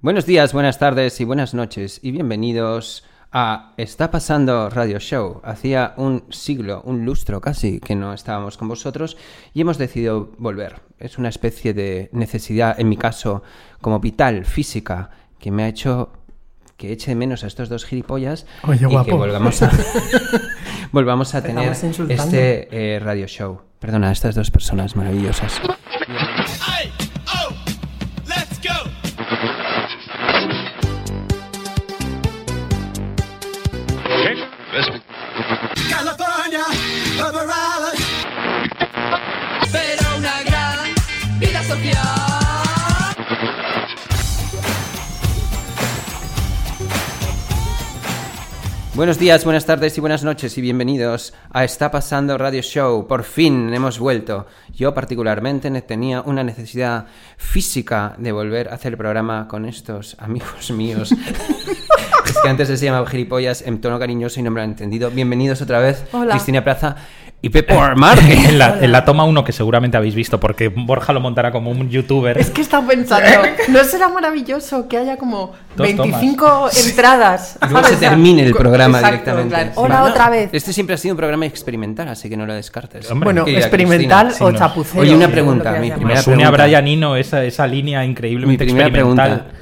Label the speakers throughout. Speaker 1: Buenos días, buenas tardes y buenas noches y bienvenidos a Está pasando Radio Show. Hacía un siglo, un lustro casi, que no estábamos con vosotros y hemos decidido volver. Es una especie de necesidad, en mi caso, como vital, física, que me ha hecho que eche de menos a estos dos gilipollas
Speaker 2: Oye,
Speaker 1: y que
Speaker 2: guapo.
Speaker 1: volvamos a, volvamos a tener
Speaker 2: Estamos insultando.
Speaker 1: este eh, radio show. Perdona, a estas dos personas maravillosas.
Speaker 3: Hey, oh, let's go.
Speaker 4: California, Rhode Island.
Speaker 5: pero una gran vida social.
Speaker 1: Buenos días, buenas tardes y buenas noches y bienvenidos a Está pasando Radio Show. Por fin hemos vuelto. Yo particularmente ne- tenía una necesidad física de volver a hacer el programa con estos amigos míos. es que antes les llamaba gilipollas en tono cariñoso y no me lo han entendido. Bienvenidos otra vez,
Speaker 6: Hola.
Speaker 1: Cristina Plaza y Pepe
Speaker 7: en,
Speaker 1: Márquez.
Speaker 7: la, en la toma 1 que seguramente habéis visto, porque Borja lo montará como un youtuber.
Speaker 6: Es que estaba pensando, ¿no será maravilloso que haya como
Speaker 7: Dos
Speaker 6: 25 entradas?
Speaker 1: Luego se
Speaker 6: ¿sabes?
Speaker 1: termine el
Speaker 6: Co-
Speaker 1: programa
Speaker 6: exacto,
Speaker 1: directamente.
Speaker 6: claro.
Speaker 1: Sí.
Speaker 6: Hola,
Speaker 1: No,
Speaker 6: otra vez.
Speaker 1: Este siempre ha sido un programa experimental, así que no lo descartes.
Speaker 7: Hombre,
Speaker 6: Bueno,
Speaker 1: Querida
Speaker 6: experimental
Speaker 1: Cristina.
Speaker 7: sí,
Speaker 6: o
Speaker 7: no.
Speaker 6: chapucero.
Speaker 1: Oye, una
Speaker 6: según
Speaker 1: pregunta,
Speaker 6: lo que
Speaker 1: mi
Speaker 6: hayas
Speaker 1: primera
Speaker 6: llamado.
Speaker 7: Nos une a
Speaker 1: pregunta.
Speaker 7: Brian Eno, esa, esa línea increíblemente
Speaker 1: Mi primera
Speaker 7: experimental.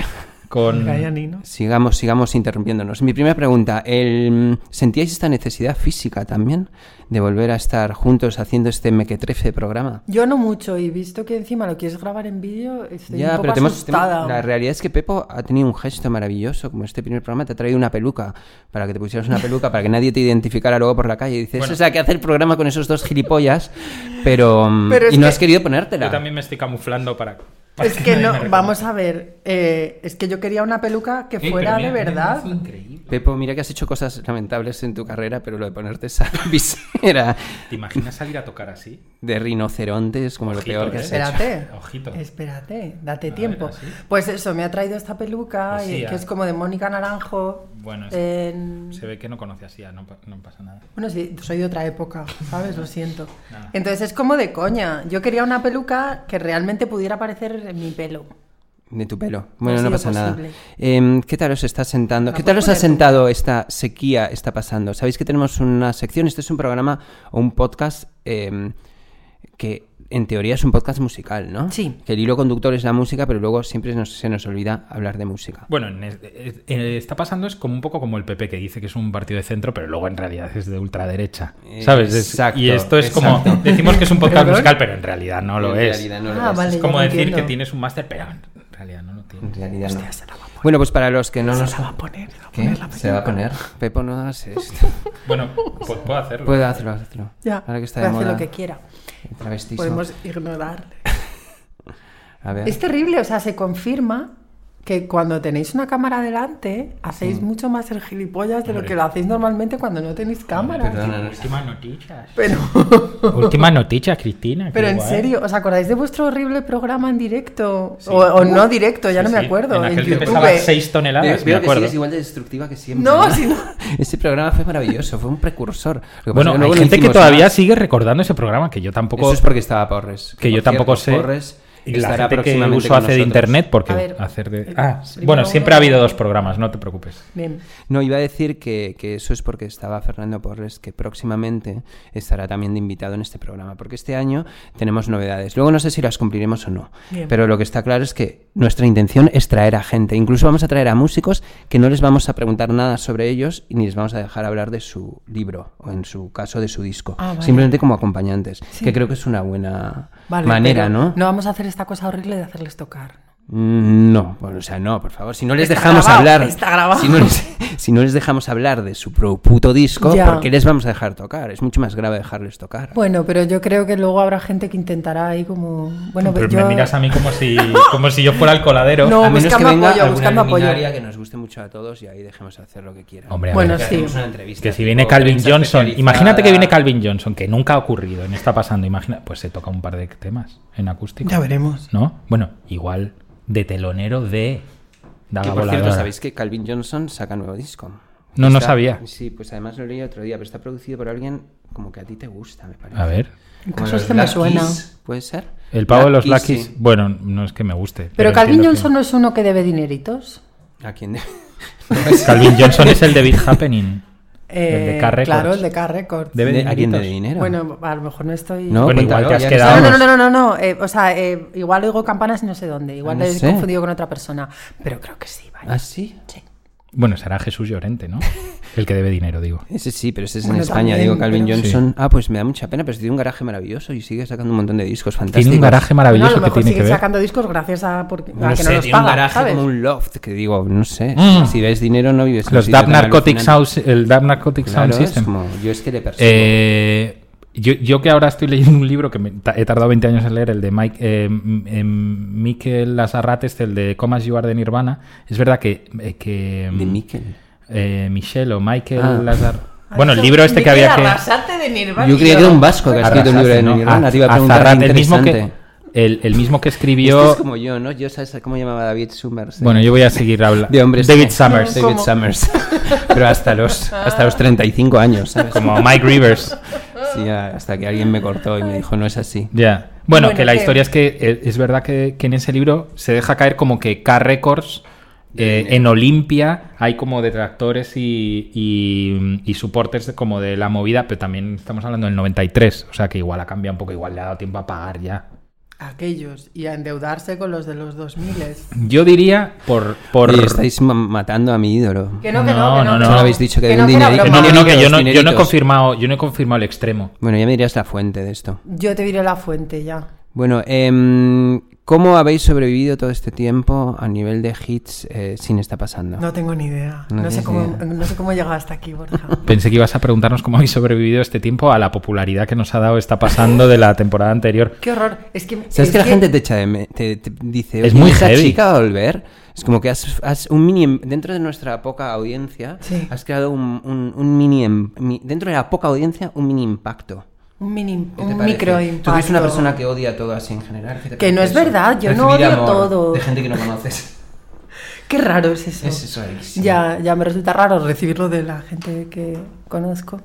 Speaker 7: Con...
Speaker 2: Brian Eno.
Speaker 1: Sigamos, sigamos interrumpiéndonos. Mi primera pregunta, el, ¿sentíais esta necesidad física también de volver a estar juntos haciendo este mequetrefe programa?
Speaker 6: Yo no mucho, y visto que encima lo quieres grabar en vídeo, estoy un poco
Speaker 1: te hemos- te hemos-
Speaker 6: asustada.
Speaker 1: este la realidad es que Pepo ha tenido un gesto maravilloso, como este primer programa te ha traído una peluca, para que te pusieras una peluca, para que nadie te identificara luego por la calle. Y dices, o sea, que hacer programa con esos dos gilipollas, pero... mm,
Speaker 6: Pero es
Speaker 1: y no
Speaker 6: que-
Speaker 1: has querido ponértela.
Speaker 7: Yo también me estoy camuflando para. para
Speaker 6: Es que no,
Speaker 7: nadie me reconozca.
Speaker 6: vamos a ver, eh, es que yo quería una peluca que
Speaker 7: Ey,
Speaker 6: fuera
Speaker 7: pero
Speaker 6: de
Speaker 7: mira, mira,
Speaker 6: verdad.
Speaker 7: es increíble.
Speaker 1: Pepo, mira que has hecho cosas lamentables en tu carrera, pero lo de ponerte esa visera
Speaker 7: ¿Te imaginas salir a tocar así?
Speaker 1: de rinocerontes, como lo
Speaker 7: Ojito,
Speaker 1: peor que
Speaker 7: ¿eh?
Speaker 1: has hecho.
Speaker 6: Espérate,
Speaker 7: Ojito.
Speaker 6: espérate, date
Speaker 7: ver,
Speaker 6: tiempo.
Speaker 7: así.
Speaker 6: pues eso, me ha traído esta peluca,
Speaker 7: Pues
Speaker 6: y-
Speaker 7: sí,
Speaker 6: que
Speaker 7: ah.
Speaker 6: es como de Mónica Naranjo.
Speaker 7: Bueno, es-
Speaker 6: en-
Speaker 7: Se ve que no conoce así, no, pa- no pasa nada.
Speaker 6: Bueno, sí, soy de otra época, ¿sabes? Lo siento.
Speaker 7: Nada.
Speaker 6: Entonces es como de coña. Yo quería una peluca que realmente pudiera parecer mi pelo.
Speaker 1: De tu pelo.
Speaker 6: ha
Speaker 1: Bueno, no
Speaker 6: sido
Speaker 1: pasa
Speaker 6: Pues posible. Ah, pues
Speaker 1: nada. Em, ¿Qué tal os está sentando?
Speaker 6: La
Speaker 1: ¿Qué tal
Speaker 6: puedes
Speaker 1: os ha
Speaker 6: poner tú.
Speaker 1: sentado esta sequía está pasando? Sabéis que tenemos una sección, este es un programa o un podcast em, que en teoría es un podcast musical, ¿no?
Speaker 6: Sí.
Speaker 1: Que el hilo conductor es la música, pero luego siempre nos- se nos olvida hablar de música.
Speaker 7: Bueno, en es- eh, eh, está pasando es como un poco como el PP que dice que es un partido de centro, pero luego en realidad es de ultraderecha.
Speaker 1: Eh,
Speaker 7: ¿Sabes? Es-
Speaker 1: exacto,
Speaker 7: y esto es como
Speaker 1: exacto.
Speaker 7: decimos que es un podcast
Speaker 6: ¿Perdón?
Speaker 7: musical, pero en realidad no lo
Speaker 1: En
Speaker 7: es.
Speaker 1: realidad no lo
Speaker 6: Ah,
Speaker 1: es.
Speaker 6: vale.
Speaker 7: Es como
Speaker 6: ya lo
Speaker 7: decir
Speaker 6: entiendo.
Speaker 7: que tienes un máster, pero en realidad no lo tienes.
Speaker 1: En realidad no. Bueno, pues para los que no nos...
Speaker 2: a poner, se va a
Speaker 1: ¿Qué?
Speaker 2: poner la
Speaker 1: Se va a
Speaker 2: peluca.
Speaker 1: poner. Pepo, no hagas esto.
Speaker 7: Bueno, pues puedo hacerlo.
Speaker 1: Puedo hacerlo, hazlo.
Speaker 6: Ya,
Speaker 1: Ahora que está
Speaker 6: puede
Speaker 1: de
Speaker 6: hacer
Speaker 1: moda.
Speaker 6: lo que quiera.
Speaker 1: el travestismo.
Speaker 6: Podemos ignorarle.
Speaker 1: A ver.
Speaker 6: Es terrible, o sea, se confirma que cuando tenéis una cámara delante, hacéis mucho más el gilipollas de lo
Speaker 7: Hombre.
Speaker 6: que lo hacéis normalmente cuando no tenéis cámara.
Speaker 1: Perdona, no-
Speaker 7: Últimas noticias.
Speaker 6: Pero,
Speaker 7: Últimas noticias, Cristina. qué
Speaker 6: pero en
Speaker 7: guay.
Speaker 6: serio, ¿os acordáis de vuestro horrible programa en directo? O, o no directo, ya
Speaker 7: Sí,
Speaker 6: no me
Speaker 7: sí,
Speaker 6: acuerdo.
Speaker 7: En aquel que
Speaker 6: YouTube.
Speaker 7: pesaba 6 toneladas,
Speaker 1: Veo,
Speaker 7: me
Speaker 1: veo que
Speaker 7: acuerdo.
Speaker 1: sigues igual de destructiva que siempre.
Speaker 6: No, si no.
Speaker 1: Ese programa fue maravilloso, fue un precursor. Lo que pasa
Speaker 7: Bueno,
Speaker 1: es que luego
Speaker 7: hay
Speaker 1: no
Speaker 7: gente que
Speaker 1: hicimos
Speaker 7: todavía
Speaker 1: más.
Speaker 7: sigue recordando ese programa que yo tampoco.
Speaker 1: Eso es porque estaba Porres.
Speaker 7: que yo
Speaker 1: por
Speaker 7: tampoco
Speaker 1: cierto,
Speaker 7: sé.
Speaker 1: Porres
Speaker 7: Y la
Speaker 1: estará
Speaker 7: gente que
Speaker 1: próximamente
Speaker 7: uso
Speaker 1: con
Speaker 7: hace de
Speaker 1: nosotros.
Speaker 7: internet porque
Speaker 6: A ver,
Speaker 7: hacer de
Speaker 6: el
Speaker 7: ah
Speaker 6: primero
Speaker 7: bueno
Speaker 6: uno.
Speaker 7: siempre ha habido dos programas no te preocupes
Speaker 6: Bien.
Speaker 1: No, iba a decir que, que eso es porque estaba Fernando Porres, que próximamente estará también de invitado en este programa, porque este año tenemos novedades. Luego no sé si las cumpliremos o no,
Speaker 6: Bien.
Speaker 1: pero lo que está claro es que nuestra intención es traer a gente. Incluso vamos a traer a músicos que no les vamos a preguntar nada sobre ellos y ni les vamos a dejar hablar de su libro, o en su caso de su disco.
Speaker 6: Ah, vale.
Speaker 1: Simplemente como acompañantes,
Speaker 6: Sí.
Speaker 1: que creo que es una buena
Speaker 6: Vale,
Speaker 1: manera,
Speaker 6: pero
Speaker 1: ¿no?
Speaker 6: No vamos a hacer esta cosa horrible de hacerles tocar.
Speaker 1: Mm, No, bueno, o sea, no, por favor, si no les dejamos
Speaker 6: grabado,
Speaker 1: hablar,
Speaker 6: está grabado.
Speaker 1: si no les, si no les dejamos hablar de su pro- puto disco,
Speaker 6: Ya.
Speaker 1: ¿por qué les vamos a dejar tocar? Es mucho más grave dejarles tocar.
Speaker 6: Bueno, pero yo creo que luego habrá gente que intentará ahí como... Bueno,
Speaker 7: Pero
Speaker 6: yo...
Speaker 7: me miras a mí como si, como si yo fuera el coladero.
Speaker 6: No,
Speaker 1: a menos que
Speaker 6: buscando
Speaker 1: venga
Speaker 6: apoyo,
Speaker 1: alguna
Speaker 6: buscando apoyo.
Speaker 1: luminaria que nos guste mucho a todos y ahí dejemos hacer lo que quieran.
Speaker 7: Hombre, a
Speaker 6: Bueno,
Speaker 7: ver,
Speaker 6: sí.
Speaker 1: Hacemos una entrevista,
Speaker 7: Que si
Speaker 1: tipo,
Speaker 7: viene Calvin
Speaker 1: prensa
Speaker 7: Johnson,
Speaker 1: especializada.
Speaker 7: imagínate que viene Calvin Johnson, que nunca ha ocurrido, no está pasando, imagina, pues se toca un par de temas en acústico.
Speaker 2: Ya veremos.
Speaker 7: ¿No? Bueno, igual de telonero
Speaker 1: Que,
Speaker 7: de Daga
Speaker 1: por cierto,
Speaker 7: Voladora.
Speaker 1: ¿sabéis que Calvin Johnson saca nuevo disco?
Speaker 7: Ah, No, no sabía.
Speaker 1: Sí, pues además lo leí otro día, pero está producido por alguien como que a ti te gusta, me parece.
Speaker 7: A ver,
Speaker 6: En
Speaker 1: Como
Speaker 6: caso
Speaker 1: los
Speaker 6: es que me
Speaker 1: Black
Speaker 6: suena.
Speaker 1: Keys, ¿Puede ser?
Speaker 7: el pavo de los Black
Speaker 1: Keys,
Speaker 7: Keys,
Speaker 1: sí.
Speaker 7: bueno, no es que me guste.
Speaker 6: Pero Calvin
Speaker 7: entiendo que-
Speaker 6: Johnson no es uno que debe dineritos.
Speaker 1: ¿A quién? de-
Speaker 7: Calvin Johnson es el de Big Happening. el de
Speaker 6: Eh,
Speaker 7: Carr Records.
Speaker 6: Claro, el de Car Records.
Speaker 7: Debe
Speaker 1: de- ¿A quién de
Speaker 7: dineritos.
Speaker 1: dinero?
Speaker 6: Bueno, a lo mejor no estoy...
Speaker 1: No,
Speaker 7: Bueno, igual
Speaker 1: cuéntalo,
Speaker 7: te has
Speaker 1: ya que
Speaker 7: quedado-
Speaker 6: No,
Speaker 1: estamos.
Speaker 6: no, no, no, no, no. eh, o sea, eh, igual oigo campanas y no sé dónde. Igual
Speaker 1: Ah, No
Speaker 6: he
Speaker 1: sé.
Speaker 6: confundido con otra persona. Pero creo que sí, vaya.
Speaker 1: ¿Ah, sí?
Speaker 7: Bueno, será Jesús Llorente, ¿no? El que debe dinero, digo.
Speaker 1: Ese sí, pero ese es en
Speaker 6: Bueno,
Speaker 1: España,
Speaker 6: también,
Speaker 1: digo, Calvin
Speaker 6: pero-
Speaker 1: Johnson. Ah, pues me da mucha pena, pero tiene un garaje maravilloso y sigue sacando un montón de discos fantásticos.
Speaker 7: Tiene un garaje
Speaker 6: Bueno, a
Speaker 7: maravilloso
Speaker 6: lo mejor
Speaker 7: que tiene que
Speaker 6: siguen
Speaker 7: ver.
Speaker 6: sacando discos gracias a, porque- a
Speaker 1: No
Speaker 6: Ah, que
Speaker 1: sé,
Speaker 6: no los
Speaker 1: tiene
Speaker 6: pagan,
Speaker 1: un garaje
Speaker 6: ¿sabes?
Speaker 1: como un loft, que digo, no sé.
Speaker 7: Mm.
Speaker 1: Si ves dinero, no vives en un
Speaker 7: Los
Speaker 1: sitio
Speaker 7: Dab
Speaker 1: tan
Speaker 7: Narcotics
Speaker 1: alucinante.
Speaker 7: House, el Dab Narcotic
Speaker 1: Claro,
Speaker 7: Sound
Speaker 1: es
Speaker 7: System.
Speaker 1: como, yo es que le persigo.
Speaker 7: Eh, yo, yo que ahora estoy leyendo un libro que me ta- he tardado 20 años en leer, el de Mike, eh, m- em, Mikel Azarrates, el de Comas You Are de Nirvana. Es verdad que... eh, que
Speaker 1: de Miquel.
Speaker 7: eh, Michelle o Michael
Speaker 1: Ah.
Speaker 7: Lazar... Bueno, el libro este que había que...
Speaker 1: Yo creía que era un vasco que ha escrito un libro de
Speaker 7: Arrasate, ¿no?
Speaker 1: Nirvana. Te iba a
Speaker 7: Az-
Speaker 1: preguntar,
Speaker 7: Azarrate, el mismo que...
Speaker 1: interesante.
Speaker 7: El, el mismo que
Speaker 1: Este
Speaker 7: escribió...
Speaker 1: es como yo, ¿no? Yo sabes cómo llamaba David Summers.
Speaker 7: Bueno, yo voy a seguir hablando.
Speaker 1: de hombres.
Speaker 7: David
Speaker 1: no.
Speaker 7: Summers.
Speaker 1: David Summers. Pero hasta los, hasta los 35 años, ¿sabes?
Speaker 7: Como Mike Rivers.
Speaker 1: Sí, hasta que alguien me cortó y me dijo, no es así.
Speaker 7: Ya. Bueno,
Speaker 6: Bueno,
Speaker 7: que la
Speaker 6: que-
Speaker 7: historia es que eh, es verdad que, que en ese libro se deja caer como que K Records eh, en Olimpia hay como detractores y, y, y supporters de- como de la movida, pero también estamos hablando del 93, o sea que igual ha cambiado un poco, igual le ha dado tiempo a pagar ya.
Speaker 6: Aquellos. Y a endeudarse con los de los 2000.
Speaker 7: Yo diría por... por...
Speaker 1: Oye, estáis ma- matando a mi ídolo.
Speaker 6: Que no, que
Speaker 7: No,
Speaker 6: no, que no.
Speaker 7: no,
Speaker 6: que
Speaker 7: no.
Speaker 1: Habéis dicho que hay un
Speaker 6: no, era
Speaker 1: dinerito.
Speaker 7: Que
Speaker 6: broma.
Speaker 7: no, que no, que yo no, yo no he
Speaker 1: Dineritos.
Speaker 7: confirmado, yo no he confirmado el extremo.
Speaker 1: Bueno, ya me dirías la fuente de esto.
Speaker 6: Yo te diré la fuente ya.
Speaker 1: Bueno, em, ¿cómo habéis sobrevivido todo este tiempo a nivel de hits eh, sin está pasando?
Speaker 6: No tengo ni idea.
Speaker 1: No
Speaker 6: No, sé
Speaker 1: tienes
Speaker 6: cómo,
Speaker 1: idea.
Speaker 6: no sé cómo he llegado hasta aquí, Borja.
Speaker 7: Pensé que ibas a preguntarnos cómo habéis sobrevivido este tiempo a la popularidad que nos ha dado está pasando de la temporada anterior.
Speaker 6: Qué horror. Es que.
Speaker 1: ¿Sabes
Speaker 6: es
Speaker 1: que la gente te echa de me- te, te dice,
Speaker 7: Es
Speaker 1: "Oye,
Speaker 7: muy
Speaker 1: esa
Speaker 7: heavy".
Speaker 1: chica va a volver? Es como que has, has un mini, em- dentro de nuestra poca audiencia,
Speaker 6: Sí.
Speaker 1: has creado un, un- un mini, em- mi- dentro de la poca audiencia, un mini impacto.
Speaker 6: Un, mini,
Speaker 1: ¿Qué te
Speaker 6: un
Speaker 1: parece?
Speaker 6: micro
Speaker 1: Tú eres una persona que odia todo así en general. ¿qué te
Speaker 6: Que no
Speaker 1: parece
Speaker 6: es verdad, yo no
Speaker 1: Recibir
Speaker 6: odio todo. Ah,
Speaker 1: De gente que no conoces.
Speaker 6: Qué raro es eso.
Speaker 1: Es eso, Alex.
Speaker 6: Ya, ya me resulta raro recibirlo de la gente que conozco.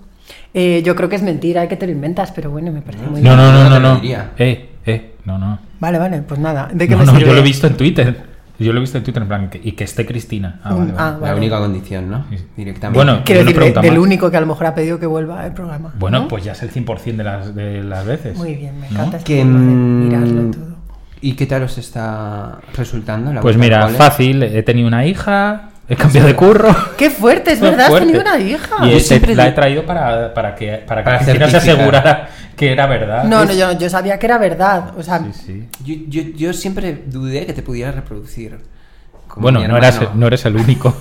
Speaker 6: Eh, yo creo que es mentira, que te lo inventas, pero bueno, me parece muy
Speaker 7: No,
Speaker 6: bien.
Speaker 7: no, no,
Speaker 1: No
Speaker 7: no,
Speaker 1: te lo
Speaker 7: no.
Speaker 1: diría.
Speaker 7: Eh, eh, no, no.
Speaker 6: Vale, vale, pues nada. ¿De qué
Speaker 7: No,
Speaker 6: me
Speaker 7: no,
Speaker 6: sirve?
Speaker 7: yo lo he visto en Twitter. Yo lo he visto en Twitter en plan que- y que esté Cristina. Ah, vale,
Speaker 6: Mm,
Speaker 7: vale.
Speaker 6: ah.
Speaker 1: La
Speaker 6: Vale.
Speaker 1: única condición, ¿no?
Speaker 7: Sí, sí.
Speaker 1: Directamente.
Speaker 7: Bueno,
Speaker 6: Quiero
Speaker 7: Yo no
Speaker 6: decir, de-
Speaker 7: pregunto
Speaker 6: del
Speaker 7: más.
Speaker 6: único que a lo mejor ha pedido que vuelva el programa.
Speaker 7: Bueno,
Speaker 6: ¿no?
Speaker 7: pues ya es el 100% de las, de las veces.
Speaker 6: Muy bien, me
Speaker 7: ¿no?
Speaker 6: encanta.
Speaker 1: que,
Speaker 6: este modo de
Speaker 1: mm,
Speaker 6: mirarlo todo.
Speaker 1: ¿Y qué tal os está resultando? la
Speaker 7: Pues
Speaker 1: vuelta
Speaker 7: mira,
Speaker 1: al cole?
Speaker 7: fácil. He tenido una hija, he cambiado de curro.
Speaker 6: ¡Qué fuerte! Es
Speaker 7: Muy
Speaker 6: verdad, has tenido
Speaker 7: fuerte.
Speaker 6: una hija.
Speaker 7: Y
Speaker 1: Yo
Speaker 7: he-
Speaker 1: siempre
Speaker 7: la he
Speaker 1: digo-
Speaker 7: traído para, para que, para que
Speaker 1: Para
Speaker 7: Cristina se
Speaker 1: certificar.
Speaker 7: asegurara que era verdad.
Speaker 6: No, no, yo, yo sabía que era verdad. O sea,
Speaker 7: Sí, sí.
Speaker 1: Yo, yo, yo siempre dudé que te pudiera reproducir. como
Speaker 7: Bueno,
Speaker 1: mi
Speaker 7: no eras,
Speaker 1: hermano.
Speaker 7: no eres el único.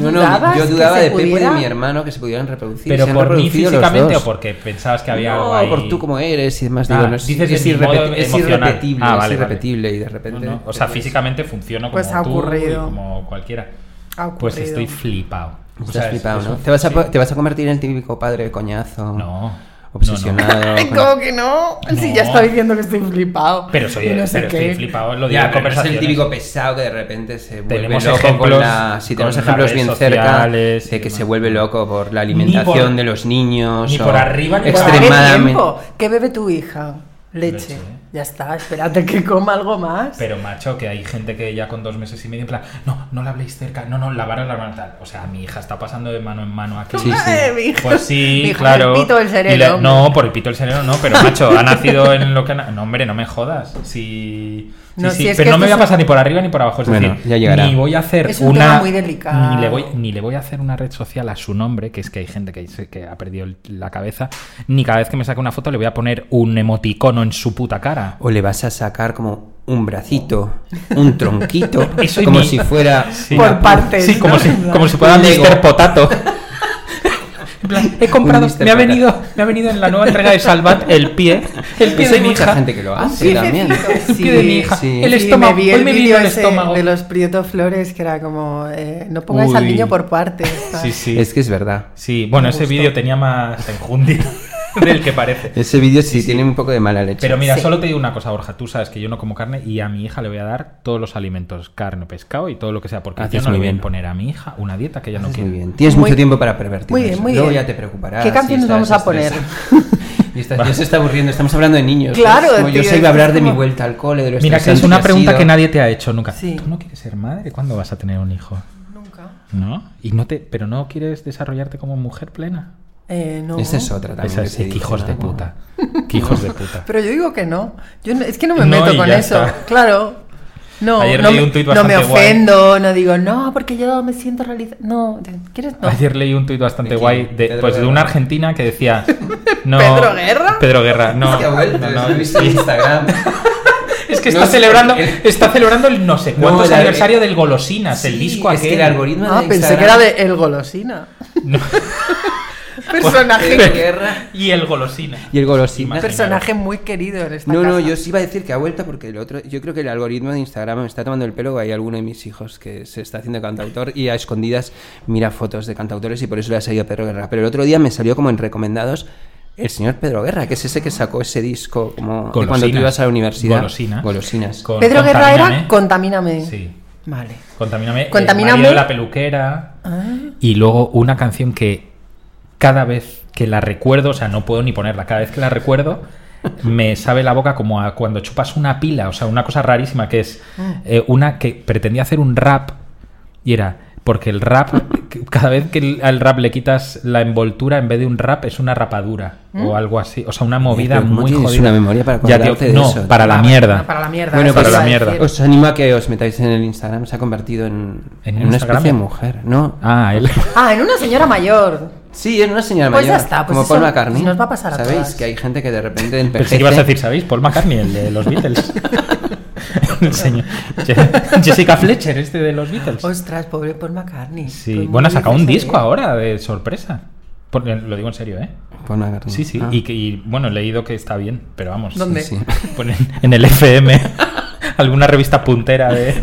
Speaker 1: No, no,
Speaker 6: ¿Dudabas
Speaker 1: yo
Speaker 6: que
Speaker 1: dudaba
Speaker 6: se
Speaker 1: de Pepe y de
Speaker 6: pudiera?
Speaker 1: mi hermano que se pudieran reproducir.
Speaker 7: Pero
Speaker 1: Se han
Speaker 7: por mí
Speaker 1: reproducido los
Speaker 7: físicamente
Speaker 1: dos.
Speaker 7: o porque pensabas que había algo
Speaker 1: No,
Speaker 7: ahí.
Speaker 1: por tú como eres y demás.
Speaker 7: Ah,
Speaker 1: digo, no es,
Speaker 7: dices
Speaker 1: es
Speaker 7: en
Speaker 1: irrepe-
Speaker 7: modo
Speaker 1: es
Speaker 7: emocional.
Speaker 1: irrepetible,
Speaker 7: Ah,
Speaker 1: es
Speaker 7: vale, vale.
Speaker 1: irrepetible y de repente...
Speaker 7: No, no, O sea, físicamente funciono como
Speaker 6: Pues ha
Speaker 7: tú y
Speaker 6: ocurrido.
Speaker 7: como cualquiera.
Speaker 6: Ha
Speaker 7: Pues
Speaker 6: ocurrido.
Speaker 7: estoy flipado. O
Speaker 1: Estás
Speaker 7: sea, es-
Speaker 1: flipado,
Speaker 7: es
Speaker 1: ¿no?
Speaker 7: un-
Speaker 1: ¿Te vas, a,
Speaker 7: sí.
Speaker 1: po- te vas a convertir en el típico padre coñazo.
Speaker 7: No.
Speaker 1: Obsesionado.
Speaker 6: Ay,
Speaker 1: con-
Speaker 6: ¿Cómo que no? Si ya
Speaker 7: No.
Speaker 6: está diciendo que estoy flipado.
Speaker 7: Pero soy
Speaker 6: Y no sé
Speaker 7: pero estoy
Speaker 6: qué.
Speaker 7: flipado, lo digo
Speaker 1: Ya, pero no
Speaker 7: en
Speaker 1: es el
Speaker 7: conversaciones.
Speaker 1: típico pesado que de repente se vuelve
Speaker 7: Tenemos
Speaker 1: loco
Speaker 7: ejemplos
Speaker 1: con la... Si tenemos
Speaker 7: con las
Speaker 1: ejemplos
Speaker 7: redes
Speaker 1: bien cerca
Speaker 7: sociales y
Speaker 1: de que
Speaker 7: demás.
Speaker 1: se vuelve loco por la alimentación
Speaker 7: por-
Speaker 1: de los niños
Speaker 7: ni
Speaker 1: o
Speaker 7: por arriba ni por
Speaker 6: Pues, ¿a qué
Speaker 1: extremadamente...
Speaker 6: tiempo? ¿Qué bebe tu hija? Leche.
Speaker 7: Leche.
Speaker 6: Ya está, espérate que coma algo más.
Speaker 7: Pero macho, que hay gente que ya con dos meses y medio en plan, no, no la habléis cerca, no, no, lavaros la mano tal. O sea, mi hija está pasando de mano en mano aquí.
Speaker 1: Sí, sí.
Speaker 6: Eh, mi hija-
Speaker 7: Pues sí,
Speaker 6: mi hija,
Speaker 7: claro.
Speaker 6: El pito del
Speaker 7: Y
Speaker 6: cerebro.
Speaker 7: le-
Speaker 6: hombre.
Speaker 7: no, por el pito del cerebro no, pero macho, ha nacido en lo que ha na- No, hombre, no me jodas. Si,
Speaker 6: No,
Speaker 7: sí,
Speaker 6: si
Speaker 7: sí,
Speaker 6: es
Speaker 7: pero
Speaker 6: que
Speaker 7: no me voy
Speaker 6: esto
Speaker 7: a
Speaker 6: es-
Speaker 7: pasar ni por arriba ni por abajo. Es
Speaker 1: Bueno,
Speaker 7: decir,
Speaker 1: ya llegará.
Speaker 7: ni voy a hacer
Speaker 6: Es un
Speaker 7: una.
Speaker 6: tema muy delicado.
Speaker 7: Ni le, voy, ni le voy a hacer una red social a su nombre, que es que hay gente que, dice que ha perdido el- la cabeza. Ni cada vez que me saque una foto le voy a poner un emoticono en su puta cara.
Speaker 1: O le vas a sacar como un bracito, un tronquito,
Speaker 7: Eso y
Speaker 1: como
Speaker 7: mi-
Speaker 1: si fuera...
Speaker 7: Sí.
Speaker 6: Por
Speaker 7: Una-
Speaker 6: partes,
Speaker 7: Sí, como
Speaker 6: ¿no?
Speaker 7: si, como si fuera
Speaker 1: Un Lego.
Speaker 7: Mr. Potato. En plan, He comprado,
Speaker 1: Un Mr.
Speaker 7: me ha,
Speaker 1: Potato.
Speaker 7: venido, me ha venido en la nueva entrega de Salvat el pie. El pie
Speaker 1: Pues
Speaker 7: de
Speaker 1: hay
Speaker 7: mi
Speaker 1: mucha
Speaker 7: hija. Ah,
Speaker 1: gente que lo hace
Speaker 6: Sí,
Speaker 1: también.
Speaker 6: sí,
Speaker 7: El pie de mi hija.
Speaker 1: sí.
Speaker 7: El
Speaker 6: Sí,
Speaker 7: estómago.
Speaker 6: me vi el
Speaker 7: Hoy me
Speaker 6: vídeo
Speaker 7: vino el
Speaker 6: ese
Speaker 7: estómago.
Speaker 6: de los Prieto Flores que era como eh, no pongáis al
Speaker 7: Uy.
Speaker 6: niño por partes. ¿sabes?
Speaker 7: Sí, sí.
Speaker 1: Es que es verdad.
Speaker 7: Sí, bueno, ese vídeo tenía más enjundia del que parece.
Speaker 1: Ese vídeo sí, tiene un poco de mala leche.
Speaker 7: Pero mira,
Speaker 6: Sí.
Speaker 7: solo te digo una cosa, Borja. Tú sabes que yo no como carne y a mi hija le voy a dar todos los alimentos, carne, pescado y todo lo que sea, porque
Speaker 1: Haces
Speaker 7: yo no le
Speaker 1: muy
Speaker 7: voy a
Speaker 1: bien.
Speaker 7: imponer a mi hija una dieta que ella no
Speaker 1: Haces muy
Speaker 7: quiere.
Speaker 1: bien. Tienes
Speaker 6: Muy-
Speaker 1: mucho tiempo para pervertir.
Speaker 6: Muy bien, muy
Speaker 1: Luego
Speaker 6: bien.
Speaker 1: ya te preocuparás.
Speaker 6: ¿Qué canción
Speaker 1: si
Speaker 6: nos
Speaker 1: estás
Speaker 6: vamos a poner?
Speaker 1: estresada. Y estás- ya se está aburriendo, estamos hablando de niños.
Speaker 6: Claro,
Speaker 1: Es como Yo
Speaker 6: tío,
Speaker 1: se iba a
Speaker 6: es
Speaker 1: hablar de mi
Speaker 6: como-
Speaker 1: vuelta al cole, de lo
Speaker 7: Mira, que es
Speaker 1: estresante
Speaker 7: una
Speaker 1: ha
Speaker 7: pregunta
Speaker 1: sido.
Speaker 7: que nadie te ha hecho nunca.
Speaker 6: Sí.
Speaker 7: ¿Tú no quieres ser madre? ¿Cuándo vas a tener un hijo?
Speaker 6: Nunca.
Speaker 7: ¿No? ¿Y no te, ¿Pero no quieres desarrollarte como mujer plena?
Speaker 6: Eh, no.
Speaker 1: Esa es otra también.
Speaker 7: Esa
Speaker 1: que
Speaker 7: es-
Speaker 1: te
Speaker 7: qué
Speaker 1: dicen,
Speaker 7: hijos de
Speaker 1: ¿no?
Speaker 7: puta. Qué hijos de puta.
Speaker 6: Pero yo digo que no. Yo no- es que no me
Speaker 7: No,
Speaker 6: meto
Speaker 7: y
Speaker 6: con
Speaker 7: ya
Speaker 6: eso.
Speaker 7: está.
Speaker 6: Claro. No,
Speaker 7: Ayer
Speaker 6: no,
Speaker 7: leí
Speaker 6: me-
Speaker 7: un tuit
Speaker 6: no me
Speaker 7: bastante guay.
Speaker 6: ofendo, no digo, no, porque yo me siento realizada. No, te- ¿quieres? No.
Speaker 7: Ayer leí un tuit bastante
Speaker 1: ¿De quién?
Speaker 7: guay de,
Speaker 1: Pedro
Speaker 7: pues, de
Speaker 1: Guerra.
Speaker 7: una argentina que decía... No,
Speaker 6: ¿Pedro Guerra?
Speaker 7: Pedro Guerra, no.
Speaker 1: Es que ha vuelto,
Speaker 7: no,
Speaker 1: no,
Speaker 7: no,
Speaker 1: lo he visto en
Speaker 7: sí.
Speaker 1: Instagram.
Speaker 7: Es que
Speaker 1: No
Speaker 7: está
Speaker 1: sé,
Speaker 7: celebrando
Speaker 1: el-
Speaker 7: está celebrando el no sé
Speaker 1: No,
Speaker 7: cuánto
Speaker 1: el-
Speaker 7: aniversario del Golosinas, el disco
Speaker 1: es
Speaker 7: aquel.
Speaker 1: que el algoritmo
Speaker 6: Ah,
Speaker 1: de
Speaker 6: pensé
Speaker 1: Instagram-
Speaker 6: que era de El Golosina.
Speaker 7: No.
Speaker 6: personaje,
Speaker 1: Pedro Guerra
Speaker 7: y el Golosina.
Speaker 1: y el golosina.
Speaker 7: Imagínate.
Speaker 6: personaje muy querido en esta
Speaker 1: No, no,
Speaker 6: casa.
Speaker 1: yo sí iba a decir que ha vuelto porque el otro, yo creo que el algoritmo de Instagram me está tomando el pelo. Hay alguno de mis hijos que se está haciendo cantautor y a escondidas mira fotos de cantautores y por eso le ha salido Pedro Guerra. Pero el otro día me salió como en recomendados el señor Pedro Guerra, que es ese que sacó ese disco como de cuando tú
Speaker 7: Golosinas.
Speaker 1: ibas a la universidad.
Speaker 7: Golosinas.
Speaker 1: Golosinas.
Speaker 7: Con-
Speaker 6: Pedro Guerra
Speaker 7: Contamíname.
Speaker 6: era Contamíname.
Speaker 7: Sí.
Speaker 6: Vale.
Speaker 7: Contamíname. el
Speaker 6: Contamíname.
Speaker 7: marido de la peluquera. Y luego una canción que cada vez que la recuerdo, o sea, no puedo ni ponerla, cada vez que la recuerdo, me sabe la boca como a cuando chupas una pila, o sea, una cosa rarísima que es eh, una que pretendía hacer un rap y era porque el rap, que- cada vez que el- al rap le quitas la envoltura en vez de un rap es una rapadura o algo así, o sea, una movida
Speaker 1: pero ¿cómo
Speaker 7: muy
Speaker 1: tienes
Speaker 7: jodida.
Speaker 1: una memoria para
Speaker 7: Ya, tío,
Speaker 1: acordarte de
Speaker 7: no,
Speaker 1: eso?
Speaker 7: para la
Speaker 6: Ah,
Speaker 7: mierda.
Speaker 6: Para la mierda.
Speaker 1: Bueno,
Speaker 6: eso
Speaker 1: pues
Speaker 6: iba
Speaker 7: la
Speaker 6: a
Speaker 7: mierda.
Speaker 6: decir.
Speaker 1: Os animo a que os metáis en el Instagram. Se ha convertido en,
Speaker 7: ¿En
Speaker 1: en una
Speaker 7: Instagram?
Speaker 1: especie de mujer, ¿no?
Speaker 7: Ah, él.
Speaker 6: Ah, en una señora mayor.
Speaker 1: Sí, es una señora
Speaker 6: Pues ya
Speaker 1: mayor.
Speaker 6: está, pues
Speaker 1: como
Speaker 6: eso
Speaker 1: Paul McCartney.
Speaker 6: nos va a pasar a
Speaker 1: ¿Sabéis
Speaker 6: todas.
Speaker 1: que hay gente que de repente envejece?
Speaker 7: Pensé que ibas a decir, ¿sabéis? Paul McCartney, el de los Beatles. el señor. Je- Jessica Fletcher, este de los Beatles.
Speaker 6: Ostras, pobre Paul McCartney.
Speaker 7: Sí.
Speaker 6: Pues
Speaker 7: Bueno, ha
Speaker 6: muy
Speaker 7: sacado un
Speaker 6: triste.
Speaker 7: disco ahora de sorpresa. Por- lo digo en serio, ¿eh?
Speaker 1: Paul McCartney.
Speaker 7: Sí, sí.
Speaker 1: Ah.
Speaker 7: Y, que- y, bueno, he leído que está bien, pero vamos.
Speaker 6: ¿Dónde?
Speaker 1: Sí.
Speaker 7: Ponen en el FM. Alguna revista puntera de,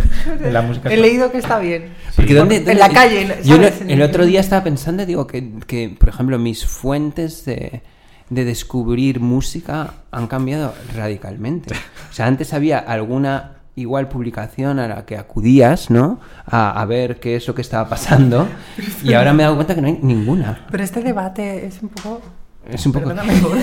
Speaker 7: de la música.
Speaker 6: He leído que está bien.
Speaker 1: Porque ¿dónde-
Speaker 6: En
Speaker 1: dónde-
Speaker 6: la calle, ¿no?
Speaker 1: Yo
Speaker 6: ¿sabes?
Speaker 1: el otro día estaba pensando, digo, que, que, por ejemplo, mis fuentes de, de descubrir música han cambiado radicalmente. O sea, antes había alguna igual publicación a la que acudías, ¿no? A, a ver qué es lo que estaba pasando. Y ahora me he dado cuenta que no hay ninguna.
Speaker 6: Pero este debate es un poco.
Speaker 1: Es un poco...
Speaker 6: Perdóname, pobre.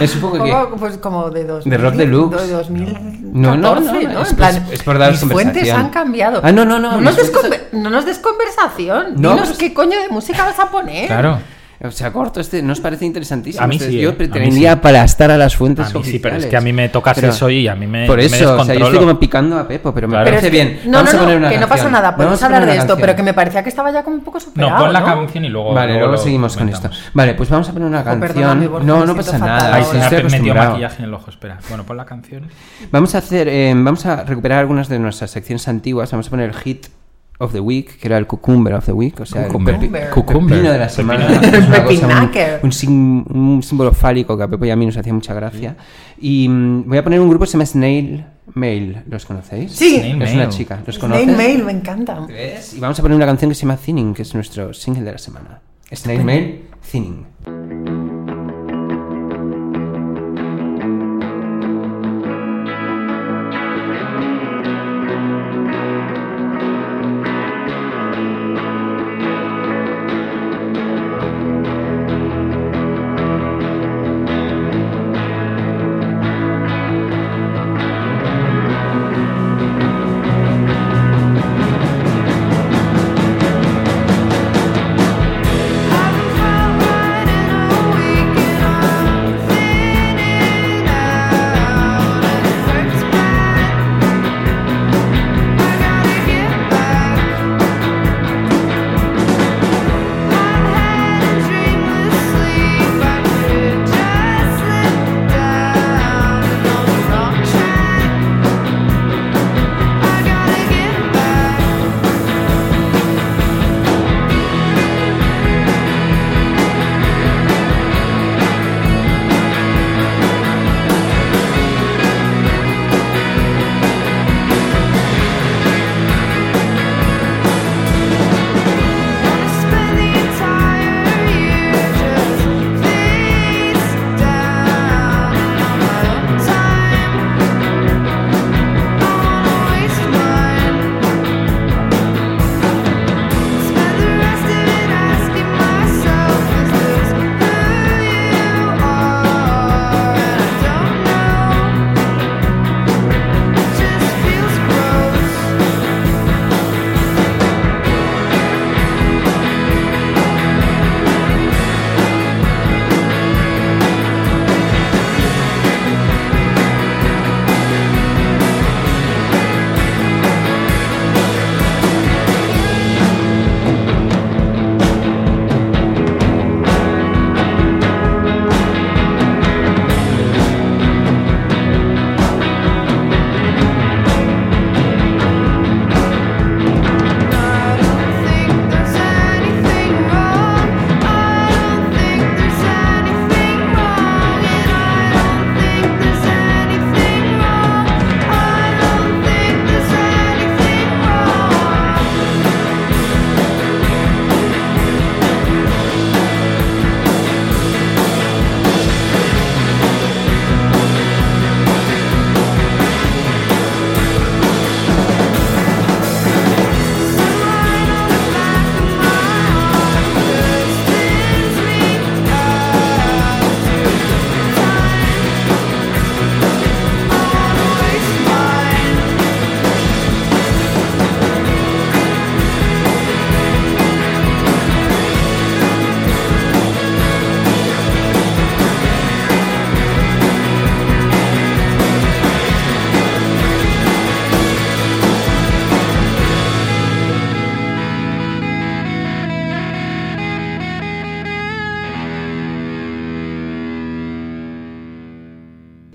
Speaker 1: Es un poco que...
Speaker 6: pues como de dos
Speaker 1: De rock deluxe.
Speaker 6: De 2014,
Speaker 1: No,
Speaker 6: no,
Speaker 1: no, no,
Speaker 6: En
Speaker 1: es- pues
Speaker 6: plan,
Speaker 1: es- es por dar
Speaker 6: mis fuentes
Speaker 1: conversación.
Speaker 6: han cambiado.
Speaker 1: Ah, no, no, no,
Speaker 6: No
Speaker 1: mis
Speaker 6: nos des,
Speaker 1: fuentes-
Speaker 6: conver- no nos des conversación.
Speaker 1: No,
Speaker 6: Dinos
Speaker 1: pues-
Speaker 6: qué coño de música vas a poner.
Speaker 7: Claro.
Speaker 1: O sea, corto, este nos parece interesantísimo.
Speaker 7: A mí
Speaker 1: Este-
Speaker 7: sí,
Speaker 1: yo
Speaker 7: eh. A mí
Speaker 1: pretendía
Speaker 7: sí.
Speaker 1: para estar a las fuentes
Speaker 7: A mí sí, pero es
Speaker 1: oficiales.
Speaker 7: que a mí me tocas
Speaker 1: Pero-
Speaker 7: eso y a mí me.
Speaker 1: Por
Speaker 7: me
Speaker 1: eso, o sea, yo estoy
Speaker 7: descontrolo.
Speaker 1: como picando a Pepo, pero me
Speaker 7: Claro.
Speaker 1: parece
Speaker 7: Es
Speaker 1: bien.
Speaker 6: No,
Speaker 1: Vamos
Speaker 6: no,
Speaker 1: a poner
Speaker 6: no,
Speaker 1: una
Speaker 6: que no pasa
Speaker 1: canción.
Speaker 6: nada. Podemos
Speaker 1: Vamos a poner
Speaker 6: hablar de
Speaker 1: una
Speaker 6: esto,
Speaker 1: canción.
Speaker 6: pero que me parecía que estaba ya como un poco superado.
Speaker 7: No, pon la canción y luego.
Speaker 1: Vale, luego,
Speaker 7: lo
Speaker 1: seguimos con esto.
Speaker 7: comentamos.
Speaker 1: Vale, pues vamos a poner una
Speaker 6: Oh, perdóname,
Speaker 1: canción.
Speaker 6: Borja,
Speaker 1: no,
Speaker 6: me
Speaker 1: Ah, no
Speaker 6: siento
Speaker 1: pasa
Speaker 6: fatal
Speaker 1: nada.
Speaker 6: ahora.
Speaker 7: Ay,
Speaker 1: sí,
Speaker 7: se
Speaker 6: Ahora
Speaker 7: me ha
Speaker 1: estoy
Speaker 7: metido
Speaker 1: acostumbrado.
Speaker 7: maquillaje en el ojo, espera. Bueno, pon la canción.
Speaker 1: Vamos a hacer, eh, vamos a recuperar algunas de nuestras secciones antiguas. Vamos a poner el hit of the week, que era el cucumber of the week, o sea,
Speaker 7: Cucumber.
Speaker 1: el perpi-
Speaker 7: Cucumber.
Speaker 1: pepino de la
Speaker 7: Pepino
Speaker 1: semana.
Speaker 7: de la
Speaker 1: Es una
Speaker 6: semana.
Speaker 1: cosa, un-
Speaker 6: Pepinaker.
Speaker 1: un, sim- un símbolo fálico que a Pepo y a mí nos hacía mucha gracia. Y mm, voy a poner un grupo que se llama Snail Mail. ¿Los conocéis?
Speaker 6: Sí,
Speaker 1: Es una chica. ¿Los conoces?
Speaker 6: Snail Mail, me encanta.
Speaker 1: ¿Ves? Y vamos a poner una canción que se llama Thinning, que es nuestro single de la semana. Snail Mail, Thinning.
Speaker 5: Haven't found right and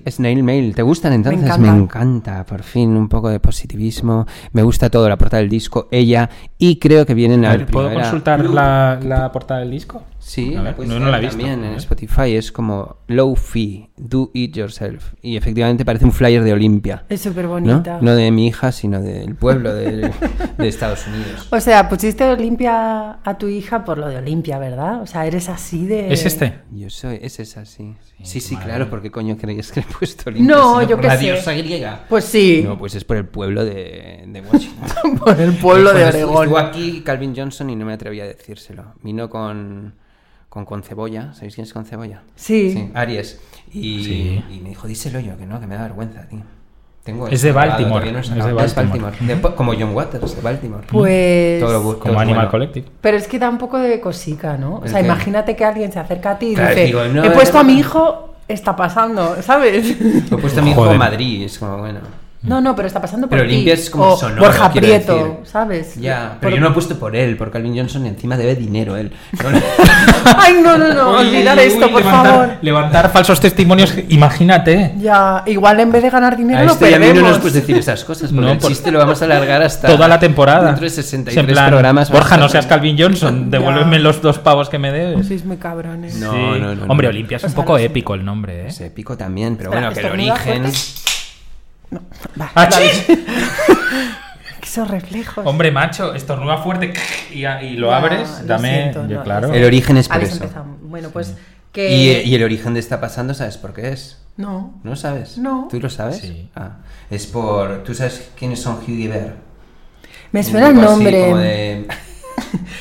Speaker 1: Snail Mail, ¿te gustan entonces?
Speaker 6: encanta.
Speaker 1: encanta, por fin un poco de positivismo. Me gusta todo, la portada del disco, ella, y creo que vienen a
Speaker 7: A ver, ¿Puedo
Speaker 1: primavera.
Speaker 7: consultar la, la portada del disco?
Speaker 1: Sí,
Speaker 7: A
Speaker 1: la
Speaker 7: ver,
Speaker 1: puedes
Speaker 7: no, no la he
Speaker 1: ver
Speaker 7: visto.
Speaker 1: también en
Speaker 7: A ver.
Speaker 1: Spotify es como low fee, do it yourself. Y efectivamente parece un flyer de Olimpia.
Speaker 6: Es súper
Speaker 1: ¿no?
Speaker 6: bonita.
Speaker 1: no de mi hija, sino del pueblo de, de Estados Unidos.
Speaker 6: O sea, pusiste Olimpia a tu hija por lo de Olimpia, ¿verdad? O sea, eres así de...
Speaker 7: ¿Es este?
Speaker 1: Yo soy, es esa, sí. Sí, sí,
Speaker 7: madre
Speaker 1: claro, porque coño creéis que le he puesto Olimpia.
Speaker 6: No,
Speaker 1: sino
Speaker 6: yo
Speaker 1: por
Speaker 6: qué
Speaker 1: la
Speaker 6: sé.
Speaker 1: diosa griega.
Speaker 6: Pues sí,
Speaker 1: No, pues es por el pueblo de, de Washington.
Speaker 6: por el pueblo de
Speaker 1: Bueno, estu-
Speaker 6: Oregón.
Speaker 1: Estuvo aquí Calvin Johnson y no me atreví a decírselo. Vino con, con, con cebolla. ¿Sabéis quién es con cebolla?
Speaker 6: Sí.
Speaker 1: Aries. Y,
Speaker 7: Sí.
Speaker 1: y me dijo, díselo yo, que no, que me da vergüenza, tío. Tengo
Speaker 7: Es
Speaker 1: esto
Speaker 7: de
Speaker 1: grabado,
Speaker 7: Baltimore,
Speaker 1: todavía no
Speaker 7: es
Speaker 1: he sacado.
Speaker 7: de
Speaker 1: Es
Speaker 7: Baltimore.
Speaker 1: De- como John Waters, de Baltimore.
Speaker 6: Pues...
Speaker 1: Todo lo bu- todo
Speaker 7: Como
Speaker 1: es
Speaker 7: Animal
Speaker 1: bueno.
Speaker 7: Collective.
Speaker 6: Pero es que da un poco de cosica, ¿no? O
Speaker 1: ¿El
Speaker 6: sea,
Speaker 1: qué?
Speaker 6: imagínate que alguien se acerca a ti y
Speaker 1: Claro,
Speaker 6: dice,
Speaker 1: digo, no,
Speaker 6: he
Speaker 1: no,
Speaker 6: puesto
Speaker 1: no,
Speaker 6: a mi
Speaker 1: no".
Speaker 6: hijo, está pasando, ¿sabes?
Speaker 1: Lo he puesto a mi hijo
Speaker 7: Joder.
Speaker 1: Pues en Madrid, es como, bueno.
Speaker 6: No, no, pero está pasando por
Speaker 1: Pero
Speaker 6: ti.
Speaker 1: Olimpia es como
Speaker 6: o
Speaker 1: sonoro,
Speaker 6: Borja
Speaker 1: quiero
Speaker 6: Prieto,
Speaker 1: decir.
Speaker 6: ¿sabes?
Speaker 1: Ya, pero
Speaker 6: Por-
Speaker 1: yo no he puesto por él, por Calvin Johnson encima debe dinero él. No, no.
Speaker 6: Ay, no, no, no,
Speaker 7: Uy,
Speaker 6: olvidar
Speaker 7: uy,
Speaker 6: esto, por
Speaker 7: levantar-
Speaker 6: favor.
Speaker 7: Levantar falsos testimonios, imagínate.
Speaker 6: Ya, igual en vez de ganar dinero
Speaker 1: A
Speaker 6: lo
Speaker 1: este y a mí
Speaker 6: perdemos.
Speaker 1: no nos puedes decir esas cosas, porque
Speaker 7: No,
Speaker 1: el
Speaker 7: por-
Speaker 1: chiste lo vamos a alargar hasta...
Speaker 7: Toda la temporada.
Speaker 1: Dentro de
Speaker 7: En
Speaker 1: 63
Speaker 7: plan,
Speaker 1: programas.
Speaker 7: Borja, no
Speaker 1: vamos a-
Speaker 7: seas Calvin Johnson. Devuélveme los dos pavos que me debes.
Speaker 6: Sois muy cabrones.
Speaker 1: No,
Speaker 7: Sí.
Speaker 1: no, no, no.
Speaker 7: Hombre, Olimpia
Speaker 6: Pues
Speaker 7: es un poco épico el nombre, ¿eh?
Speaker 1: Se pico también, pero
Speaker 6: Espera,
Speaker 1: bueno, que el
Speaker 6: ¿estornuda
Speaker 1: origen...
Speaker 6: fuerte? Va,
Speaker 1: ¿Ah,
Speaker 7: ¡Achis!
Speaker 6: que esos reflejos.
Speaker 7: Hombre, macho, estornuda fuerte y, y lo
Speaker 6: Ya,
Speaker 7: abres,
Speaker 6: lo
Speaker 7: dame.
Speaker 6: siento,
Speaker 7: Ya,
Speaker 6: no,
Speaker 7: claro.
Speaker 6: lo
Speaker 1: El origen es por
Speaker 6: Habéis
Speaker 1: eso.
Speaker 6: empezado. Bueno, pues
Speaker 1: Y,
Speaker 6: que
Speaker 1: eh, y el origen de está pasando, ¿sabes por qué es?
Speaker 6: no.
Speaker 1: ¿No sabes?
Speaker 6: No.
Speaker 1: ¿Tú lo sabes?
Speaker 7: Sí.
Speaker 1: Ah, es por... ¿Tú sabes quiénes son Hugh y Bear?
Speaker 6: Me suena el nombre.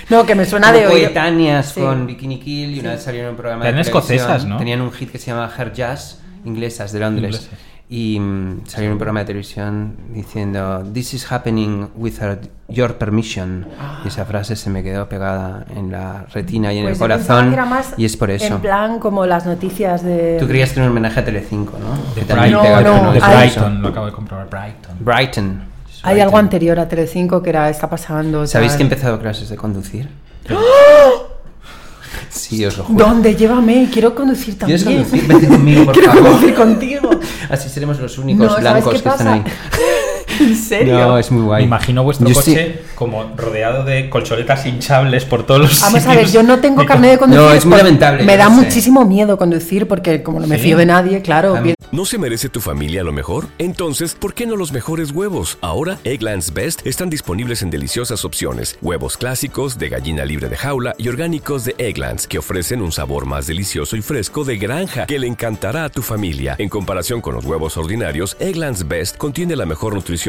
Speaker 6: No, que me suena de hoy.
Speaker 1: coetáneas
Speaker 6: Sí.
Speaker 1: con Bikini Kill y una vez salieron en un programa
Speaker 7: Eran
Speaker 1: de televisión.
Speaker 7: escocesas, ¿no?
Speaker 1: Tenían un hit que se llamaba Her Jazz, inglesas de Londres.
Speaker 7: Inglesas.
Speaker 1: Y mm, salieron en un programa de televisión diciendo This is happening without your permission. Y esa frase se me quedó pegada en la retina y en
Speaker 6: Ah.
Speaker 1: el
Speaker 6: Pues yo pensaba
Speaker 1: corazón.
Speaker 6: que era más
Speaker 1: Y es por eso.
Speaker 6: En plan, como las noticias de.
Speaker 1: Tú querías tener un homenaje a Telecinco, ¿no?
Speaker 7: De
Speaker 1: Que también
Speaker 7: Brighton,
Speaker 1: pega el
Speaker 6: No, no,
Speaker 1: freno
Speaker 7: de
Speaker 1: de
Speaker 6: hay-
Speaker 1: pulso.
Speaker 7: Brighton, lo acabo de comprobar. Brighton.
Speaker 1: Brighton.
Speaker 6: Hay algo anterior a Telecinco que era está pasando. tal.
Speaker 1: ¿Sabéis que he empezado clases de conducir?
Speaker 6: ¡Ah!
Speaker 1: Sí, os lo juro.
Speaker 6: ¿Dónde? Llévame, quiero conducir también.
Speaker 1: ¿Quieres conducir? Vete conmigo, por
Speaker 6: quiero
Speaker 1: favor.
Speaker 6: conducir contigo.
Speaker 1: Así seremos los únicos
Speaker 6: No, ¿sabes
Speaker 1: blancos que
Speaker 6: qué
Speaker 1: están
Speaker 6: pasa?
Speaker 1: ahí.
Speaker 6: ¿En serio?
Speaker 1: No, es muy guay.
Speaker 7: Me imagino vuestro
Speaker 1: Yo
Speaker 7: coche
Speaker 1: sí-
Speaker 7: como rodeado de colchonetas hinchables por todos los
Speaker 6: Vamos a
Speaker 7: sitios.
Speaker 6: ver, yo no tengo carnet de conducir.
Speaker 1: No, es muy
Speaker 6: por-
Speaker 1: lamentable,
Speaker 6: Me
Speaker 1: yo
Speaker 6: da
Speaker 1: lo sé.
Speaker 6: muchísimo miedo conducir porque como no me
Speaker 7: Sí.
Speaker 6: fío de nadie, claro.
Speaker 1: A mí-
Speaker 6: bien-
Speaker 8: ¿No se merece tu familia lo mejor? Entonces, ¿por qué no los mejores huevos? Ahora, Egglands Best están disponibles en deliciosas opciones. Huevos clásicos, de gallina libre de jaula y orgánicos de Egglands, que ofrecen un sabor más delicioso y fresco de granja que le encantará a tu familia. En comparación con los huevos ordinarios, Egglands Best contiene la mejor nutrición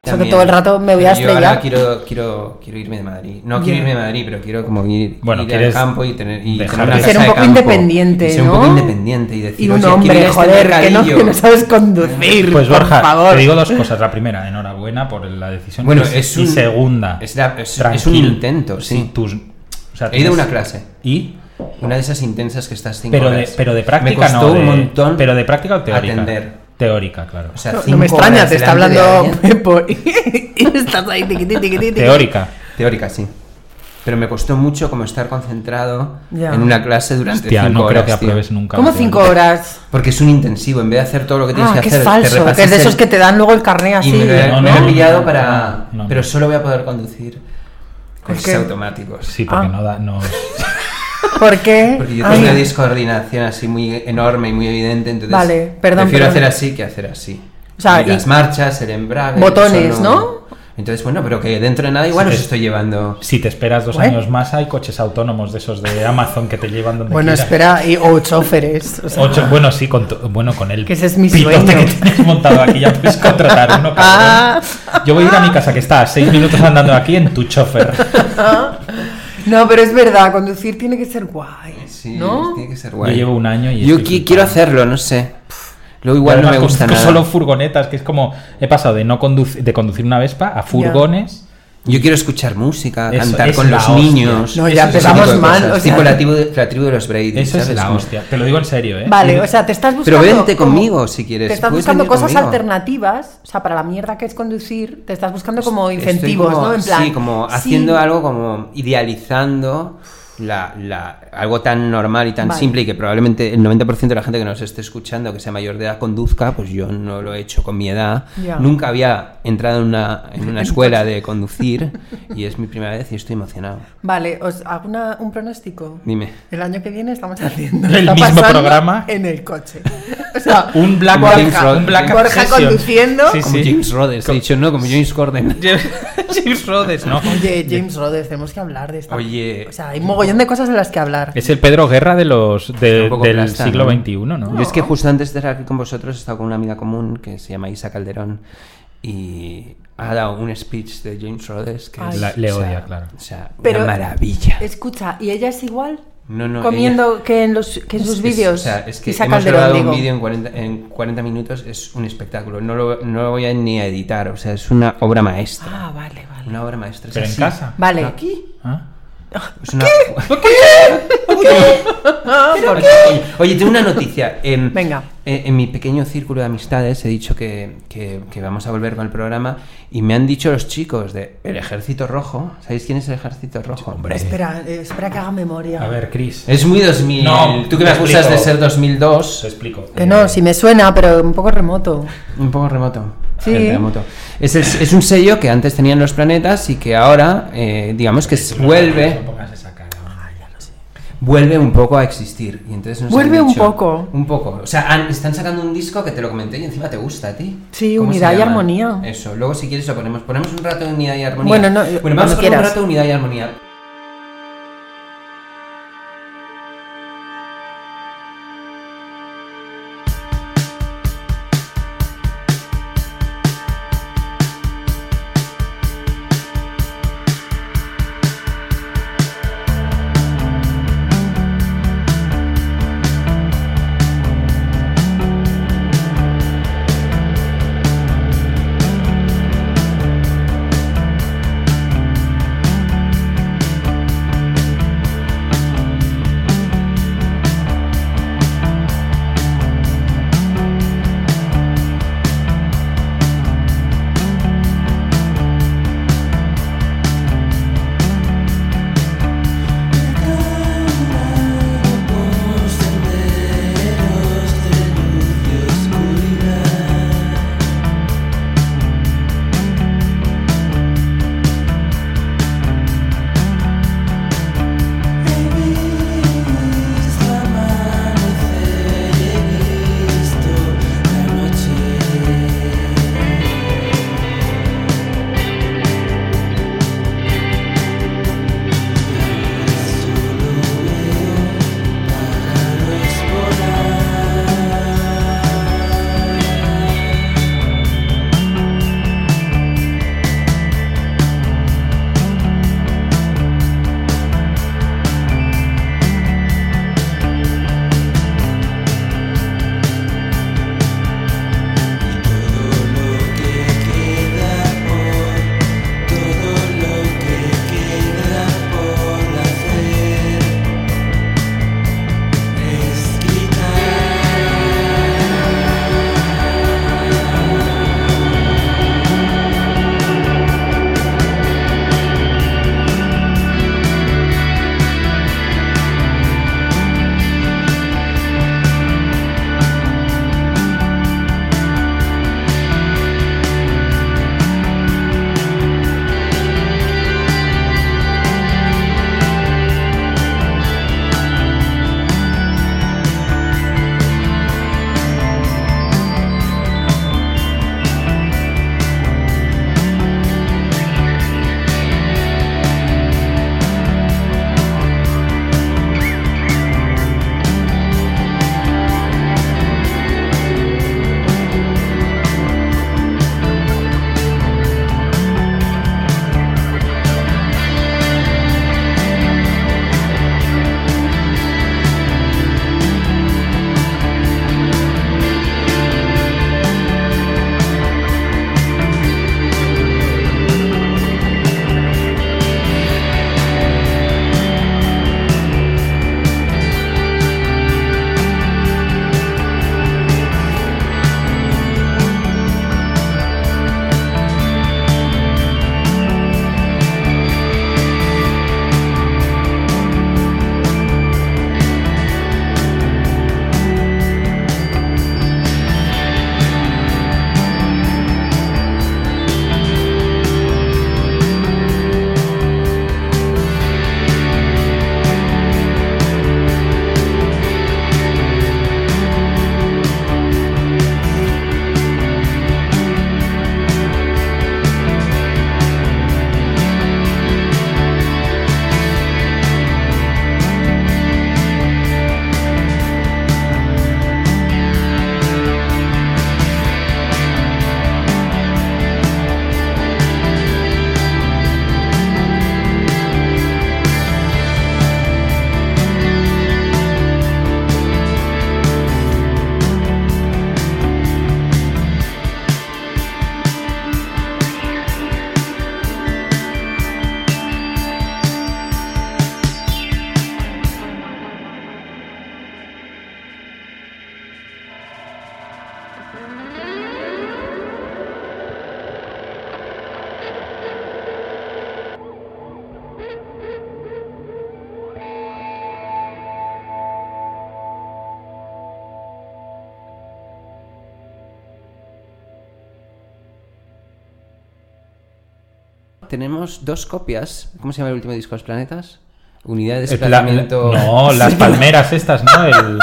Speaker 6: O sea, que todo el rato me voy
Speaker 1: Pero
Speaker 6: a
Speaker 1: Yo ahora
Speaker 6: estrellar.
Speaker 1: quiero, quiero, quiero irme de Madrid. No quiero irme de Madrid, pero quiero como ir,
Speaker 7: Bueno,
Speaker 1: ir al
Speaker 7: quieres
Speaker 1: campo y tener, y
Speaker 7: dejar
Speaker 1: tener
Speaker 7: de-
Speaker 1: una
Speaker 7: Ser
Speaker 6: un
Speaker 1: casa de
Speaker 6: poco
Speaker 1: campo.
Speaker 6: independiente,
Speaker 1: Y ser un poco
Speaker 6: ¿no?
Speaker 1: independiente y decir,
Speaker 6: Y
Speaker 1: "Oye,
Speaker 6: un
Speaker 1: quiero ir a
Speaker 6: hombre,
Speaker 1: este
Speaker 6: joder, que no,
Speaker 1: mercadillo".
Speaker 6: que no sabes conducir.
Speaker 7: Pues Borja,
Speaker 6: por favor.
Speaker 7: te digo dos cosas. La primera, enhorabuena por la decisión.
Speaker 1: Bueno,
Speaker 7: y, se-
Speaker 1: es
Speaker 7: y
Speaker 1: un-
Speaker 7: segunda,
Speaker 1: es la- es- es un
Speaker 7: tranquilo.
Speaker 1: intento, sí.
Speaker 7: tus- o sea,
Speaker 1: He ido a
Speaker 7: tienes-
Speaker 1: una clase.
Speaker 7: ¿Y?
Speaker 1: Una de esas intensas que estás cinco
Speaker 7: Pero de,
Speaker 1: horas.
Speaker 7: pero de práctica
Speaker 1: Me costó
Speaker 7: no. de-
Speaker 1: un montón.
Speaker 7: Pero de práctica o teórica.
Speaker 1: atender.
Speaker 7: Teórica, claro.
Speaker 1: O sea,
Speaker 6: No, no
Speaker 1: cinco
Speaker 6: me extraña,
Speaker 1: horas
Speaker 6: te está
Speaker 1: delante de
Speaker 6: hablando
Speaker 1: alguien.
Speaker 6: Pepo. y estás ahí, tiquití, tiquití, tiquití.
Speaker 7: teórica.
Speaker 1: Teórica, sí. Pero me costó mucho como estar concentrado
Speaker 6: Ya.
Speaker 1: en una clase durante
Speaker 7: Hostia,
Speaker 1: cinco
Speaker 7: no
Speaker 1: horas,
Speaker 7: creo que
Speaker 1: tío.
Speaker 7: apruebes nunca.
Speaker 6: ¿Cómo
Speaker 7: la
Speaker 6: cinco
Speaker 7: teórica.
Speaker 6: horas?
Speaker 1: Porque es un intensivo, en vez de hacer todo lo que tienes que
Speaker 6: Ah, que
Speaker 1: hacer.
Speaker 6: es
Speaker 1: te
Speaker 6: falso.
Speaker 1: repasas
Speaker 6: Que es de esos
Speaker 1: el-
Speaker 6: que te dan luego el carné así.
Speaker 1: Y me, lo he-
Speaker 7: No,
Speaker 1: me
Speaker 7: no,
Speaker 1: lo he
Speaker 7: no,
Speaker 1: pillado
Speaker 7: no,
Speaker 1: para.
Speaker 7: no, no.
Speaker 1: Pero solo voy a poder conducir coches
Speaker 6: qué?
Speaker 1: automáticos.
Speaker 7: Sí, porque
Speaker 6: Ah.
Speaker 7: no da. No,
Speaker 6: ¿Por qué?
Speaker 1: Porque yo
Speaker 6: Ay,
Speaker 1: tengo una descoordinación así muy enorme y muy evidente, entonces
Speaker 6: Vale, perdón,
Speaker 1: prefiero hacer
Speaker 6: perdón.
Speaker 1: así que hacer así.
Speaker 6: O sea,
Speaker 1: Y
Speaker 6: y-
Speaker 1: las marchas, el embrague...
Speaker 6: Botones,
Speaker 1: eso
Speaker 6: ¿no?
Speaker 1: Entonces, bueno, pero que dentro de nada igual
Speaker 7: Sí,
Speaker 1: os
Speaker 7: es-
Speaker 1: estoy llevando.
Speaker 7: Si te esperas dos
Speaker 6: Bueno.
Speaker 7: años más, hay coches autónomos de esos de Amazon que te llevan donde
Speaker 6: Bueno,
Speaker 7: quieras.
Speaker 6: espera, y, o choferes. o sea,
Speaker 7: Ocho, bueno, sí, con to- bueno, con el
Speaker 6: Que ese es mi
Speaker 7: pilote
Speaker 6: sueño.
Speaker 7: que tienes montado aquí ya puedes contratar uno, cabrón.
Speaker 6: Ah.
Speaker 7: Yo voy a ir a mi casa que está a seis minutos andando aquí en tu chofer.
Speaker 6: No, pero es verdad, conducir tiene que ser guay.
Speaker 1: Sí,
Speaker 6: ¿No?
Speaker 1: tiene que ser
Speaker 7: Yo
Speaker 1: guay.
Speaker 7: llevo un año y
Speaker 1: Yo
Speaker 7: estoy
Speaker 1: qui- quiero
Speaker 7: flipando.
Speaker 1: hacerlo, no sé. Luego igual no
Speaker 7: Además,
Speaker 1: me gusta
Speaker 7: conduzco
Speaker 1: nada.
Speaker 7: solo furgonetas, que es como he pasado de no conducir de conducir una Vespa a furgones.
Speaker 1: Yo quiero escuchar música,
Speaker 7: Eso
Speaker 1: cantar
Speaker 7: es
Speaker 1: con
Speaker 7: la
Speaker 1: los
Speaker 7: hostia.
Speaker 1: niños.
Speaker 6: No,
Speaker 7: Eso
Speaker 6: ya
Speaker 7: es ese
Speaker 6: empezamos
Speaker 1: tipo de
Speaker 6: mal.
Speaker 1: cosas.
Speaker 6: o sea-
Speaker 1: tipo la tribu, de, la tribu de los Brady.
Speaker 7: Eso es
Speaker 1: ¿sabes?
Speaker 7: la
Speaker 1: Como-
Speaker 7: hostia. Te lo digo en serio, ¿eh?
Speaker 6: Vale, o sea, te estás
Speaker 1: Pero
Speaker 6: buscando.
Speaker 1: vente
Speaker 6: como-
Speaker 1: conmigo si quieres.
Speaker 6: Te estás
Speaker 1: puedes
Speaker 6: buscando
Speaker 1: venir
Speaker 6: cosas
Speaker 1: conmigo.
Speaker 6: alternativas, o sea, para la mierda que es conducir, te estás buscando como
Speaker 1: Pues Estoy
Speaker 6: incentivos,
Speaker 1: como-
Speaker 6: ¿no? En plan.
Speaker 1: Sí, como
Speaker 6: sí,
Speaker 1: haciendo algo como idealizando la, la- algo tan normal y tan
Speaker 6: Vale.
Speaker 1: simple y que probablemente el 90% de la gente que nos esté escuchando que sea mayor de edad conduzca, pues yo no lo he hecho con mi edad.
Speaker 6: Ya.
Speaker 1: Nunca había entrado en una, en una escuela de conducir y es mi primera vez y estoy emocionado.
Speaker 6: Vale, os hago una- un pronóstico.
Speaker 1: Dime.
Speaker 6: El año que viene estamos haciendo
Speaker 7: El
Speaker 6: está
Speaker 7: mismo
Speaker 6: pasando
Speaker 7: programa.
Speaker 6: en el coche. O sea,
Speaker 7: Un Black
Speaker 1: Como James
Speaker 7: Borja,
Speaker 1: Rhodes.
Speaker 7: un Black
Speaker 6: Borja
Speaker 7: Obsession.
Speaker 6: conduciendo.
Speaker 7: Sí,
Speaker 1: Como
Speaker 7: sí.
Speaker 1: James Rhodes, he dicho, no, como James Corden.
Speaker 7: James Rhodes, ¿no?
Speaker 6: Oye, James Rhodes, tenemos que hablar de esta.
Speaker 1: Oye.
Speaker 6: O sea, hay mogollón de cosas de las que hablar.
Speaker 7: Es el Pedro Guerra de los de-
Speaker 1: Un poco
Speaker 7: del
Speaker 1: plasta,
Speaker 7: siglo
Speaker 1: ¿no?
Speaker 7: XXI, ¿no?
Speaker 1: Yo es que justo antes de estar aquí con vosotros he estado con una amiga común que se llama Isa Calderón y ha dado un speech de James Rhodes que
Speaker 6: Ay.
Speaker 1: es,
Speaker 7: La- le
Speaker 1: o sea,
Speaker 7: odia, claro.
Speaker 1: O sea,
Speaker 6: Pero-
Speaker 1: una maravilla.
Speaker 6: Escucha, ¿y ella es igual?
Speaker 1: No, no,
Speaker 6: Comiendo que en, los, que en sus
Speaker 1: Es-
Speaker 6: vídeos.
Speaker 1: o sea, es que
Speaker 6: Isa
Speaker 1: hemos
Speaker 6: Calderón,
Speaker 1: grabado
Speaker 6: digo.
Speaker 1: un vídeo en 40, en 40 minutos, es un espectáculo. No lo, no lo voy a ni a editar, o sea, es una obra maestra.
Speaker 6: Ah, vale, vale.
Speaker 1: Una obra maestra. es
Speaker 7: Pero en
Speaker 1: así.
Speaker 7: casa.
Speaker 6: Vale.
Speaker 1: Aquí.
Speaker 7: Ah.
Speaker 1: Es una-
Speaker 6: Ah, por-
Speaker 1: Oye, Oye, tengo una noticia. Em,
Speaker 6: Venga.
Speaker 1: eh, En mi pequeño círculo de amistades he dicho que, que- que vamos a volver con el programa y me han dicho los chicos de El Ejército Rojo. ¿Sabéis quién es el Ejército Rojo? Hombre.
Speaker 6: Espera, eh, espera que haga memoria.
Speaker 7: A ver, Chris.
Speaker 1: Es muy 2000.
Speaker 7: No,
Speaker 1: Tú que me
Speaker 7: te
Speaker 1: acusas de
Speaker 7: explico.
Speaker 1: ser 2002.
Speaker 7: Os explico. Eh,
Speaker 6: Que
Speaker 1: Eh.
Speaker 6: no, si me suena, pero un poco remoto.
Speaker 1: Un poco remoto.
Speaker 6: Sí.
Speaker 1: El remoto. Es, el- es un sello que antes tenían los planetas y que ahora, eh, digamos que
Speaker 7: No,
Speaker 1: vuelve,
Speaker 7: no pongas esa cara.
Speaker 1: vuelve un poco a existir. Y entonces nos han
Speaker 6: Vuelve un
Speaker 1: dicho-
Speaker 6: poco.
Speaker 1: Un poco. O sea, han- están sacando un disco que te lo comenté y encima te gusta a ti.
Speaker 6: Sí,
Speaker 1: ¿Cómo se
Speaker 6: Unidad y
Speaker 1: llama?
Speaker 6: Armonía.
Speaker 1: Eso. Luego, si quieres, lo ponemos. Ponemos un rato de Unidad y Armonía.
Speaker 6: Bueno, no,
Speaker 1: bueno vamos
Speaker 6: cuando
Speaker 1: a poner un
Speaker 6: quieras.
Speaker 1: rato de Unidad y Armonía. tenemos dos copias. ¿Cómo se llama el último disco de los planetas? Unidad de
Speaker 7: El pla-
Speaker 1: desplazamiento.
Speaker 7: No, las palmeras estas, ¿no? El-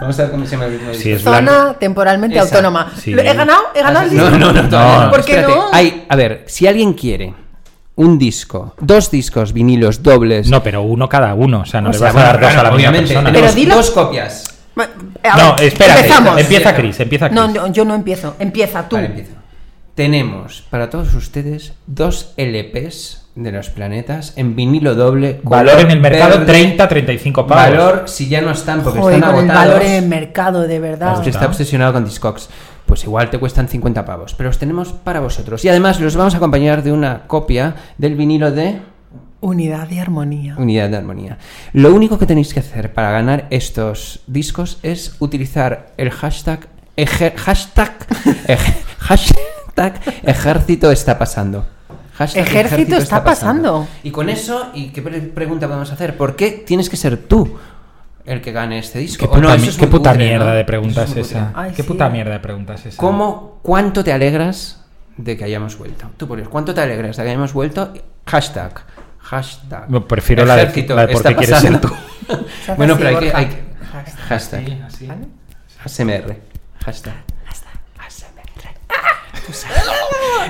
Speaker 1: Vamos a ver cómo se llama el último
Speaker 7: Sí,
Speaker 1: disco.
Speaker 7: es
Speaker 6: Zona
Speaker 7: blanco.
Speaker 6: temporalmente
Speaker 1: Esa, Ah,
Speaker 6: autónoma.
Speaker 7: sí.
Speaker 6: ¿Lo- ¿He ganado? ¿He ganado el
Speaker 1: No,
Speaker 6: disco?
Speaker 1: no, no,
Speaker 7: No, no.
Speaker 6: ¿Por qué
Speaker 1: espérate.
Speaker 6: no?
Speaker 1: Hay- a ver, si alguien quiere un disco, dos discos vinilos dobles.
Speaker 7: No, pero uno cada uno. O sea, no
Speaker 1: O
Speaker 7: le
Speaker 1: sea,
Speaker 7: vas
Speaker 1: bueno,
Speaker 7: a dar dos
Speaker 1: claro,
Speaker 7: a la misma
Speaker 1: obviamente,
Speaker 7: persona.
Speaker 1: tenemos
Speaker 6: Pero dilo.
Speaker 1: dos copias.
Speaker 6: Ma- a
Speaker 7: No,
Speaker 6: ver,
Speaker 7: espérate,
Speaker 6: empezamos.
Speaker 7: empieza Chris, empieza Chris.
Speaker 6: No, no, yo no empiezo. Empieza tú.
Speaker 1: Vale, empiezo. Tenemos para todos ustedes dos LPs de los planetas en vinilo doble. color
Speaker 7: Valor en el mercado
Speaker 1: verde.
Speaker 7: 30, 35 pavos.
Speaker 1: Valor si ya no están porque
Speaker 6: Joder,
Speaker 1: están
Speaker 6: con el
Speaker 1: agotados.
Speaker 6: valor en el mercado, de verdad.
Speaker 1: Usted está obsesionado con Discogs. Pues igual te cuestan 50 pavos, pero los tenemos para vosotros. Y además los vamos a acompañar de una copia del vinilo de
Speaker 6: Unidad y armonía.
Speaker 1: Unidad de Armonía. Lo único que tenéis que hacer para ganar estos discos es utilizar el hashtag eje- hashtag eje- hashtag ejército está pasando. Hashtag
Speaker 6: Ejército está pasando.
Speaker 1: Y con eso, ¿y qué pre- pregunta podemos hacer? ¿Por qué tienes que ser tú el que gane este disco?
Speaker 7: ¿Qué
Speaker 1: O
Speaker 7: puta,
Speaker 1: no,
Speaker 7: mi-
Speaker 1: eso es
Speaker 7: qué
Speaker 1: muy
Speaker 7: puta
Speaker 1: cutre,
Speaker 7: mierda
Speaker 1: ¿no?
Speaker 7: de
Speaker 1: Eso
Speaker 7: pregunta
Speaker 1: es
Speaker 7: es
Speaker 1: muy cutre.
Speaker 7: esa?
Speaker 6: Ay,
Speaker 7: ¿Qué
Speaker 6: sí.
Speaker 7: puta mierda de pregunta es esa?
Speaker 1: ¿Cómo, ¿Cuánto te alegras de que hayamos vuelto? Tú pones, ¿cuánto te alegras de que hayamos vuelto? Hashtag. Hashtag.
Speaker 7: No, prefiero la de-
Speaker 1: Ejército,
Speaker 7: la de por
Speaker 1: está
Speaker 7: qué quieres ser
Speaker 1: pasando.
Speaker 7: tú.
Speaker 6: Se hace
Speaker 1: bueno,
Speaker 6: así,
Speaker 1: pero hay que,
Speaker 6: Borja.
Speaker 1: hay que-
Speaker 6: Hashtag.
Speaker 1: Hashtag.
Speaker 7: Sí, así.
Speaker 1: ASMR. Hashtag.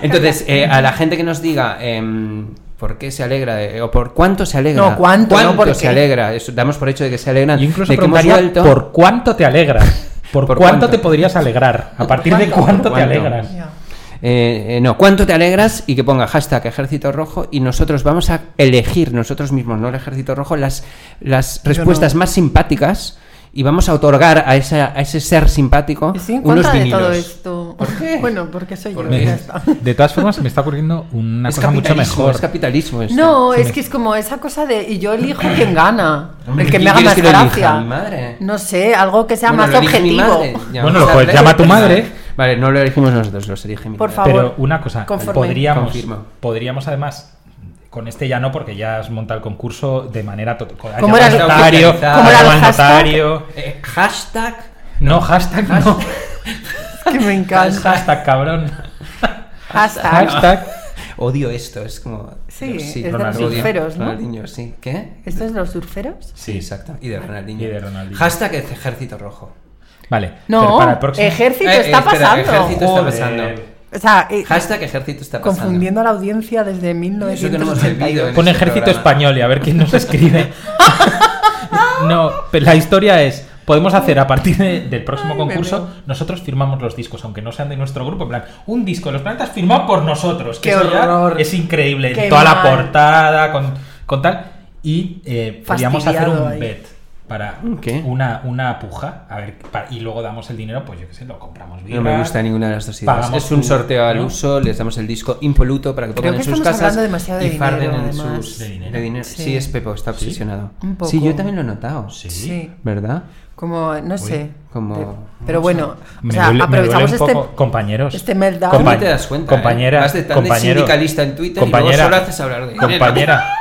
Speaker 1: Entonces, eh, a la gente que nos diga em, por qué se alegra de- o por cuánto se alegra.
Speaker 6: No, cuánto, no por
Speaker 1: se
Speaker 6: qué.
Speaker 1: alegra. Eso, damos por hecho de que se alegran.
Speaker 7: Yo incluso
Speaker 1: de que hemos
Speaker 7: preguntaría
Speaker 1: vuelto.
Speaker 7: por cuánto te alegras. ¿Por,
Speaker 1: ¿Por
Speaker 7: cuánto,
Speaker 1: cuánto?
Speaker 7: te podrías alegrar? ¿A partir de cuánto,
Speaker 1: ¿Por cuánto?
Speaker 7: te alegras?
Speaker 6: Ya.
Speaker 1: Eh, eh, no, ¿cuánto te alegras? Y que ponga hashtag Ejército Rojo y nosotros vamos a elegir nosotros mismos, no el Ejército Rojo, las, las respuestas más simpáticas y vamos a otorgar a, esa- a ese ser simpático
Speaker 6: Y Estoy en
Speaker 1: unos
Speaker 6: contra de todo
Speaker 1: vinilos.
Speaker 6: esto.
Speaker 1: ¿Por qué?
Speaker 6: Bueno, porque soy
Speaker 1: ¿Por Este,
Speaker 6: yo.
Speaker 1: qué?
Speaker 6: ya está.
Speaker 7: De todas formas, me está ocurriendo una
Speaker 1: es
Speaker 7: cosa mucho
Speaker 1: capitalismo,
Speaker 7: mejor.
Speaker 1: Es capitalismo esto.
Speaker 6: No, es que es como esa cosa de y yo elijo quién gana,
Speaker 1: Hombre,
Speaker 6: el que
Speaker 1: ¿quién
Speaker 6: me
Speaker 1: quieres
Speaker 6: haga más
Speaker 1: que lo elija?
Speaker 6: gracia.
Speaker 1: ¿Mi madre?
Speaker 6: No sé, algo que sea
Speaker 1: Bueno,
Speaker 6: más
Speaker 1: lo elige mi
Speaker 6: objetivo.
Speaker 1: madre. Ya,
Speaker 7: Bueno,
Speaker 1: o
Speaker 7: lo
Speaker 1: sea,
Speaker 7: puedes
Speaker 1: tres
Speaker 7: llamar a tu
Speaker 1: personas.
Speaker 7: madre.
Speaker 1: Vale, no lo elegimos nosotros, los elige mi
Speaker 6: Por
Speaker 1: madre.
Speaker 6: favor.
Speaker 7: Pero una cosa,
Speaker 6: Conforme.
Speaker 7: podríamos,
Speaker 1: Confirmo.
Speaker 7: podríamos además, con este ya no, porque ya has montado el concurso de manera total.
Speaker 6: ¿Cómo era el-
Speaker 7: notario,
Speaker 1: ¿Cómo era
Speaker 7: llama
Speaker 6: el
Speaker 7: al
Speaker 6: hashtag?
Speaker 7: notario.
Speaker 1: Eh, hashtag.
Speaker 7: No, hashtag no.
Speaker 6: Que me encanta.
Speaker 7: hashtag, cabrón.
Speaker 6: Hashtag.
Speaker 7: Hashtag.
Speaker 1: Odio esto, es como.
Speaker 6: Sí,
Speaker 1: Dios,
Speaker 6: es de
Speaker 7: los
Speaker 1: Ronaldinho,
Speaker 6: surferos, ¿no?
Speaker 1: Ronaldinho, sí. ¿Qué?
Speaker 6: ¿Esto es de los surferos?
Speaker 1: Sí, exacto. Y de Ronaldinho.
Speaker 7: Y de Ronaldinho.
Speaker 1: Hashtag es Ejército Rojo.
Speaker 7: Vale. pero
Speaker 6: No,
Speaker 7: para el próximo.
Speaker 6: ejército
Speaker 1: Eh, eh,
Speaker 6: está
Speaker 1: espera,
Speaker 6: pasando.
Speaker 1: Ejército está
Speaker 7: Joder.
Speaker 1: pasando.
Speaker 6: O sea, eh,
Speaker 1: Hashtag Ejército está pasando.
Speaker 6: confundiendo a la audiencia desde
Speaker 1: Eso que no hemos
Speaker 6: 1982.
Speaker 1: vivido en
Speaker 7: Pon
Speaker 1: este
Speaker 7: ejército
Speaker 1: programa.
Speaker 7: español y a ver quién nos escribe. no, pero la historia es. Podemos hacer a partir de- del próximo concurso, nosotros firmamos los discos, aunque no sean de nuestro grupo. En plan, un disco de los planetas firmado por nosotros. Que
Speaker 6: ¡Qué
Speaker 7: eso ya
Speaker 6: horror!
Speaker 7: Es increíble.
Speaker 6: ¡Qué
Speaker 7: Toda la
Speaker 6: mal!
Speaker 7: portada, con, con tal. Y eh, podríamos hacer
Speaker 6: Fastidiado
Speaker 7: un
Speaker 6: ahí.
Speaker 7: bet para
Speaker 1: ¿Qué?
Speaker 7: una, una puja. A ver, pa- y luego damos el dinero, pues yo qué sé, lo compramos
Speaker 1: No
Speaker 7: bien.
Speaker 1: me gusta ninguna de las dos ideas.
Speaker 7: Pagamos
Speaker 1: es un
Speaker 7: tú,
Speaker 1: sorteo al
Speaker 7: ¿no?
Speaker 1: uso, les damos el disco impoluto para que toquen
Speaker 6: Creo que
Speaker 1: en sus
Speaker 6: estamos
Speaker 1: casas
Speaker 6: hablando demasiado de
Speaker 1: y farden
Speaker 6: dinero,
Speaker 1: en
Speaker 6: además.
Speaker 1: sus
Speaker 7: De dinero.
Speaker 1: Sí.
Speaker 6: Sí.
Speaker 1: es Pepo, está obsesionado.
Speaker 6: Un poco.
Speaker 1: Sí, yo también lo he notado.
Speaker 6: Sí,
Speaker 1: ¿Verdad?
Speaker 6: como, no sé.
Speaker 1: como-
Speaker 6: de- pero bueno, o
Speaker 7: Me
Speaker 6: sea,
Speaker 7: duele- me
Speaker 6: aprovechamos
Speaker 7: duele un
Speaker 6: este.
Speaker 7: poco, compañeros.
Speaker 6: este meltdown.
Speaker 1: Tú
Speaker 6: Compa-
Speaker 1: no te das cuenta.
Speaker 7: compañera,
Speaker 1: ¿eh? Vas de tan
Speaker 7: compañero,
Speaker 1: de sindicalista en Twitter y
Speaker 7: compañera,
Speaker 1: luego solo haces hablar de dinero.
Speaker 7: compañera,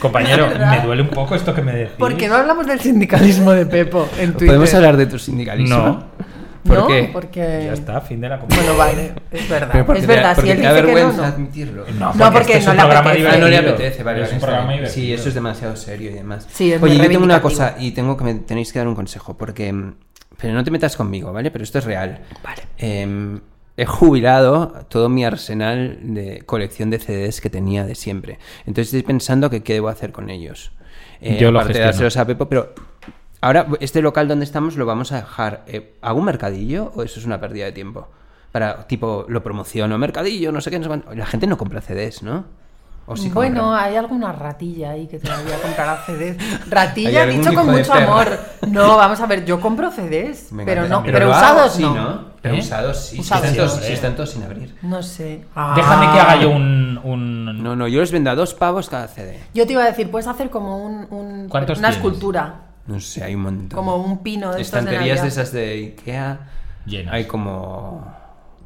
Speaker 7: compañero, me duele un poco esto que me decís.
Speaker 6: Porque no hablamos del sindicalismo de Pepo en Twitter.
Speaker 1: ¿Podemos hablar de tu sindicalismo?
Speaker 7: No.
Speaker 1: ¿Por
Speaker 6: no,
Speaker 1: qué?
Speaker 6: porque.
Speaker 7: Ya está, fin de la
Speaker 6: Bueno,
Speaker 7: conversación.
Speaker 6: vale, es
Speaker 1: Pero
Speaker 6: verdad.
Speaker 1: porque
Speaker 6: Es
Speaker 1: te-
Speaker 6: verdad,
Speaker 1: porque
Speaker 6: si él
Speaker 1: te da
Speaker 6: dice que no,
Speaker 1: vergüenza
Speaker 6: no.
Speaker 1: admitirlo.
Speaker 7: No,
Speaker 6: No,
Speaker 7: porque
Speaker 6: porque
Speaker 7: este es
Speaker 6: no
Speaker 7: un
Speaker 6: le
Speaker 7: programa
Speaker 6: apetece.
Speaker 1: Ah, no le
Speaker 7: divertido.
Speaker 1: apetece, vale,
Speaker 7: Es
Speaker 1: vale,
Speaker 7: un
Speaker 1: está
Speaker 7: programa
Speaker 1: bien.
Speaker 7: divertido.
Speaker 1: Sí, eso es demasiado serio y demás.
Speaker 6: Sí, es muy
Speaker 1: Oye, yo tengo una
Speaker 6: reivindicativo.
Speaker 1: cosa y tengo que me tenéis que dar un consejo, porque. mm, Pero no te metas conmigo, ¿vale? Pero esto es real.
Speaker 6: Vale.
Speaker 1: Em, he jubilado todo mi arsenal de colección de CDs que tenía de siempre. Entonces estoy pensando que qué debo hacer con ellos. Eh,
Speaker 7: Yo lo
Speaker 1: aparte de
Speaker 7: gestiono.
Speaker 1: dárselos a Pepo, pero. Ahora, este local donde estamos lo vamos a dejar. eh, ¿Hago un mercadillo o eso es una pérdida de tiempo? Para, tipo, lo promociono, mercadillo, no sé qué, no sé cuánto. La gente no compra CDs, ¿no? ¿O sí compra?
Speaker 6: Bueno, hay alguna ratilla ahí que todavía comprará CDs.
Speaker 1: Hay
Speaker 6: Ratilla
Speaker 1: algún
Speaker 6: dicho con
Speaker 1: hijo de
Speaker 6: mucho
Speaker 1: perra.
Speaker 6: amor. No, vamos a ver, yo compro CDs,
Speaker 1: Me
Speaker 6: ah, pero
Speaker 1: encanta.
Speaker 6: no, pero,
Speaker 7: Pero lo
Speaker 6: usados
Speaker 1: sí,
Speaker 6: no.
Speaker 1: Pero
Speaker 7: ¿Eh?
Speaker 1: usados sí.
Speaker 6: Usados.
Speaker 1: Si, están todos,
Speaker 7: Sí,
Speaker 1: si
Speaker 7: eh.
Speaker 1: están todos sin abrir.
Speaker 6: No sé. Ah,
Speaker 7: Déjame que haga yo un, un-
Speaker 1: Ah. No, no, yo los vendo a dos pavos cada CD.
Speaker 6: Yo te iba a decir, puedes hacer como un, un- una
Speaker 7: ¿Cuántos tienes?
Speaker 6: escultura,
Speaker 1: No sé, hay un montón.
Speaker 6: como un pino de estos
Speaker 1: Estanterías de
Speaker 6: Navidad.
Speaker 1: esas de Ikea.
Speaker 7: Llenas.
Speaker 1: Hay como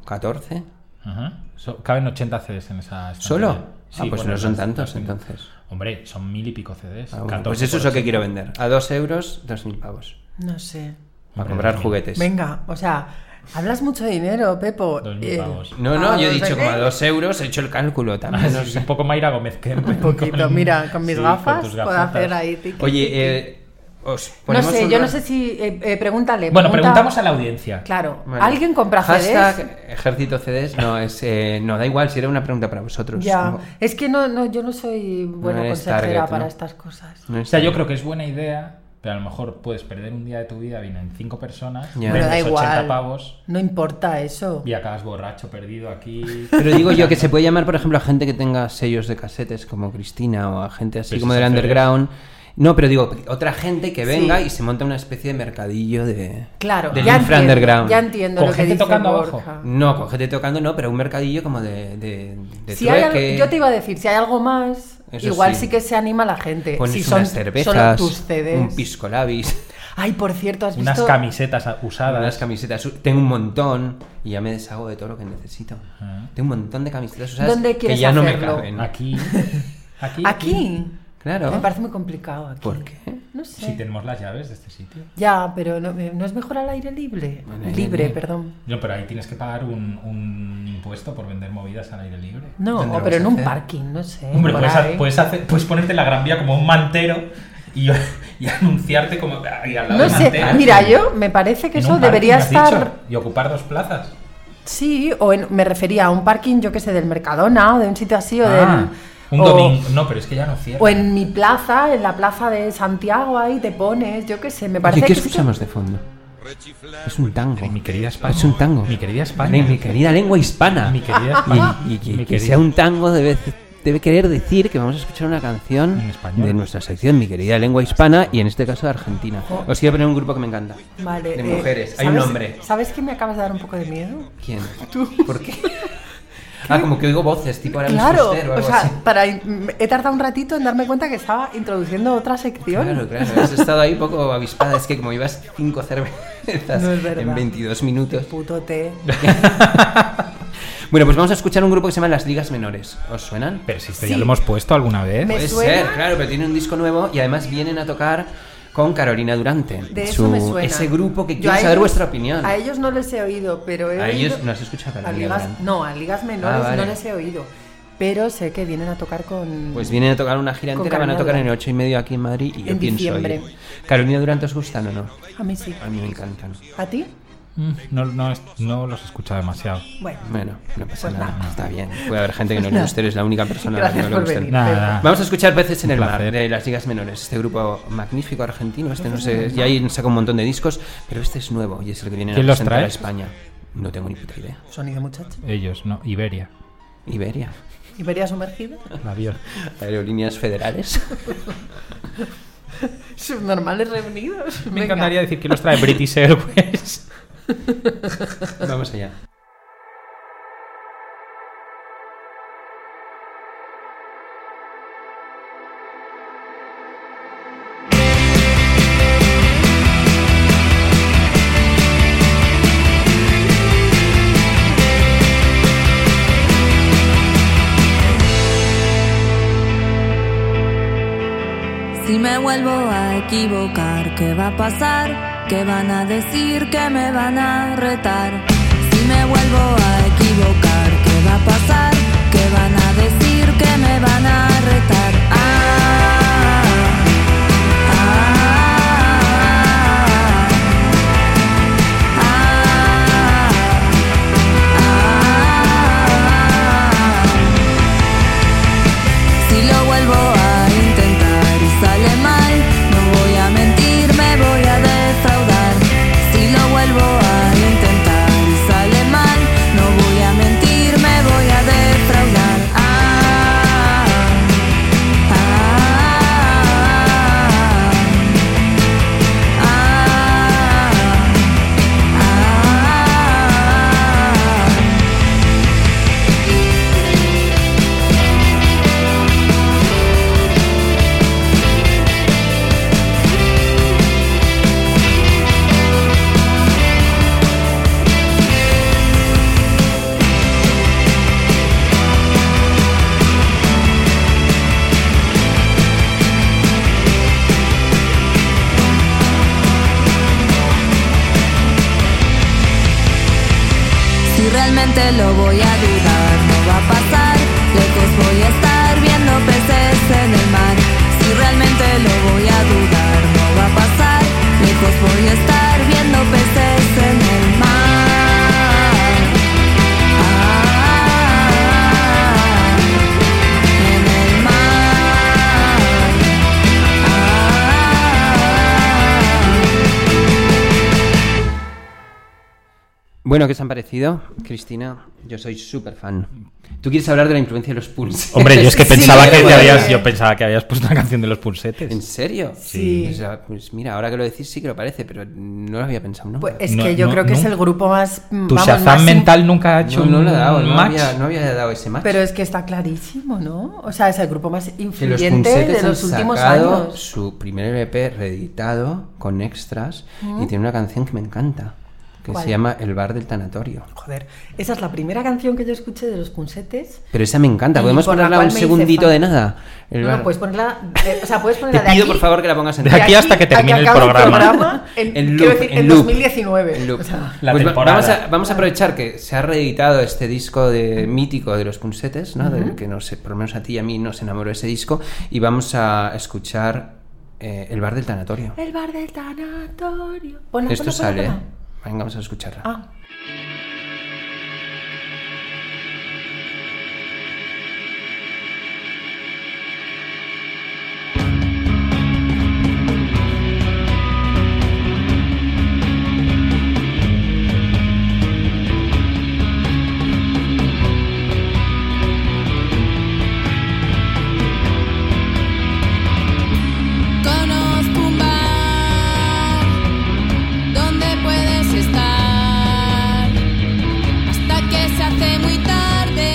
Speaker 1: 14.
Speaker 7: Ajá. So- caben 80 CDs en esa estantería.
Speaker 1: ¿Solo?
Speaker 7: Sí,
Speaker 1: ah, pues
Speaker 7: bueno,
Speaker 1: no son
Speaker 7: las-
Speaker 1: tantos
Speaker 7: las-
Speaker 1: entonces.
Speaker 7: Hombre, son mil y pico CDs.
Speaker 1: Ah, bueno,
Speaker 7: 14
Speaker 1: pues eso es
Speaker 7: por
Speaker 1: lo que
Speaker 7: 80.
Speaker 1: quiero vender. A 2 euros, 2.000 pavos.
Speaker 6: No sé.
Speaker 1: a comprar juguetes.
Speaker 6: Venga, o sea, hablas mucho de dinero, Pepo.
Speaker 7: Dos
Speaker 6: Eh,
Speaker 7: mil pavos.
Speaker 1: No, no,
Speaker 6: Ah,
Speaker 1: yo he
Speaker 6: no sé
Speaker 1: dicho como
Speaker 6: qué.
Speaker 1: a dos euros, he hecho el cálculo también.
Speaker 7: Es un poco Mayra Gómez que
Speaker 6: Un poquito, mira, con mis
Speaker 7: Sí,
Speaker 6: gafas
Speaker 7: tus
Speaker 6: puedo
Speaker 7: gafotas.
Speaker 6: hacer ahí tiki,
Speaker 1: Oye,
Speaker 6: tiki.
Speaker 1: eh, os
Speaker 6: no
Speaker 1: ponemos
Speaker 6: sé,
Speaker 1: un
Speaker 6: yo
Speaker 1: ra-
Speaker 6: no sé si. eh, eh, pregúntale.
Speaker 7: Bueno,
Speaker 6: pregunta-
Speaker 7: preguntamos a la audiencia.
Speaker 6: Claro,
Speaker 1: Vale.
Speaker 6: ¿alguien compra
Speaker 1: Hashtag
Speaker 6: CDs?
Speaker 1: ejército CDs, no, es, eh, no, da igual si era una pregunta para vosotros.
Speaker 6: Ya,
Speaker 1: No,
Speaker 6: es que no, no, yo no soy buena
Speaker 1: eres
Speaker 6: consejera
Speaker 1: target, ¿no?
Speaker 6: para estas cosas.
Speaker 1: no
Speaker 7: O
Speaker 1: es-
Speaker 7: sea, yo creo que es buena idea, pero a lo mejor puedes perder un día de tu vida, vienen cinco personas,
Speaker 1: Ya.
Speaker 6: Pero
Speaker 7: vendes
Speaker 6: da
Speaker 7: 80
Speaker 6: igual.
Speaker 7: pavos
Speaker 6: No importa eso.
Speaker 7: y acabas borracho, perdido aquí.
Speaker 1: Pero digo yo que se puede llamar, por ejemplo, a gente que tenga sellos de casetes como Cristina o a gente así
Speaker 7: Pero
Speaker 1: como
Speaker 7: eso
Speaker 1: del
Speaker 7: es hacer-
Speaker 1: underground. No, pero digo, otra gente que venga
Speaker 6: Sí.
Speaker 1: y se monta una especie de mercadillo de...
Speaker 6: Claro,
Speaker 1: del
Speaker 6: ya
Speaker 1: infra
Speaker 6: entiendo,
Speaker 1: underground. Mm,
Speaker 6: ya entiendo
Speaker 7: Con
Speaker 6: lo que
Speaker 7: gente
Speaker 6: dice
Speaker 7: tocando
Speaker 6: Borja.
Speaker 7: abajo.
Speaker 1: No, con gente tocando no, pero un mercadillo como de... de, de
Speaker 6: Si hay al-
Speaker 1: trueque.
Speaker 6: yo te iba a decir, si hay algo más,
Speaker 1: Eso
Speaker 6: igual
Speaker 1: sí.
Speaker 6: sí. que se anima la gente.
Speaker 1: Pones
Speaker 6: si son
Speaker 1: unas cervezas,
Speaker 6: solo tus CDs.
Speaker 1: un pisco labis,
Speaker 6: Ay, por cierto, has
Speaker 7: Unas
Speaker 6: visto.
Speaker 7: camisetas a- usadas.
Speaker 1: unas camisetas. Tengo un montón y ya me deshago de todo lo que necesito.
Speaker 7: Ajá.
Speaker 1: Tengo un montón de camisetas usadas
Speaker 6: ¿Dónde
Speaker 1: que
Speaker 6: quieres
Speaker 1: ya no me
Speaker 6: hacerlo?
Speaker 1: caben.
Speaker 7: Aquí. Aquí.
Speaker 6: Aquí.
Speaker 1: Claro.
Speaker 6: Me parece muy complicado. Aquí.
Speaker 1: ¿Por qué?
Speaker 6: No sé.
Speaker 7: Si tenemos las llaves de este sitio.
Speaker 6: Ya, pero no, eh, no es mejor al aire libre.
Speaker 1: Al aire
Speaker 6: libre,
Speaker 1: libre.
Speaker 6: perdón.
Speaker 7: No, pero ahí tienes que pagar un, un impuesto por vender movidas al aire libre.
Speaker 6: No,
Speaker 1: ¿Dónde lo
Speaker 6: pero
Speaker 1: vas
Speaker 6: en
Speaker 1: a
Speaker 6: un
Speaker 1: hacer?
Speaker 6: parking, no sé.
Speaker 7: Hombre, pues
Speaker 6: por
Speaker 7: puedes,
Speaker 6: ahí.
Speaker 7: ha- puedes hacer- puedes ponerte en la gran vía como un mantero y, y anunciarte como. y al lado
Speaker 6: No
Speaker 7: del
Speaker 6: sé,
Speaker 7: mantero.
Speaker 6: mira, yo me parece que
Speaker 7: En
Speaker 6: eso
Speaker 7: un parking,
Speaker 6: debería
Speaker 7: has dicho,
Speaker 6: estar.
Speaker 7: y ocupar dos plazas.
Speaker 6: Sí, o en- me refería a un parking, yo que sé, del Mercadona o de un sitio así o
Speaker 7: Ah,
Speaker 6: del.
Speaker 7: un
Speaker 6: o-
Speaker 7: domingo. No, pero es que ya no cierra.
Speaker 6: O en mi plaza, en la plaza de Santiago, ahí te pones, yo qué sé, me
Speaker 1: Oye,
Speaker 6: parece
Speaker 1: ¿qué
Speaker 6: que es que-
Speaker 1: escuchamos de fondo? Es un tango.
Speaker 7: Mi querida España.
Speaker 1: Es un tango.
Speaker 7: Mi querida España.
Speaker 1: Mi, mi querida lengua hispana.
Speaker 7: Mi querida España.
Speaker 1: Y, y que,
Speaker 7: Mi
Speaker 1: que
Speaker 7: querida-
Speaker 1: sea un tango debe, debe querer decir que vamos a escuchar una canción
Speaker 7: En español.
Speaker 1: de nuestra sección, mi querida lengua hispana, y en este caso de Argentina.
Speaker 6: Oh.
Speaker 1: Os quiero poner un grupo que me encanta.
Speaker 6: Vale,
Speaker 1: de
Speaker 6: eh,
Speaker 1: mujeres. Hay un
Speaker 6: ¿sabes-
Speaker 1: hombre.
Speaker 6: ¿Sabes que me acabas de dar un poco de miedo?
Speaker 1: ¿Quién? ¿Por qué? Ah, como que oigo voces, tipo ahora
Speaker 6: Claro,
Speaker 1: Fuster o
Speaker 6: o
Speaker 1: algo
Speaker 6: sea,
Speaker 1: así.
Speaker 6: para, he tardado un ratito en darme cuenta que estaba introduciendo otra sección.
Speaker 1: Claro, claro, has estado ahí poco avispada. Es que como ibas cinco cervezas
Speaker 6: No es verdad.
Speaker 1: en 22 minutos.
Speaker 6: Puto té.
Speaker 1: Bueno, pues vamos a escuchar un grupo que se llama Las Ligas Menores. ¿Os suenan?
Speaker 7: Pero si esto
Speaker 6: Sí.
Speaker 7: ya lo hemos puesto alguna vez.
Speaker 6: Me-
Speaker 1: Puede
Speaker 6: suena?
Speaker 1: ser, claro, pero tiene un disco nuevo y además vienen a tocar con Carolina Durante.
Speaker 6: De eso
Speaker 1: Su-
Speaker 6: me suena.
Speaker 1: Ese grupo que
Speaker 6: Yo
Speaker 1: quiere
Speaker 6: a
Speaker 1: saber
Speaker 6: ellos-
Speaker 1: vuestra opinión.
Speaker 6: A ellos no les he oído, pero he
Speaker 1: A ellos
Speaker 6: oído-
Speaker 1: no has escuchado a
Speaker 6: a
Speaker 1: Carolina
Speaker 6: ligas,
Speaker 1: Durante.
Speaker 6: No, a ligas menores
Speaker 1: Ah, vale.
Speaker 6: no les he oído. Pero sé que vienen a tocar con.
Speaker 1: Pues vienen a tocar una gira
Speaker 6: Con
Speaker 1: entera, van a
Speaker 6: Carolina
Speaker 1: tocar en el
Speaker 6: Durante.
Speaker 1: 8 y medio aquí en Madrid y yo
Speaker 6: En
Speaker 1: pienso
Speaker 6: diciembre.
Speaker 1: ir. ¿Carolina Durante os gustan o no?
Speaker 6: A mí sí.
Speaker 1: A mí me encantan.
Speaker 6: ¿A ti?
Speaker 7: Mm, No, no, es- no los he escuchado demasiado.
Speaker 6: Bueno.
Speaker 1: Bueno, no pasa
Speaker 6: Pues
Speaker 1: nada,
Speaker 6: nada.
Speaker 1: está bien. Puede haber gente que no le guste, eres la única persona a la que
Speaker 6: Gracias
Speaker 1: no le
Speaker 6: por
Speaker 1: gusten.
Speaker 6: venir.
Speaker 7: Nada.
Speaker 1: Vamos a escuchar Peces en
Speaker 7: Un
Speaker 1: el Mar
Speaker 7: placer.
Speaker 1: de las Ligas Menores, este grupo magnífico argentino. Este no sé, ya ahí saca un montón de discos, pero este es nuevo y es el que viene a
Speaker 7: ¿Quién los
Speaker 1: presentar a
Speaker 7: trae?
Speaker 1: España. No tengo ni puta idea.
Speaker 6: Sonido, muchacho.
Speaker 7: Ellos, no. Iberia.
Speaker 1: Iberia.
Speaker 6: Iberia sumergida.
Speaker 7: El avión.
Speaker 1: Aerolíneas federales.
Speaker 6: Subnormales reunidos.
Speaker 7: Me encantaría decir que los trae British Airways.
Speaker 1: Vamos allá.
Speaker 9: Si me vuelvo a equivocar, ¿qué va a pasar? ¿Qué van a decir? ¿Qué me van a retar? Si me vuelvo a equivocar, ¿qué va a pasar? ¿Qué van a decir? ¿Qué me van a retar? Ah, ah, ah, ah, ah. Si lo vuelvo a intentar y sale mal, no voy a mentir, me voy a defraudar. Si lo vuelvo a intentar y sale mal, no voy a mentir, me voy a defraudar. Ah, ah, ah, realmente lo voy a dudar. No va a pasar, lejos voy a estar viendo peces en el mar. Si realmente lo voy a dudar, no va a pasar, lejos voy a estar viendo peces en el mar. Ah, en el mar. Ah.
Speaker 1: Bueno, ¿qué os han parecido, Cristina? Yo soy súper fan. Tú quieres hablar de la influencia de los pulsetes.
Speaker 7: Hombre, yo es que
Speaker 6: Sí,
Speaker 7: pensaba que te
Speaker 6: bueno.
Speaker 7: habías, yo pensaba que habías puesto una canción de los
Speaker 1: ¿En
Speaker 7: pulsetes.
Speaker 1: serio?
Speaker 6: Sí.
Speaker 1: O sea, pues mira, ahora que lo decís sí que lo parece, pero no lo había pensado, ¿no?
Speaker 6: Pues es
Speaker 7: No,
Speaker 6: que yo
Speaker 7: no,
Speaker 6: creo que es
Speaker 7: no.
Speaker 6: el grupo más. mm,
Speaker 7: Tu
Speaker 6: vamos,
Speaker 7: Shazam
Speaker 6: más in-
Speaker 7: mental nunca ha hecho
Speaker 1: no, no
Speaker 7: un
Speaker 1: lo he dado, no
Speaker 7: match.
Speaker 1: había, no había dado ese match.
Speaker 6: Pero es que está clarísimo, ¿no? O sea, es el grupo más
Speaker 1: Ah, Que los
Speaker 6: influyente
Speaker 1: punsetes
Speaker 6: de
Speaker 1: han
Speaker 6: los últimos
Speaker 1: sacado
Speaker 6: años.
Speaker 1: su primer LP reeditado con extras y tiene una canción que me encanta, que
Speaker 6: ¿Cuál?
Speaker 1: se llama El bar del tanatorio.
Speaker 6: Joder, esa es la primera canción que yo escuché de los punsetes.
Speaker 1: Pero esa me encanta,
Speaker 6: Y
Speaker 1: podemos
Speaker 6: por la
Speaker 1: ponerla
Speaker 6: cual
Speaker 1: un
Speaker 6: me hice
Speaker 1: segundito
Speaker 6: fan.
Speaker 1: de nada. El
Speaker 6: No,
Speaker 1: bar-
Speaker 6: no, puedes ponerla. eh, o sea, puedes
Speaker 1: Te
Speaker 6: ponerla de
Speaker 1: pido
Speaker 6: aquí,
Speaker 1: por favor que la pongas en
Speaker 7: de
Speaker 6: de
Speaker 7: aquí hasta que
Speaker 6: a
Speaker 7: termine el
Speaker 6: acabe
Speaker 7: programa.
Speaker 6: en,
Speaker 1: En
Speaker 6: quiero
Speaker 1: loop,
Speaker 6: decir,
Speaker 1: en
Speaker 6: en
Speaker 1: loop.
Speaker 6: 2019.
Speaker 1: En loop.
Speaker 6: o sea,
Speaker 7: La
Speaker 1: Pues va-
Speaker 7: temporada.
Speaker 1: Vamos a, vamos a aprovechar que se ha reeditado este disco de mítico de los punsetes, ¿no? Del que no sé, por lo menos a ti y a mí nos enamoró ese disco, y vamos a escuchar eh, El bar del tanatorio.
Speaker 6: el bar del tanatorio. Ponla,
Speaker 1: Esto
Speaker 6: ponla, ponla,
Speaker 1: sale. ¿eh?
Speaker 6: ponla.
Speaker 1: Venga, vamos a escucharla.
Speaker 6: Ah.
Speaker 9: Conozco un bar donde puedes estar hasta que se hace muy tarde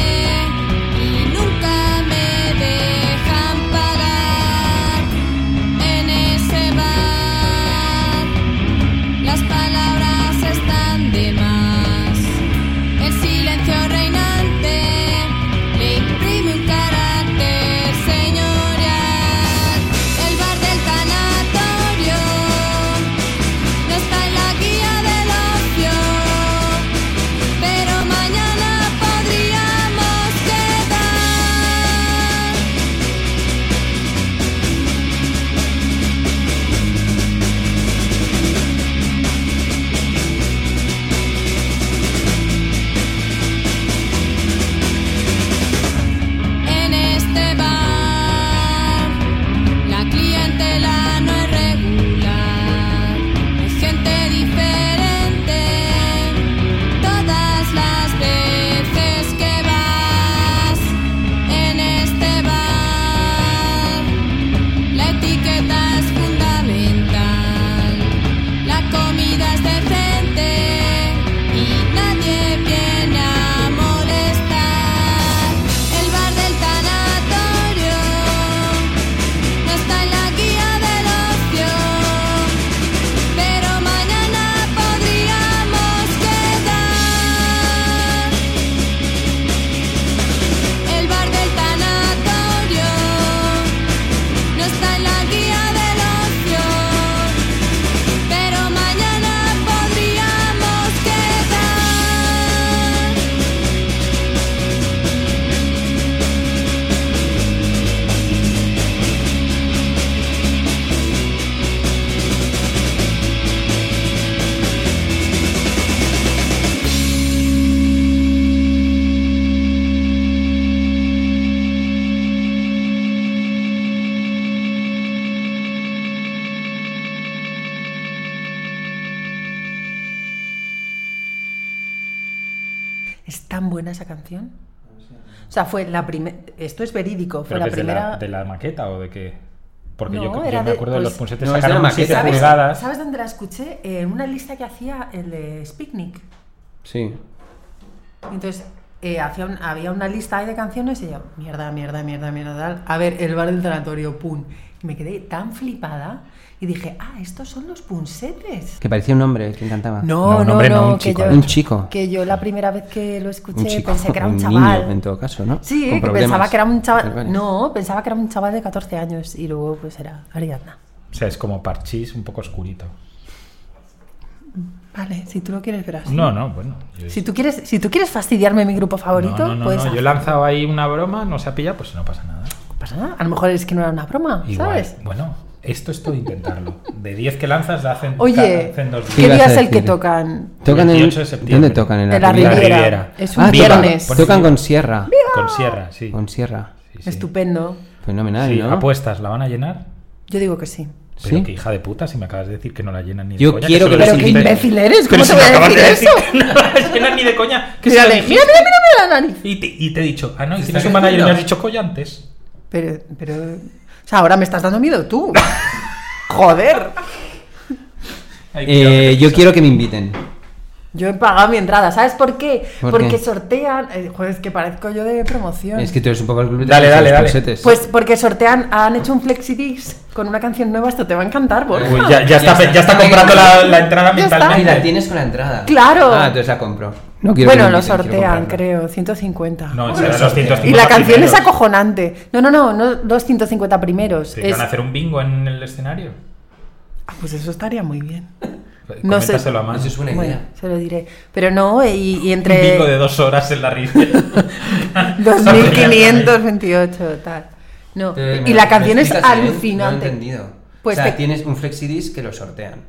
Speaker 9: y nunca me dejan pagar. En ese bar las palabras están de más. El silencio reinante le imprime un carácter señorial. El bar del tanatorio no está en la guía del ocio, pero mañana podríamos quedar. en este bar. La clientela no es regular, hay gente diferente todas las veces que vas en este bar. La etiqueta es fundamental, la comida es decente y nadie viene a molestar. El bar del tanatorio no está en la guía del ocio, pero mañana podríamos quedar. El bar del tanatorio no está en la guía del ocio, pero mañana podríamos quedar.
Speaker 6: Es tan buena esa canción. O sea, fue la primera. Esto es verídico. Fue
Speaker 7: ¿Pero
Speaker 6: la
Speaker 7: que es de
Speaker 6: primera.
Speaker 7: la, de la maqueta o de qué? Porque yo,
Speaker 6: No,
Speaker 7: yo
Speaker 6: era
Speaker 7: me
Speaker 6: de-
Speaker 7: acuerdo de,
Speaker 6: pues-
Speaker 7: los punsetes
Speaker 1: No, es de la
Speaker 7: sacaron
Speaker 1: maqueta.
Speaker 7: 7
Speaker 1: ¿Sabes?
Speaker 7: pulgadas.
Speaker 6: ¿Sabes dónde la escuché? En una lista que hacía el de Spicnic.
Speaker 1: Sí.
Speaker 6: Entonces, eh, hacía un- había una lista ahí de canciones y yo, mierda, mierda, mierda, mierda, tal. A ver, el bar del tanatorio, pum. Y me quedé tan flipada y dije, ah, estos son los punsetes.
Speaker 1: Que parecía un hombre el que encantaba.
Speaker 7: No,
Speaker 6: No,
Speaker 7: un
Speaker 6: no,
Speaker 7: hombre
Speaker 6: no,
Speaker 7: no, un
Speaker 6: que
Speaker 7: chico,
Speaker 6: yo,
Speaker 1: ¿no? Un chico.
Speaker 6: Que yo la primera vez que lo escuché
Speaker 1: Un chico,
Speaker 6: pensé que era un,
Speaker 1: un niño,
Speaker 6: chaval.
Speaker 1: en todo caso, ¿no?
Speaker 6: Sí,
Speaker 1: Con
Speaker 6: que
Speaker 1: problemas.
Speaker 6: pensaba que era un chaval.
Speaker 1: Vale, vale.
Speaker 6: No, pensaba que era un chaval de 14 años y luego pues era Ariadna.
Speaker 7: O sea, es como parchís un poco oscurito.
Speaker 6: Vale, si tú lo quieres ver así.
Speaker 7: No, no, bueno. yo-
Speaker 6: Si tú quieres, si tú quieres fastidiarme mi grupo favorito,
Speaker 7: no, no, no,
Speaker 6: pues
Speaker 7: no, Yo he
Speaker 6: haz-
Speaker 7: lanzado ahí una broma, no se ha pillado, pues no pasa nada.
Speaker 6: no pasa nada. A lo mejor es que no era una broma,
Speaker 7: Igual.
Speaker 6: ¿sabes?
Speaker 7: Bueno, esto es todo intentarlo. De 10 que lanzas, la hacen,
Speaker 6: Oye,
Speaker 7: hacen dos
Speaker 6: ¿qué
Speaker 1: ibas
Speaker 6: día
Speaker 1: a
Speaker 6: es el que
Speaker 1: decir?
Speaker 6: tocan?
Speaker 1: Tocan en,
Speaker 7: 28 de septiembre.
Speaker 1: ¿Dónde tocan? En la,
Speaker 6: En la
Speaker 1: Riviera.
Speaker 6: Riviera.
Speaker 7: Riviera.
Speaker 6: Es un
Speaker 1: Ah, tocan-
Speaker 6: viernes.
Speaker 1: Tocan, con sierra.
Speaker 7: Con sierra, sí.
Speaker 1: Con sierra.
Speaker 7: Sí, sí.
Speaker 6: Estupendo.
Speaker 1: Fenomenal,
Speaker 7: Sí,
Speaker 1: ¿no?
Speaker 7: Apuestas, ¿la van a llenar?
Speaker 6: Yo digo que sí.
Speaker 7: Pero
Speaker 1: Sí.
Speaker 7: qué hija de puta, si me acabas de decir que no la llenan ni
Speaker 1: Yo
Speaker 7: de coña.
Speaker 1: quiero
Speaker 7: se
Speaker 1: que
Speaker 7: lo
Speaker 1: los
Speaker 6: Pero qué
Speaker 7: inventen.
Speaker 6: imbécil eres,
Speaker 7: Pero
Speaker 6: ¿cómo
Speaker 7: si
Speaker 6: te
Speaker 7: me
Speaker 6: voy a
Speaker 7: acabas
Speaker 6: decir
Speaker 7: de
Speaker 6: eso?
Speaker 7: que no la llenan ni de coña. Que se
Speaker 6: Mírale,
Speaker 7: lo
Speaker 6: mira, mira, mira, mira la nariz.
Speaker 7: Y te, y te he dicho, ah, no, y
Speaker 1: Se
Speaker 7: tienes
Speaker 1: está
Speaker 7: un manager y me
Speaker 1: creciendo.
Speaker 7: has dicho coña antes.
Speaker 6: Pero, pero. O sea, ahora me estás dando miedo tú. Joder.
Speaker 7: Ay, cuidado, que
Speaker 1: Eh,
Speaker 7: te
Speaker 1: yo
Speaker 7: pisa.
Speaker 1: quiero que me inviten.
Speaker 6: Yo he pagado mi entrada, ¿sabes por qué?
Speaker 1: ¿Por
Speaker 6: porque
Speaker 1: qué?
Speaker 6: sortean. eh, joder, es que parezco yo de promoción.
Speaker 1: Es que tú eres un poco el club de
Speaker 7: Dale,
Speaker 1: los
Speaker 7: dale, dale.
Speaker 1: corsetes.
Speaker 6: Pues porque sortean, han hecho un flexidisc con una canción nueva, esto te va a encantar, Borja.
Speaker 7: Uy, ya, ya,
Speaker 1: Ya
Speaker 7: está,
Speaker 1: está.
Speaker 7: ya está comprando la, la entrada
Speaker 6: Ya está.
Speaker 1: Ah,
Speaker 7: mentalmente.
Speaker 1: y la tienes con la entrada.
Speaker 6: Claro.
Speaker 1: Ah, entonces la compro. No quiero
Speaker 6: Bueno,
Speaker 1: que me
Speaker 6: lo
Speaker 1: inviten, quiero
Speaker 6: sortean,
Speaker 1: comprarla.
Speaker 6: creo, 150.
Speaker 7: No, serán los 150
Speaker 6: y la canción
Speaker 7: primeros.
Speaker 6: es acojonante. No, no, no, no los 150 primeros.
Speaker 7: Sí, que
Speaker 6: es...
Speaker 7: van a hacer un bingo en el escenario?
Speaker 6: Ah, pues eso estaría muy bien. No sé.
Speaker 7: Coméntaselo a Manu.
Speaker 1: Eso es una
Speaker 6: Bueno,
Speaker 1: idea.
Speaker 6: se lo diré. Pero no, eh, y, y
Speaker 7: Un bingo de
Speaker 6: entre
Speaker 7: dos horas en la Riviera.
Speaker 6: 2528, tal. No,
Speaker 1: Eh, me
Speaker 6: y
Speaker 1: lo-
Speaker 6: la
Speaker 1: me
Speaker 6: canción es
Speaker 1: explicas, ¿eh?
Speaker 6: alucinante.
Speaker 1: No he entendido.
Speaker 6: Pues
Speaker 1: o sea,
Speaker 6: te-
Speaker 1: tienes un flexidisc que lo sortean.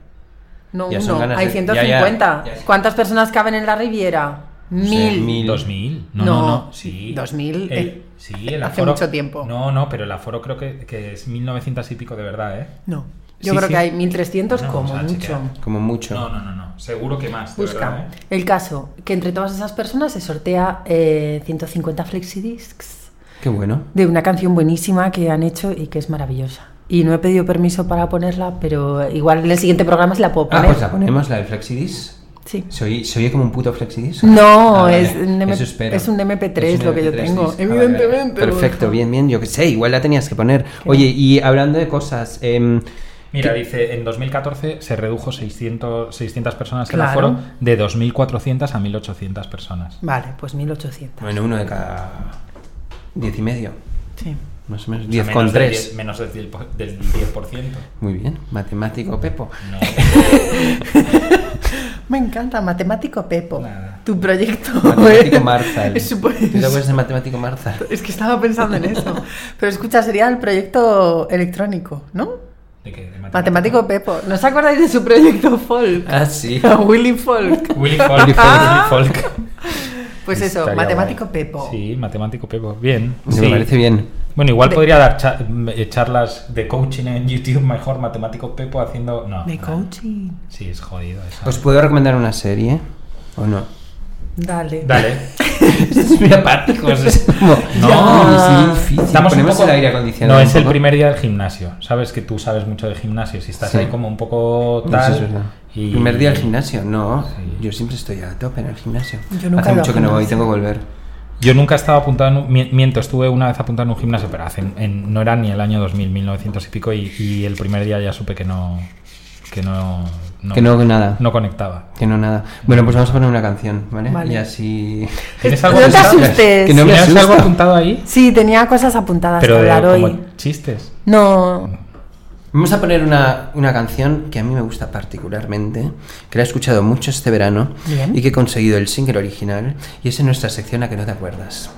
Speaker 6: No,
Speaker 1: Ya son
Speaker 6: uno,
Speaker 1: ganas
Speaker 6: hay
Speaker 1: de-
Speaker 6: 150.
Speaker 1: ya, ya, ya.
Speaker 6: ¿Cuántas personas caben en la Riviera? Mil.
Speaker 1: mil.
Speaker 7: ¿Dos mil? No, no,
Speaker 6: No,
Speaker 7: no. Sí.
Speaker 6: dos mil,
Speaker 7: El-
Speaker 6: eh,
Speaker 7: sí, el
Speaker 6: hace
Speaker 7: aforo-
Speaker 6: mucho tiempo.
Speaker 7: No, no, pero el aforo creo que, que es 1900 y pico de verdad, ¿eh?
Speaker 6: No. Yo
Speaker 7: Sí,
Speaker 6: creo
Speaker 7: sí.
Speaker 6: que hay 1300
Speaker 7: No,
Speaker 6: como
Speaker 7: vamos a
Speaker 6: mucho.
Speaker 7: chequear.
Speaker 1: Como mucho.
Speaker 7: No, no, no, no. Seguro que más. de
Speaker 6: Busca.
Speaker 7: verdad, ¿eh?
Speaker 6: El caso, que entre todas esas personas se sortea eh, 150 flexidiscs
Speaker 1: Qué bueno.
Speaker 6: de una canción buenísima que han hecho y que es maravillosa. Y no he pedido permiso para ponerla, pero igual en el siguiente programa se la puedo
Speaker 1: Ah,
Speaker 6: poner.
Speaker 1: pues la ponemos, la del flexidisc.
Speaker 6: Sí.
Speaker 1: ¿Se oye, se oye como un puto flexidisc?
Speaker 6: No,
Speaker 1: Ah,
Speaker 6: es un M-
Speaker 1: Eso espero.
Speaker 6: es un MP3
Speaker 1: Es un
Speaker 6: lo que yo
Speaker 1: MP3 disc.
Speaker 6: tengo,
Speaker 1: Ah, vale,
Speaker 6: evidentemente,
Speaker 1: vale. Perfecto,
Speaker 6: Borja.
Speaker 1: bien, bien. Yo que sé, igual la tenías que poner. Oye, y hablando de cosas. em,
Speaker 7: Mira, dice, en 2014 se redujo 600, 600 personas el
Speaker 6: Claro.
Speaker 7: aforo de 2.400 a 1.800 personas.
Speaker 6: Vale, pues 1800.
Speaker 1: bueno, uno de cada. Diez y medio,
Speaker 6: Sí.
Speaker 1: más o menos.
Speaker 7: O sea,
Speaker 1: Diez con
Speaker 7: menos del
Speaker 1: tres.
Speaker 7: 10 Menos del 10 por- del 10%.
Speaker 1: Muy bien, matemático Pepo.
Speaker 7: No.
Speaker 6: Me encanta, matemático Pepo.
Speaker 7: Nada.
Speaker 6: Tu proyecto.
Speaker 1: Matemático Marzal.
Speaker 6: Es súper-
Speaker 1: ¿Tú te acuerdas de matemático Marzal?
Speaker 6: Es que estaba pensando en eso. Pero escucha, sería el proyecto electrónico, ¿no?
Speaker 7: ¿De qué? De
Speaker 6: Matemático Pepo. ¿No os acordáis de su proyecto Folk?
Speaker 1: Ah, sí.
Speaker 6: Willy Folk.
Speaker 1: Willy
Speaker 7: Willy Folk.
Speaker 6: Folk.
Speaker 7: Willy Folk.
Speaker 6: Ah. Pues eso,
Speaker 7: Estaría
Speaker 6: matemático
Speaker 7: guay.
Speaker 6: Pepo.
Speaker 7: Sí, matemático Pepo. Bien.
Speaker 1: Sí.
Speaker 7: sí.
Speaker 1: Me parece bien.
Speaker 7: Bueno, igual podría dar cha- eh, charlas de coaching en YouTube mejor, matemático Pepo haciendo. No.
Speaker 6: De
Speaker 7: no.
Speaker 6: coaching.
Speaker 7: Sí, es jodido eso.
Speaker 1: ¿Os puedo recomendar una serie? ¿O no?
Speaker 6: Dale.
Speaker 7: Dale.
Speaker 1: Es muy apáticos. Es como,
Speaker 7: No.
Speaker 1: es difícil.
Speaker 7: Estamos un
Speaker 1: Ponemos
Speaker 7: poco-
Speaker 1: el aire acondicionado.
Speaker 7: No,
Speaker 1: un
Speaker 7: es el
Speaker 1: poco.
Speaker 7: primer día del gimnasio. Sabes que tú sabes mucho de gimnasio. Si estás
Speaker 1: Sí.
Speaker 7: ahí como un poco
Speaker 1: No,
Speaker 7: tal.
Speaker 1: eso es verdad.
Speaker 7: y-
Speaker 1: Primer día al gimnasio, no.
Speaker 7: Sí.
Speaker 1: Yo siempre estoy a tope en el gimnasio.
Speaker 6: Yo nunca he
Speaker 1: Hace
Speaker 6: ido
Speaker 1: mucho
Speaker 6: al
Speaker 1: que no voy,
Speaker 6: gimnasio.
Speaker 1: tengo que volver.
Speaker 7: Yo nunca he estado apuntado en un, mi- miento, estuve una vez apuntado en un gimnasio, pero hace, en- no era ni el año 2000, 1900 y pico, y, y el primer día ya supe que no... Que no...
Speaker 1: Que no, que nada.
Speaker 7: No conectaba.
Speaker 1: Que no nada. Bueno, pues vamos a poner una canción, ¿vale?
Speaker 6: Vale.
Speaker 1: Y así.
Speaker 7: ¿Tienes
Speaker 6: No
Speaker 7: algo,
Speaker 6: te
Speaker 7: apuntado?
Speaker 6: asustes.
Speaker 1: Que no me
Speaker 7: ¿Tienes
Speaker 1: asusta.
Speaker 7: algo apuntado ahí?
Speaker 6: Sí, tenía cosas apuntadas
Speaker 7: Pero
Speaker 6: para
Speaker 7: de,
Speaker 6: hablar
Speaker 7: como
Speaker 6: hoy.
Speaker 7: chistes.
Speaker 6: No.
Speaker 1: Vamos a poner una, una canción que a mí me gusta particularmente, que la he escuchado mucho este verano
Speaker 6: Bien.
Speaker 1: y que he conseguido el single original. Y es en nuestra sección A que no te acuerdas.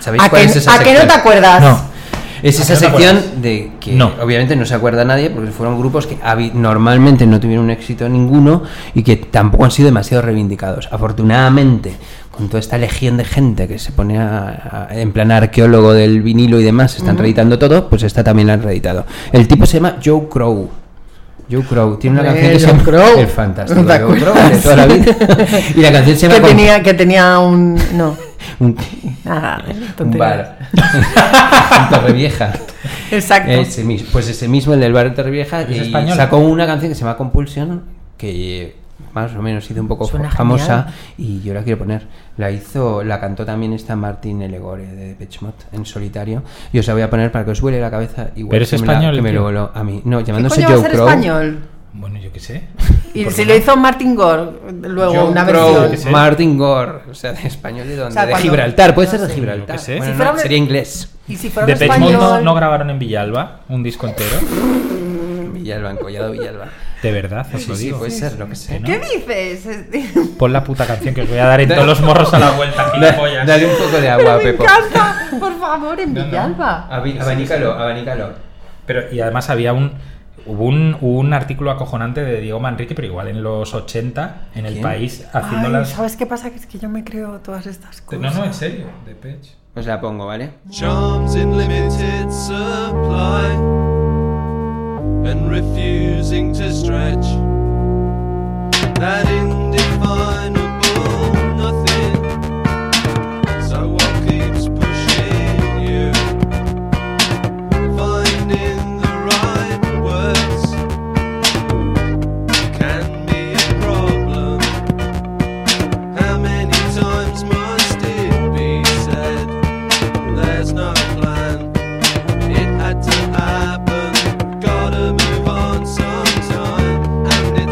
Speaker 1: ¿Sabéis
Speaker 6: ¿A
Speaker 1: cuál
Speaker 6: que,
Speaker 1: es esa
Speaker 6: a que no
Speaker 1: sección?
Speaker 6: te acuerdas?
Speaker 7: No.
Speaker 1: Es
Speaker 7: ¿A
Speaker 1: esa
Speaker 7: que Ah, no te
Speaker 1: sección
Speaker 7: acuerdas?
Speaker 1: de que
Speaker 7: No.
Speaker 1: obviamente no se acuerda nadie porque fueron grupos que habi- normalmente no tuvieron un éxito ninguno y que tampoco han sido demasiado reivindicados. Afortunadamente, con toda esta legión de gente que se pone a- a- en plan arqueólogo del vinilo y demás, están reeditando todo, pues esta también la han reeditado. El tipo se llama Joe Crow. Joe Crow tiene una
Speaker 6: Hombre,
Speaker 1: canción que se
Speaker 6: Joe
Speaker 1: llama
Speaker 6: Crow.
Speaker 1: El fantástico
Speaker 6: ¿No te
Speaker 1: Joe Crow
Speaker 6: acuerdas?
Speaker 1: de toda la vida. Y la canción se
Speaker 6: Que
Speaker 1: llama Con-
Speaker 6: tenía, que tenía un. No.
Speaker 1: un,
Speaker 6: Nada.
Speaker 1: un
Speaker 6: tonterías.
Speaker 1: bar. un torre vieja.
Speaker 6: Exacto.
Speaker 1: Ese mis- pues ese mismo, el del bar de Torrevieja,
Speaker 7: Es
Speaker 1: y
Speaker 7: español.
Speaker 1: sacó una canción que se llama Compulsión, que más o menos hizo un poco
Speaker 6: Suena
Speaker 1: famosa
Speaker 6: genial.
Speaker 1: y yo la quiero poner. La hizo, la cantó también esta Martín Elegore de Pechmot en solitario. Y os la voy a poner para que os huele la cabeza igual
Speaker 7: Pero es
Speaker 1: que me la-
Speaker 7: español,
Speaker 1: que me
Speaker 7: tío.
Speaker 1: lo voló a mí. No,
Speaker 6: ¿Qué
Speaker 1: llamándose
Speaker 6: coño va a
Speaker 1: Joe
Speaker 6: ser
Speaker 1: Crow.
Speaker 6: español?
Speaker 7: Bueno, yo qué sé.
Speaker 6: Y
Speaker 7: ¿Por
Speaker 6: si
Speaker 7: qué
Speaker 6: lo
Speaker 7: no?
Speaker 6: hizo Martin Gore, luego
Speaker 1: Joe
Speaker 6: una
Speaker 1: Crow,
Speaker 6: versión.
Speaker 7: que sé.
Speaker 1: Martin Gore, o sea, de español de dónde?
Speaker 6: sea,
Speaker 1: de
Speaker 6: cuando-
Speaker 1: Gibraltar, puede ser de
Speaker 6: sé.
Speaker 1: Gibraltar.
Speaker 7: Yo qué sé.
Speaker 1: Bueno,
Speaker 6: Si
Speaker 1: no,
Speaker 6: fuera un-
Speaker 1: sería inglés.
Speaker 6: Y si fuera un
Speaker 7: De Pechmont
Speaker 6: español.
Speaker 7: no, no grabaron en Villalba un disco entero.
Speaker 1: Villalba, encollado Villalba.
Speaker 7: De verdad, os
Speaker 1: Sí,
Speaker 7: lo
Speaker 1: sí,
Speaker 7: digo.
Speaker 1: puede ser, lo que sé.
Speaker 7: ¿no?
Speaker 10: ¿Qué dices?
Speaker 7: Pon la puta canción que os voy a dar en todos los morros a la vuelta,
Speaker 1: Da-
Speaker 7: gilipollas.
Speaker 1: Dale un poco de agua,
Speaker 6: Pero me
Speaker 1: Pepo.
Speaker 6: encanta, por favor, en Villalba.
Speaker 1: Abi- Abanícalo, abanícalo.
Speaker 7: Pero, y además había un. Hubo un, un artículo acojonante de Diego Manrique, pero igual en los 80, en el
Speaker 1: ¿Quién?
Speaker 7: país, haciendo
Speaker 6: Ay,
Speaker 7: las.
Speaker 6: ¿Sabes qué pasa? Que es que yo me creo todas estas cosas.
Speaker 7: No, no, en serio, de Pech.
Speaker 1: Os la pongo, ¿vale?
Speaker 4: Charms in limited supply and refusing to stretch that indefinable nothing. So what keeps pushing you? Finding the right words can be a problem. How many times must it be said? There's no plan. It had to happen. Gotta move on sometime. And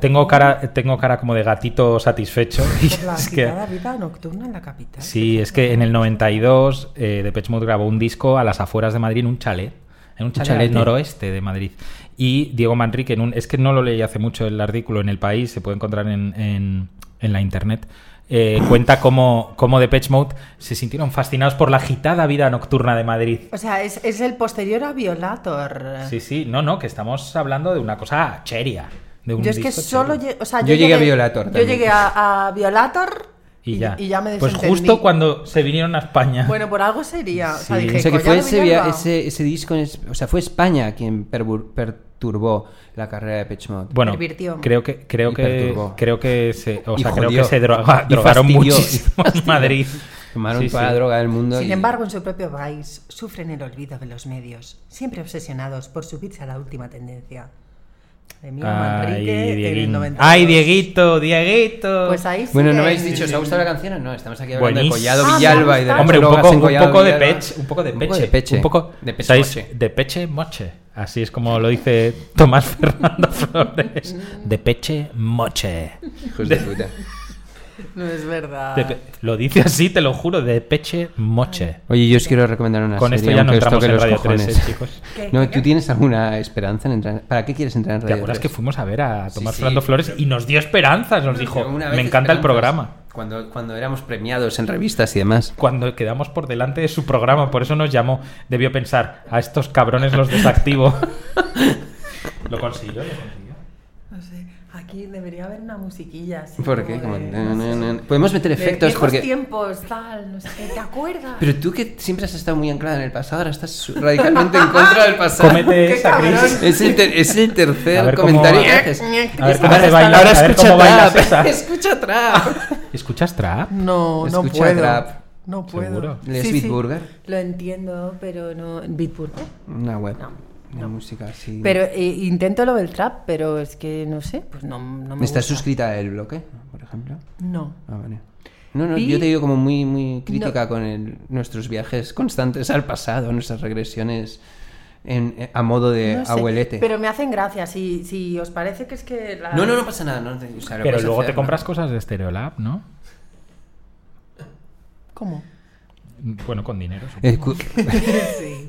Speaker 7: tengo cara, tengo cara como de gatito satisfecho. y
Speaker 10: La
Speaker 7: es que-
Speaker 10: agitada vida nocturna en la capital.
Speaker 7: Sí, es que en el 92 eh, Depeche Mode grabó un disco a las afueras de Madrid en un chalet. En un chalet
Speaker 1: chalet.
Speaker 7: del noroeste de Madrid. Y Diego Manrique, en un, es que no lo leí hace mucho el artículo en El País, se puede encontrar en, en- en la internet. eh, cuenta cómo, cómo Depeche Mode se sintieron fascinados por la agitada vida nocturna de Madrid.
Speaker 10: O sea, es, es el posterior a Violator.
Speaker 7: Sí, sí, no, no, que estamos hablando de una cosa cheria. De un
Speaker 10: Yo es que
Speaker 7: disco
Speaker 10: solo
Speaker 7: cheria.
Speaker 10: lle- o sea,
Speaker 1: Yo llegué a Violator
Speaker 10: Yo
Speaker 1: también.
Speaker 10: llegué a, a Violator
Speaker 7: Y ya.
Speaker 10: me
Speaker 7: pues
Speaker 10: desentendí.
Speaker 7: justo cuando se vinieron a España.
Speaker 10: Bueno, por algo sería. O sea,
Speaker 7: Sí.
Speaker 10: dije,
Speaker 1: o sea, que
Speaker 10: "Collado
Speaker 1: fue ese, via-
Speaker 10: Villalba".
Speaker 1: ese, ese disco, en es- o sea, fue España quien perbu- perturbó la carrera de Pitch Mode.
Speaker 7: Bueno,
Speaker 10: Pervirtió.
Speaker 7: creo que creo
Speaker 1: Y
Speaker 7: que
Speaker 1: perturbó.
Speaker 7: creo que se, o
Speaker 1: Y
Speaker 7: sea, creo
Speaker 1: jodió.
Speaker 7: que se droga-
Speaker 1: Y
Speaker 7: drogaron
Speaker 1: fastidió.
Speaker 7: muchísimo en Madrid.
Speaker 1: Tomaron
Speaker 7: Sí,
Speaker 1: toda la
Speaker 7: sí.
Speaker 1: droga del mundo.
Speaker 10: Sin
Speaker 1: y-
Speaker 10: embargo, en su propio país sufren el olvido de los medios, siempre obsesionados por subirse a la última tendencia. De mí,
Speaker 7: Ay,
Speaker 10: Manrique, en el
Speaker 7: Dieguín.
Speaker 10: 92.
Speaker 7: Ay, Dieguito, Dieguito.
Speaker 10: Pues ahí
Speaker 1: Bueno, ¿no
Speaker 10: siguen.
Speaker 1: habéis dicho, ¿os ha gustado la canción o no? Estamos aquí hablando
Speaker 7: Buenísimo.
Speaker 1: de
Speaker 10: Ah,
Speaker 1: Collado
Speaker 10: me
Speaker 1: Villalba y de
Speaker 10: gusta.
Speaker 1: las
Speaker 7: Hombre, un
Speaker 1: drogas
Speaker 7: poco,
Speaker 1: en
Speaker 7: un
Speaker 1: Collado
Speaker 7: poco de
Speaker 1: Villalba.
Speaker 7: peche, un poco de
Speaker 1: Un poco
Speaker 7: peche,
Speaker 1: de peche.
Speaker 7: un poco
Speaker 1: de peche
Speaker 7: ¿sabéis?
Speaker 1: moche.
Speaker 7: De peche moche. Así es como lo dice Tomás Fernando Flores. De peche moche.
Speaker 1: Hijos de puta.
Speaker 10: No es verdad.
Speaker 7: De pe- lo dice así, te lo juro, de peche moche.
Speaker 1: Oye, yo os quiero recomendar una
Speaker 7: Con esto
Speaker 1: serie,
Speaker 7: ya no
Speaker 1: aunque os
Speaker 7: entramos
Speaker 1: toque
Speaker 7: en
Speaker 1: los
Speaker 7: Radio
Speaker 1: cojones.
Speaker 7: 3, eh, chicos.
Speaker 1: No, ¿tú tienes alguna esperanza en entrar? ¿Para qué quieres entrar en
Speaker 7: ¿Te
Speaker 1: Radio
Speaker 7: acuerdas que
Speaker 1: 3?
Speaker 7: fuimos a ver a Tomás
Speaker 1: sí,
Speaker 7: Fernando Flores y nos dio esperanzas? Nos dijo,
Speaker 1: Una vez
Speaker 7: me encanta el
Speaker 1: esperanzas,
Speaker 7: programa.
Speaker 1: Cuando, cuando éramos premiados en revistas y demás.
Speaker 7: Cuando quedamos por delante de su programa, por eso nos llamó, debió pensar, a estos cabrones los desactivo. lo consiguió, lo consiguió.
Speaker 10: No sé, aquí debería haber una musiquilla. Así
Speaker 1: ¿Por qué?
Speaker 10: como
Speaker 1: Como-
Speaker 10: de-
Speaker 1: na,
Speaker 10: no
Speaker 1: na,
Speaker 10: sé,
Speaker 1: na, na. Podemos meter
Speaker 10: de
Speaker 1: efectos
Speaker 10: viejos
Speaker 1: porque...
Speaker 10: tiempos, tal, no sé qué, ¿te acuerdas?
Speaker 1: Pero tú que siempre has estado muy anclada en el pasado, ahora estás radicalmente en contra del pasado.
Speaker 7: Comete esa
Speaker 10: cabrón.
Speaker 7: crisis.
Speaker 1: Es el, ter- es el
Speaker 7: A
Speaker 1: tercer
Speaker 7: ver cómo-
Speaker 1: comentario que haces.
Speaker 7: A ver cómo te bailas,
Speaker 1: ahora
Speaker 7: a ver
Speaker 1: escucha
Speaker 7: cómo bailas
Speaker 1: trap,
Speaker 7: esa.
Speaker 1: Escucha trap.
Speaker 7: ¿eh? ¿Escuchas trap?
Speaker 10: No, no
Speaker 1: Escucha
Speaker 10: puedo.
Speaker 1: trap.
Speaker 10: No puedo.
Speaker 7: ¿Seguro?
Speaker 1: ¿Lees Bitburger?
Speaker 10: Lo entiendo, pero no. ¿Bitburger?
Speaker 1: Una web. Una música así.
Speaker 10: Pero eh, intento lo del trap, pero es que no sé, pues no, no me.
Speaker 1: ¿Estás
Speaker 10: gusta.
Speaker 1: suscrita al bloque, por ejemplo?
Speaker 10: No.
Speaker 1: Ah, vale. No, no,
Speaker 10: Y-
Speaker 1: yo te digo como muy, muy crítica con el- nuestros viajes constantes al pasado, nuestras regresiones en- eh, a modo de
Speaker 10: no sé,
Speaker 1: abuelete.
Speaker 10: Pero me hacen gracia. Si, si os parece que es que. la-
Speaker 1: No, no, no pasa nada. no te- o sea, lo
Speaker 7: Pero
Speaker 1: puedes
Speaker 7: luego
Speaker 1: hacer,
Speaker 7: te
Speaker 1: ¿no?
Speaker 7: compras cosas de Stereolab, ¿no?
Speaker 10: ¿Cómo?
Speaker 7: Bueno, con dinero. supongo.
Speaker 1: Eh, cu-
Speaker 10: Sí.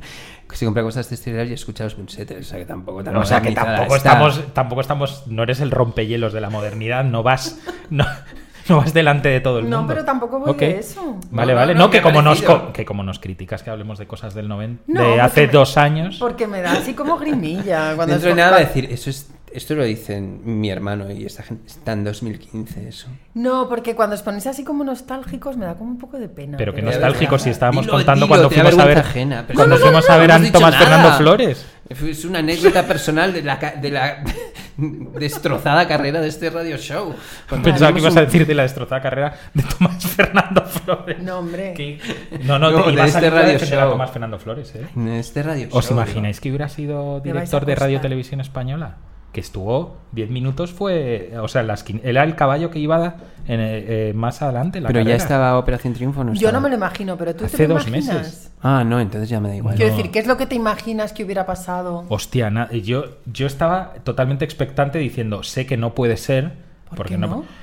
Speaker 1: Se compra cosas de este exterior y escucha los punsetes. O sea que tampoco, tan
Speaker 7: o sea que
Speaker 1: organizada
Speaker 7: tampoco
Speaker 1: está.
Speaker 7: estamos, tampoco estamos, no eres el rompehielos de la modernidad, no vas, no, no vas delante de todo el
Speaker 10: No,
Speaker 7: mundo.
Speaker 10: pero tampoco voy
Speaker 7: Ok.
Speaker 10: de eso.
Speaker 7: Vale,
Speaker 1: No,
Speaker 7: vale,
Speaker 1: no,
Speaker 7: no,
Speaker 1: no,
Speaker 7: que,
Speaker 1: qué
Speaker 7: como nos,
Speaker 1: parecido.
Speaker 7: co- que como nos criticas que hablemos de cosas del 90,
Speaker 10: No,
Speaker 7: de
Speaker 10: porque
Speaker 7: hace
Speaker 10: me-
Speaker 7: dos años.
Speaker 10: Porque me da así como grimilla. Cuando
Speaker 1: Dentro de
Speaker 10: es-
Speaker 1: nada va a decir, eso es, esto lo dicen mi hermano y esta gente. Está en 2015 eso.
Speaker 10: No, porque cuando os ponéis así como nostálgicos me da como un poco de pena.
Speaker 7: Pero que
Speaker 1: da
Speaker 7: nostálgicos,
Speaker 1: vergüenza.
Speaker 7: si estábamos
Speaker 1: Dilo, dilo,
Speaker 7: contando cuando
Speaker 1: te da
Speaker 7: fuimos a ver
Speaker 1: vergüenza ajena, pero-
Speaker 7: cuando
Speaker 1: No, no, no,
Speaker 7: fuimos
Speaker 1: no,
Speaker 7: a ver
Speaker 1: no
Speaker 7: a
Speaker 1: has dicho
Speaker 7: Tomás
Speaker 1: nada.
Speaker 7: Fernando Flores.
Speaker 1: Es una anécdota personal de la, ca- de la destrozada carrera de este radio show. Cuando
Speaker 7: Pensaba que
Speaker 1: tenemos
Speaker 7: ibas a
Speaker 1: un-
Speaker 7: decir de la destrozada carrera de Tomás Fernando Flores.
Speaker 10: No, hombre.
Speaker 7: Que- No, no,
Speaker 1: No,
Speaker 7: te
Speaker 1: de
Speaker 7: ibas
Speaker 1: este
Speaker 7: a salir a
Speaker 1: radio
Speaker 7: defender a
Speaker 1: show.
Speaker 7: Tomás Fernando Flores, ¿eh?
Speaker 1: En este radio show.
Speaker 7: ¿Os
Speaker 1: digo.
Speaker 7: imagináis que hubiera sido
Speaker 10: Me vais a
Speaker 7: director de Radio
Speaker 10: acostar.
Speaker 7: Televisión Española? Que estuvo 10 minutos, fue. O sea, en las, quin- era el caballo que iba en, eh, eh, más adelante. en La
Speaker 1: Pero ya
Speaker 7: carrera.
Speaker 1: estaba Operación Triunfo, ¿no?
Speaker 10: Yo
Speaker 1: estaba?
Speaker 10: no me lo imagino, pero tú te
Speaker 7: Hace
Speaker 10: lo
Speaker 7: dos
Speaker 10: imaginas.
Speaker 7: meses.
Speaker 1: Ah, no, entonces ya me da igual.
Speaker 10: Quiero
Speaker 7: No.
Speaker 10: decir, ¿qué es lo que te imaginas que hubiera pasado?
Speaker 7: Hostia, na- yo, yo estaba totalmente expectante diciendo, sé que no puede ser.
Speaker 10: ¿Por
Speaker 7: porque
Speaker 10: qué
Speaker 7: no?
Speaker 10: no?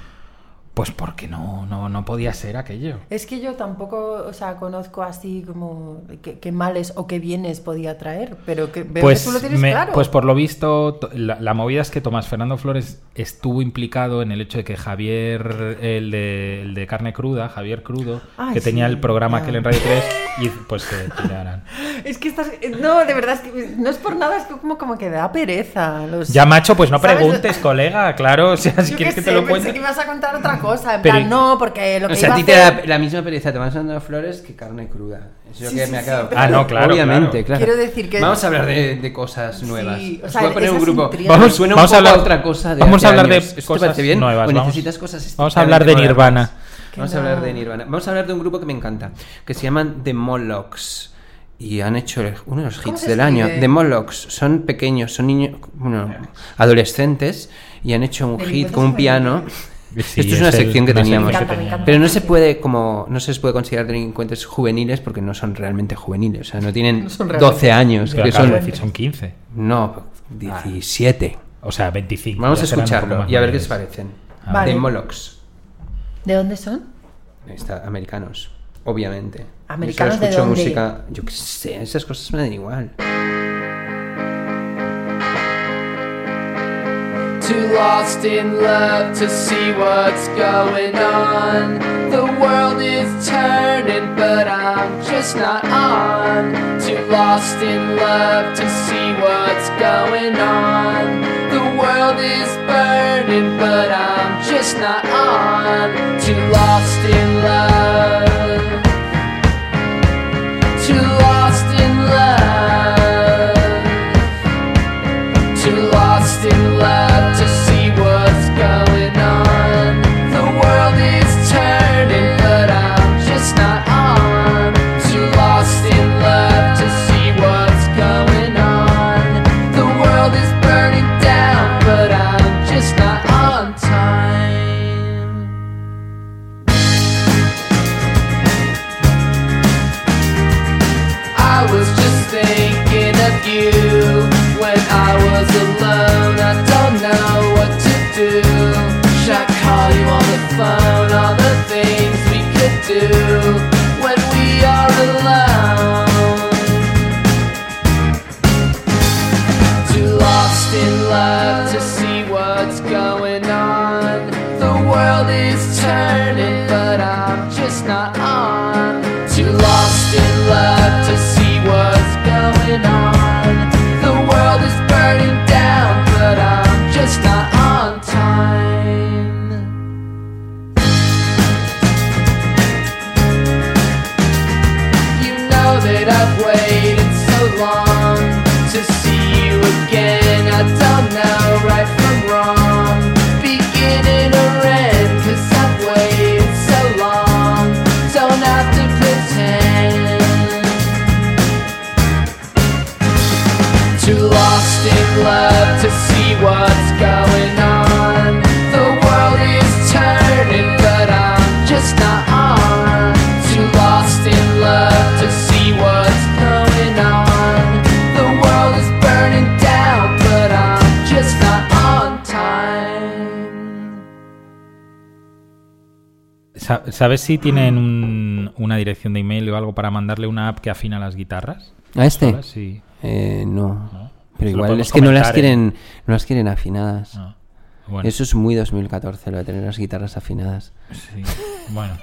Speaker 7: Pues porque no, no, no podía ser aquello.
Speaker 10: Es que yo tampoco, o sea, conozco así como qué, qué males o qué bienes podía traer, pero que veo que tú lo tienes
Speaker 7: me-
Speaker 10: claro.
Speaker 7: pues por lo visto, to- la, la movida es que Tomás Fernando Flores estuvo implicado en el hecho de que Javier, el de, el de carne cruda, Javier Crudo,
Speaker 10: Ay,
Speaker 7: que tenía
Speaker 10: sí,
Speaker 7: el programa
Speaker 10: ya.
Speaker 7: aquel en Radio 3, y pues se tiraran.
Speaker 10: Es que estás. No, de verdad, es que no es por nada, es que como, como que da pereza. Los...
Speaker 7: Ya, macho, pues no
Speaker 10: ¿Sabes?
Speaker 7: preguntes, colega, claro. O sea, si
Speaker 10: Yo
Speaker 7: quieres
Speaker 10: qué
Speaker 7: que te
Speaker 10: sé,
Speaker 7: lo
Speaker 10: pensé
Speaker 7: cuente. Mm.
Speaker 10: que ibas a contar otra cosa. En
Speaker 7: Pero-
Speaker 10: plan, no, porque lo que
Speaker 1: O sea,
Speaker 10: iba
Speaker 1: a ti
Speaker 10: a
Speaker 1: te da
Speaker 10: hacer-
Speaker 1: la misma pereza Tomás Fernando Flores que carne cruda. Es lo
Speaker 10: Sí,
Speaker 1: que
Speaker 10: sí,
Speaker 1: me ha
Speaker 10: sí,
Speaker 1: quedado
Speaker 10: pero-
Speaker 7: Ah, no, claro,
Speaker 1: Obviamente,
Speaker 7: claro.
Speaker 1: claro.
Speaker 10: Quiero decir que-
Speaker 1: Vamos a hablar de, de cosas nuevas.
Speaker 10: o
Speaker 1: Os
Speaker 10: sea,
Speaker 1: voy a poner
Speaker 10: esas
Speaker 1: un grupo.
Speaker 10: intrigas.
Speaker 7: Vamos-
Speaker 1: Suena un
Speaker 7: vamos a
Speaker 1: poco
Speaker 7: hablar-
Speaker 1: otra cosa. De
Speaker 7: vamos
Speaker 1: hace
Speaker 7: a hablar de
Speaker 1: años. ¿Esto te
Speaker 7: cosas
Speaker 1: parece bien?
Speaker 7: nuevas,
Speaker 1: ¿O
Speaker 7: vamos-
Speaker 1: necesitas cosas
Speaker 7: vamos a hablar de
Speaker 1: estrictamente
Speaker 7: Nirvana.
Speaker 1: modernas?
Speaker 10: Que
Speaker 1: Vamos a hablar de
Speaker 10: no.
Speaker 1: Nirvana. Vamos a hablar de un grupo que me encanta, que se llaman The Molochs. Y han hecho el- uno de los
Speaker 10: ¿Cómo
Speaker 1: hits
Speaker 10: se
Speaker 1: del
Speaker 10: escribe?
Speaker 1: año. The Molochs son pequeños, son niños, bueno, adolescentes, y han hecho un hit
Speaker 10: Delincuentes
Speaker 1: con un piano.
Speaker 7: Sí,
Speaker 1: Esto es una
Speaker 7: el-
Speaker 1: sección que
Speaker 7: una
Speaker 1: teníamos.
Speaker 10: Me encanta, me encanta.
Speaker 1: Pero no se puede como no se les puede considerar delincuentes juveniles porque no son realmente juveniles, o sea, no tienen
Speaker 10: No son realmente.
Speaker 1: 12 años,
Speaker 7: Pero
Speaker 1: que
Speaker 7: acabas de
Speaker 1: son
Speaker 7: decir, son 15.
Speaker 1: no, 17.
Speaker 7: O sea, 25.
Speaker 1: Vamos a
Speaker 7: Ah. ya serán un poco
Speaker 1: escucharlo
Speaker 7: más
Speaker 1: y a ver qué
Speaker 7: mayores. Ah.
Speaker 1: os parecen.
Speaker 6: Vale.
Speaker 1: De Molochs.
Speaker 6: ¿De dónde son?
Speaker 1: Ahí está, americanos, obviamente. Yo solo
Speaker 6: ¿Americanos de
Speaker 1: escucho
Speaker 6: dónde?
Speaker 1: música, yo qué sé, esas cosas me dan igual.
Speaker 5: Too lost in love to see what's going on. The world is turning, but I'm just not on. Too lost in love to see what's going on. The world is burning, but I'm just not on. Too lost in love. Too lost in love too lost in love to see what's going on. The world is turning, but I'm just not on. Too lost in love to see what's going on. The world is burning down, but I'm just not on time. I was just thinking of you when I was alone. I don't know what to do. Should I call you on the phone? All the things we could do when we are alone. Too lost in love to see what's going on. The world is turning, but I'm just not on. Too lost in love to see what's going on. The world is burning down, but I'm just not on time. You know that I've waited so long to see you again. I don't know right from wrong, beginning or end. Cause I've waited so long, don't have to pretend. Too lost in love to see what's going on. The world is turning, but I'm just not on. Too lost in love to see what's going on. The world is burning down, but I'm just not on time.
Speaker 7: Sa- ¿Sabes si tienen un- una dirección de email o algo para mandarle una app que afina las guitarras?
Speaker 1: ¿A este?
Speaker 7: ¿Sabes? Sí.
Speaker 1: Eh, no. Pero
Speaker 7: Lo
Speaker 1: igual
Speaker 7: podemos
Speaker 1: es que no las
Speaker 7: comentar, ¿eh?
Speaker 1: quieren, no las quieren afinadas.
Speaker 7: Ah, Bueno,
Speaker 1: Eso es muy 2014, lo de tener las guitarras afinadas.
Speaker 7: sí. Bueno.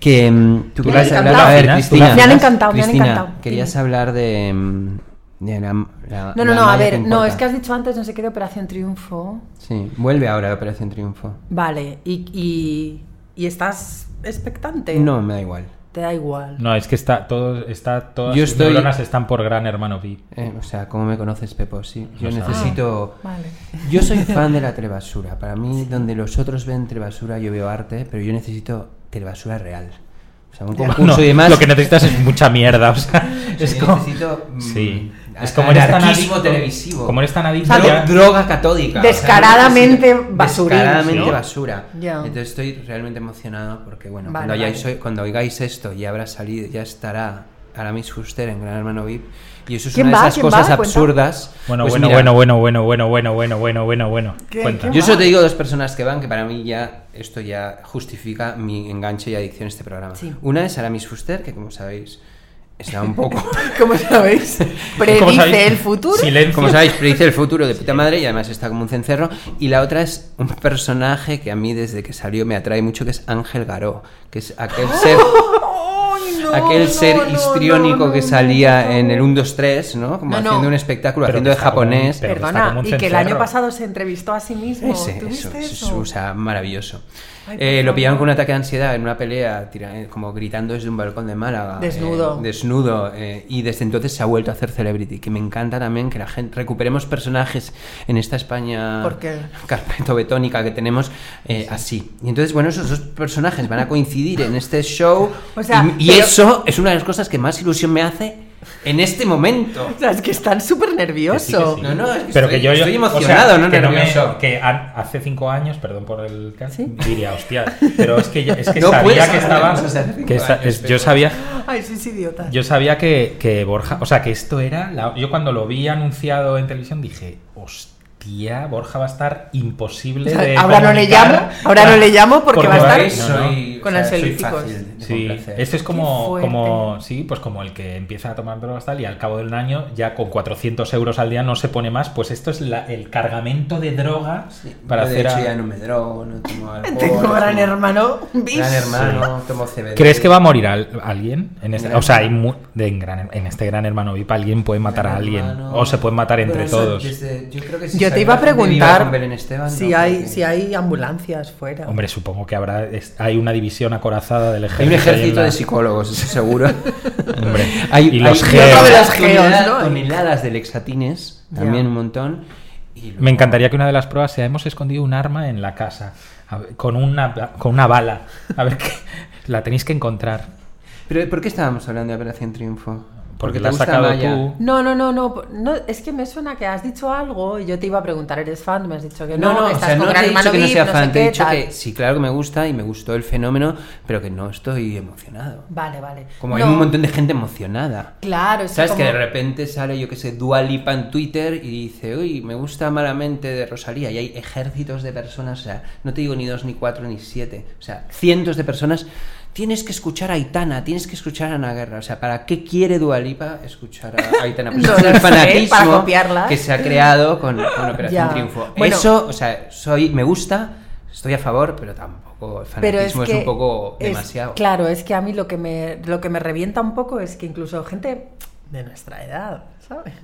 Speaker 1: Que mm, tú
Speaker 7: ¿Tú
Speaker 1: querías
Speaker 6: la-
Speaker 1: hablar-
Speaker 6: la
Speaker 1: a ver,
Speaker 7: afinas?
Speaker 1: Cristina.
Speaker 7: ¿Tú la Me han
Speaker 6: afinas? encantado, me han
Speaker 1: Cristina,
Speaker 6: encantado.
Speaker 1: Querías
Speaker 6: Dime.
Speaker 1: hablar de. mm, de la- la- la
Speaker 6: No, no, no, a
Speaker 1: malla que
Speaker 6: ver, no,
Speaker 1: importa.
Speaker 6: es que has dicho antes no sé qué de Operación Triunfo.
Speaker 1: Sí, vuelve ahora de Operación Triunfo.
Speaker 6: Vale, y, y, y estás expectante.
Speaker 1: No, me da igual.
Speaker 6: Te da igual.
Speaker 7: No, es que está todo, está todas
Speaker 1: Yo
Speaker 7: sus
Speaker 1: estoy-
Speaker 7: neuronas están por Gran Hermano B.
Speaker 1: Eh, o sea, ¿cómo me conoces, Pepo? Sí, yo
Speaker 7: Lo sabes.
Speaker 1: necesito.
Speaker 6: Vale.
Speaker 1: Yo soy fan de la telebasura. Para mí, donde los otros ven telebasura, yo veo arte, pero yo necesito telebasura real. O sea, un concurso
Speaker 7: No,
Speaker 1: y demás.
Speaker 7: Lo que necesitas es mucha mierda, o sea, es
Speaker 1: yo
Speaker 7: como...
Speaker 1: necesito, mm,
Speaker 7: Sí.
Speaker 1: a-
Speaker 7: Es como eres tan
Speaker 1: anarquismo
Speaker 7: adicto,
Speaker 1: televisivo.
Speaker 7: Como eres tan
Speaker 1: O
Speaker 7: adicto
Speaker 1: sea,
Speaker 7: ya-
Speaker 1: dro- droga catódica.
Speaker 6: Descaradamente
Speaker 1: O sea, no necesito-
Speaker 6: basuril,
Speaker 1: Descaradamente
Speaker 6: ¿no?
Speaker 1: basura.
Speaker 6: Ya.
Speaker 1: Entonces estoy realmente emocionado porque, bueno,
Speaker 6: Vale,
Speaker 1: cuando, hayáis-
Speaker 6: vale.
Speaker 1: cuando oigáis esto ya habrá salido, ya estará Aramis Fuster en Gran Hermano VIP. Y eso es
Speaker 6: ¿Quién
Speaker 1: una
Speaker 6: va?
Speaker 1: de esas
Speaker 6: ¿Quién va?
Speaker 1: cosas
Speaker 6: Cuenta.
Speaker 1: absurdas.
Speaker 7: Bueno,
Speaker 1: Pues
Speaker 7: bueno,
Speaker 1: mira,
Speaker 7: bueno, bueno, bueno, bueno, bueno, bueno, bueno, bueno, bueno.
Speaker 6: ¿Qué-
Speaker 7: Cuenta.
Speaker 6: qué
Speaker 1: Yo solo te digo dos personas que van, que para mí ya esto ya justifica mi enganche y adicción a este programa.
Speaker 6: Sí.
Speaker 1: Una es Aramis Fuster, que como sabéis, está un poco...
Speaker 6: ¿Cómo sabéis?
Speaker 7: ¿Cómo sabéis?
Speaker 6: ¿Predice el futuro?
Speaker 7: Silencio.
Speaker 1: Como sabéis, predice el futuro de puta madre y además está como un cencerro. Y la otra es un personaje que a mí desde que salió me atrae mucho, que es Ángel Garó, que es aquel ser,
Speaker 6: ¡Ay, ¡Oh! no,
Speaker 1: aquel
Speaker 6: no,
Speaker 1: ser
Speaker 6: no, no,
Speaker 1: histriónico
Speaker 6: no,
Speaker 1: que
Speaker 6: no,
Speaker 1: salía
Speaker 6: no.
Speaker 1: en el 1, 2, 3, ¿no? Como
Speaker 6: No, no.
Speaker 1: haciendo un espectáculo,
Speaker 7: Pero
Speaker 1: haciendo
Speaker 7: que
Speaker 1: de
Speaker 7: está como un
Speaker 1: japonés.
Speaker 7: perro. Pero está
Speaker 6: Perdona,
Speaker 7: como un
Speaker 6: y que el año
Speaker 7: cencerro.
Speaker 6: pasado se entrevistó a sí mismo.
Speaker 1: Ese,
Speaker 6: ¿Tú
Speaker 1: eso,
Speaker 6: viste
Speaker 1: eso,
Speaker 6: eso?
Speaker 1: o sea, maravilloso.
Speaker 6: Ay, pues
Speaker 1: Eh,
Speaker 6: por
Speaker 1: lo pillaron
Speaker 6: favor.
Speaker 1: con un ataque de ansiedad en una pelea, tira- eh, como gritando desde un balcón de Málaga.
Speaker 6: Desnudo.
Speaker 1: eh, desnudo. eh, y desde entonces se ha vuelto a hacer celebrity. Que me encanta también que la gente recuperemos personajes en esta España
Speaker 6: ¿Por qué?
Speaker 1: carpeto betónica que tenemos eh, así. Y entonces, bueno, esos dos personajes van a coincidir en este show.
Speaker 6: O sea,
Speaker 1: y y
Speaker 6: pero-
Speaker 1: eso es una de las cosas que más ilusión me hace en este momento.
Speaker 6: O sea, es que están súper nerviosos.
Speaker 7: Sí.
Speaker 1: No, no, es que
Speaker 7: Pero
Speaker 1: estoy,
Speaker 7: que yo, yo-
Speaker 1: estoy
Speaker 7: o sea,
Speaker 1: emocionado, no
Speaker 7: que me-
Speaker 1: nervioso.
Speaker 7: que a- hace cinco años, perdón por el caso,
Speaker 6: ¿Sí?
Speaker 7: diría, hostia, pero es que, ya- es que
Speaker 1: No puedes
Speaker 7: sabía que
Speaker 1: hablar de
Speaker 7: estaba...
Speaker 1: cosas de hace cinco
Speaker 7: que esa-
Speaker 1: años,
Speaker 7: es- yo
Speaker 1: pero-
Speaker 7: sabía
Speaker 10: Ay, sois idiotas.
Speaker 7: Yo sabía que, que Borja, o sea, que esto era. la- yo cuando lo vi anunciado en televisión dije, hostia, Borja va a estar imposible. de
Speaker 10: Ahora no le
Speaker 7: comunicar".
Speaker 10: llamo, ahora no le llamo porque va a estar-
Speaker 7: ¿veis? No, no.
Speaker 1: Soy-
Speaker 10: con
Speaker 1: o sea, soy
Speaker 10: ansiolíticos.
Speaker 1: fácil de
Speaker 7: Sí,
Speaker 1: complacer.
Speaker 7: esto es como,
Speaker 10: Qué fuerte.
Speaker 7: como, sí, pues como el que empieza a tomar drogas tal y al cabo de un año ya con 400 euros al día no se pone más, pues esto es la- el cargamento de droga
Speaker 1: Sí,
Speaker 7: para
Speaker 1: yo de
Speaker 7: hacer...
Speaker 1: hecho
Speaker 7: a-
Speaker 1: ya no me drogo, no tomo alcohol.
Speaker 10: Tengo
Speaker 1: no
Speaker 10: gran
Speaker 1: tomo-
Speaker 10: hermano. ¿vis?
Speaker 1: Gran hermano, tomo CBD.
Speaker 7: ¿Crees que va a morir al- alguien? En este,
Speaker 1: Gran
Speaker 7: o sea, hay
Speaker 1: hermano.
Speaker 7: mu- de- en, gran- en este gran hermano VIP alguien puede matar a
Speaker 1: Gran
Speaker 7: alguien
Speaker 1: hermano.
Speaker 7: o se pueden matar
Speaker 1: Bueno,
Speaker 7: entre
Speaker 1: eso
Speaker 7: todos.
Speaker 1: desde- yo creo que si
Speaker 10: Yo te
Speaker 1: salió
Speaker 10: iba a
Speaker 1: la gente viva con
Speaker 10: preguntar
Speaker 1: Belén Esteban,
Speaker 10: si,
Speaker 1: no,
Speaker 10: hay,
Speaker 1: porque-
Speaker 10: si hay ambulancias fuera.
Speaker 7: Hombre, supongo que habrá es- hay una división acorazada del ejército.
Speaker 1: Hay un
Speaker 7: ahí en
Speaker 1: ejército
Speaker 7: la-
Speaker 1: de psicólogos, eso seguro.
Speaker 7: Hombre,
Speaker 1: Hay,
Speaker 7: y los
Speaker 1: hay-
Speaker 7: geos.
Speaker 10: Otra de las geos,
Speaker 1: toneladas-
Speaker 10: ¿no?
Speaker 1: toneladas de lexatines, también
Speaker 10: Ya.
Speaker 1: un montón. Y
Speaker 7: Me encantaría que una de las pruebas sea hemos escondido un arma en la casa a ver, con una con una bala. A ver qué la tenéis que encontrar.
Speaker 1: Pero ¿por qué estábamos hablando de Operación Triunfo?
Speaker 7: Porque
Speaker 1: te
Speaker 7: la has
Speaker 1: gusta
Speaker 7: sacado
Speaker 1: Maya.
Speaker 7: tú.
Speaker 10: No, no, no, no, no, es que me suena que has dicho algo y yo te iba a preguntar, ¿eres fan? Me has dicho que no,
Speaker 1: No, no,
Speaker 10: que
Speaker 1: o
Speaker 10: estás
Speaker 1: sea, no
Speaker 10: con
Speaker 1: te
Speaker 10: Gran
Speaker 1: he dicho
Speaker 10: Hermano
Speaker 1: que no
Speaker 10: VIP,
Speaker 1: sea
Speaker 10: no sé
Speaker 1: fan, te he
Speaker 10: qué,
Speaker 1: dicho
Speaker 10: tal.
Speaker 1: que sí, claro que me gusta y me gustó el fenómeno, pero que no estoy emocionado.
Speaker 10: Vale, vale.
Speaker 1: Como hay
Speaker 10: No,
Speaker 1: un montón de gente emocionada.
Speaker 10: Claro, es
Speaker 1: ¿Sabes?
Speaker 10: como-
Speaker 1: Que de repente sale, yo que sé, Dua Lipa en Twitter y dice, uy, me gusta malamente de Rosalía. Y hay ejércitos de personas, o sea, no te digo ni dos, ni cuatro, ni siete. O sea, cientos de personas. Tienes que escuchar a Aitana, tienes que escuchar a Ana Guerra. O sea, ¿para qué quiere Dua Lipa escuchar a Aitana? Pues
Speaker 10: No
Speaker 1: es
Speaker 10: lo
Speaker 1: el
Speaker 10: sé,
Speaker 1: fanatismo
Speaker 10: para copiarla.
Speaker 1: que se ha creado con, con Operación
Speaker 10: Ya.
Speaker 1: Triunfo.
Speaker 10: Bueno.
Speaker 1: Eso, o sea, soy, me gusta, estoy a favor, pero tampoco. El
Speaker 10: Pero es,
Speaker 1: fanatismo es,
Speaker 10: que
Speaker 1: un poco
Speaker 10: es-
Speaker 1: demasiado.
Speaker 10: claro, es que a mí lo que me lo que me revienta un poco es que incluso gente de nuestra edad, ¿sabes?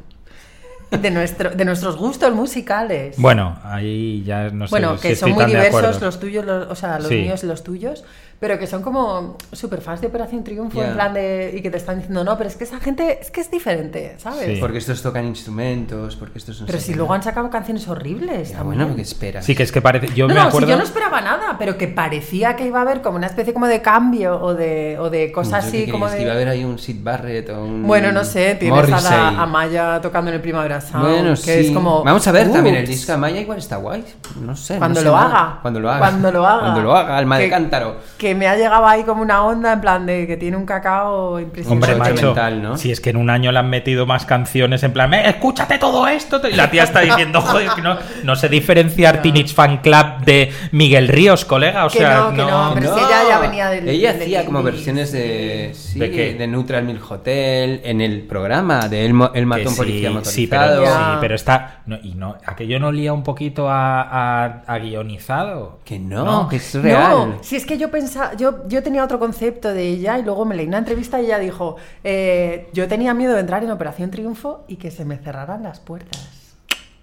Speaker 10: De nuestro de nuestros gustos musicales.
Speaker 7: Bueno, ahí ya no sé
Speaker 10: Bueno,
Speaker 7: si
Speaker 10: que
Speaker 7: estoy
Speaker 10: son muy
Speaker 7: tan de
Speaker 10: diversos
Speaker 7: acuerdo.
Speaker 10: los tuyos, los- o sea, los
Speaker 7: Sí.
Speaker 10: míos y los tuyos, pero que son como super fans de Operación Triunfo
Speaker 1: Ya.
Speaker 10: en plan de y que te están diciendo, "No, pero es que esa gente es que es diferente", ¿sabes?
Speaker 7: Sí.
Speaker 1: Porque estos tocan instrumentos, porque estos no
Speaker 10: Pero
Speaker 1: sé
Speaker 10: si
Speaker 1: qué.
Speaker 10: luego han sacado canciones horribles.
Speaker 1: Ya,
Speaker 10: también.
Speaker 1: bueno, porque esperas.
Speaker 7: Sí que es que parece yo
Speaker 10: no,
Speaker 7: me
Speaker 10: no,
Speaker 7: acuerdo
Speaker 10: si yo no esperaba nada, pero que parecía que iba a haber como una especie como de cambio o de, o de cosas
Speaker 1: Yo
Speaker 10: Pues así
Speaker 1: qué
Speaker 10: como
Speaker 1: crees,
Speaker 10: de...
Speaker 1: que iba a haber ahí un Sid Barrett o un
Speaker 10: Bueno, no sé, tienes
Speaker 1: Morrissey.
Speaker 10: a, la, a Maya tocando en el Primavera Sound,
Speaker 1: Bueno,
Speaker 10: que
Speaker 1: sí.
Speaker 10: es como... uh,
Speaker 1: Vamos a ver
Speaker 10: "Ups".
Speaker 1: también el disco Amaya igual está guay. No sé. no
Speaker 10: Cuando
Speaker 1: sé
Speaker 10: lo
Speaker 1: nada.
Speaker 10: haga.
Speaker 1: Cuando lo haga.
Speaker 10: Cuando lo haga.
Speaker 1: Cuando lo haga, alma de
Speaker 10: Que-
Speaker 1: cántaro.
Speaker 10: Que me ha llegado ahí como una onda en plan de que tiene un cacao impresionante.
Speaker 7: Hombre,
Speaker 1: Sí,
Speaker 7: macho,
Speaker 1: mental, ¿no?
Speaker 7: si es que en un año le han metido más canciones en plan, "Eh, escúchate todo esto. Y la tía está diciendo, joder, que no, no sé diferenciar Teenage Fan Club de Miguel Ríos, colega. O
Speaker 10: Que
Speaker 7: sea,
Speaker 10: no, que no, pero si ella ya venía del-
Speaker 1: Ella
Speaker 10: del
Speaker 1: hacía como
Speaker 10: indie,
Speaker 1: versiones de. sí,
Speaker 7: ¿De qué?
Speaker 1: de Neutral Milk Hotel, en el programa de El, Mo- el
Speaker 7: Que
Speaker 1: Matón
Speaker 7: sí,
Speaker 1: Policía
Speaker 7: sí, pero,
Speaker 1: Motorizado.
Speaker 7: sí,
Speaker 10: Ya.
Speaker 7: pero está. no, y no, aquello no lía un poquito a, a- a guionizado.
Speaker 1: Que no,
Speaker 7: No.
Speaker 1: que es real.
Speaker 10: No, si es que yo pensaba, yo, yo tenía otro concepto de ella y luego me leí una entrevista y ella dijo, eh, yo tenía miedo de entrar en Operación Triunfo y que se me cerraran las puertas.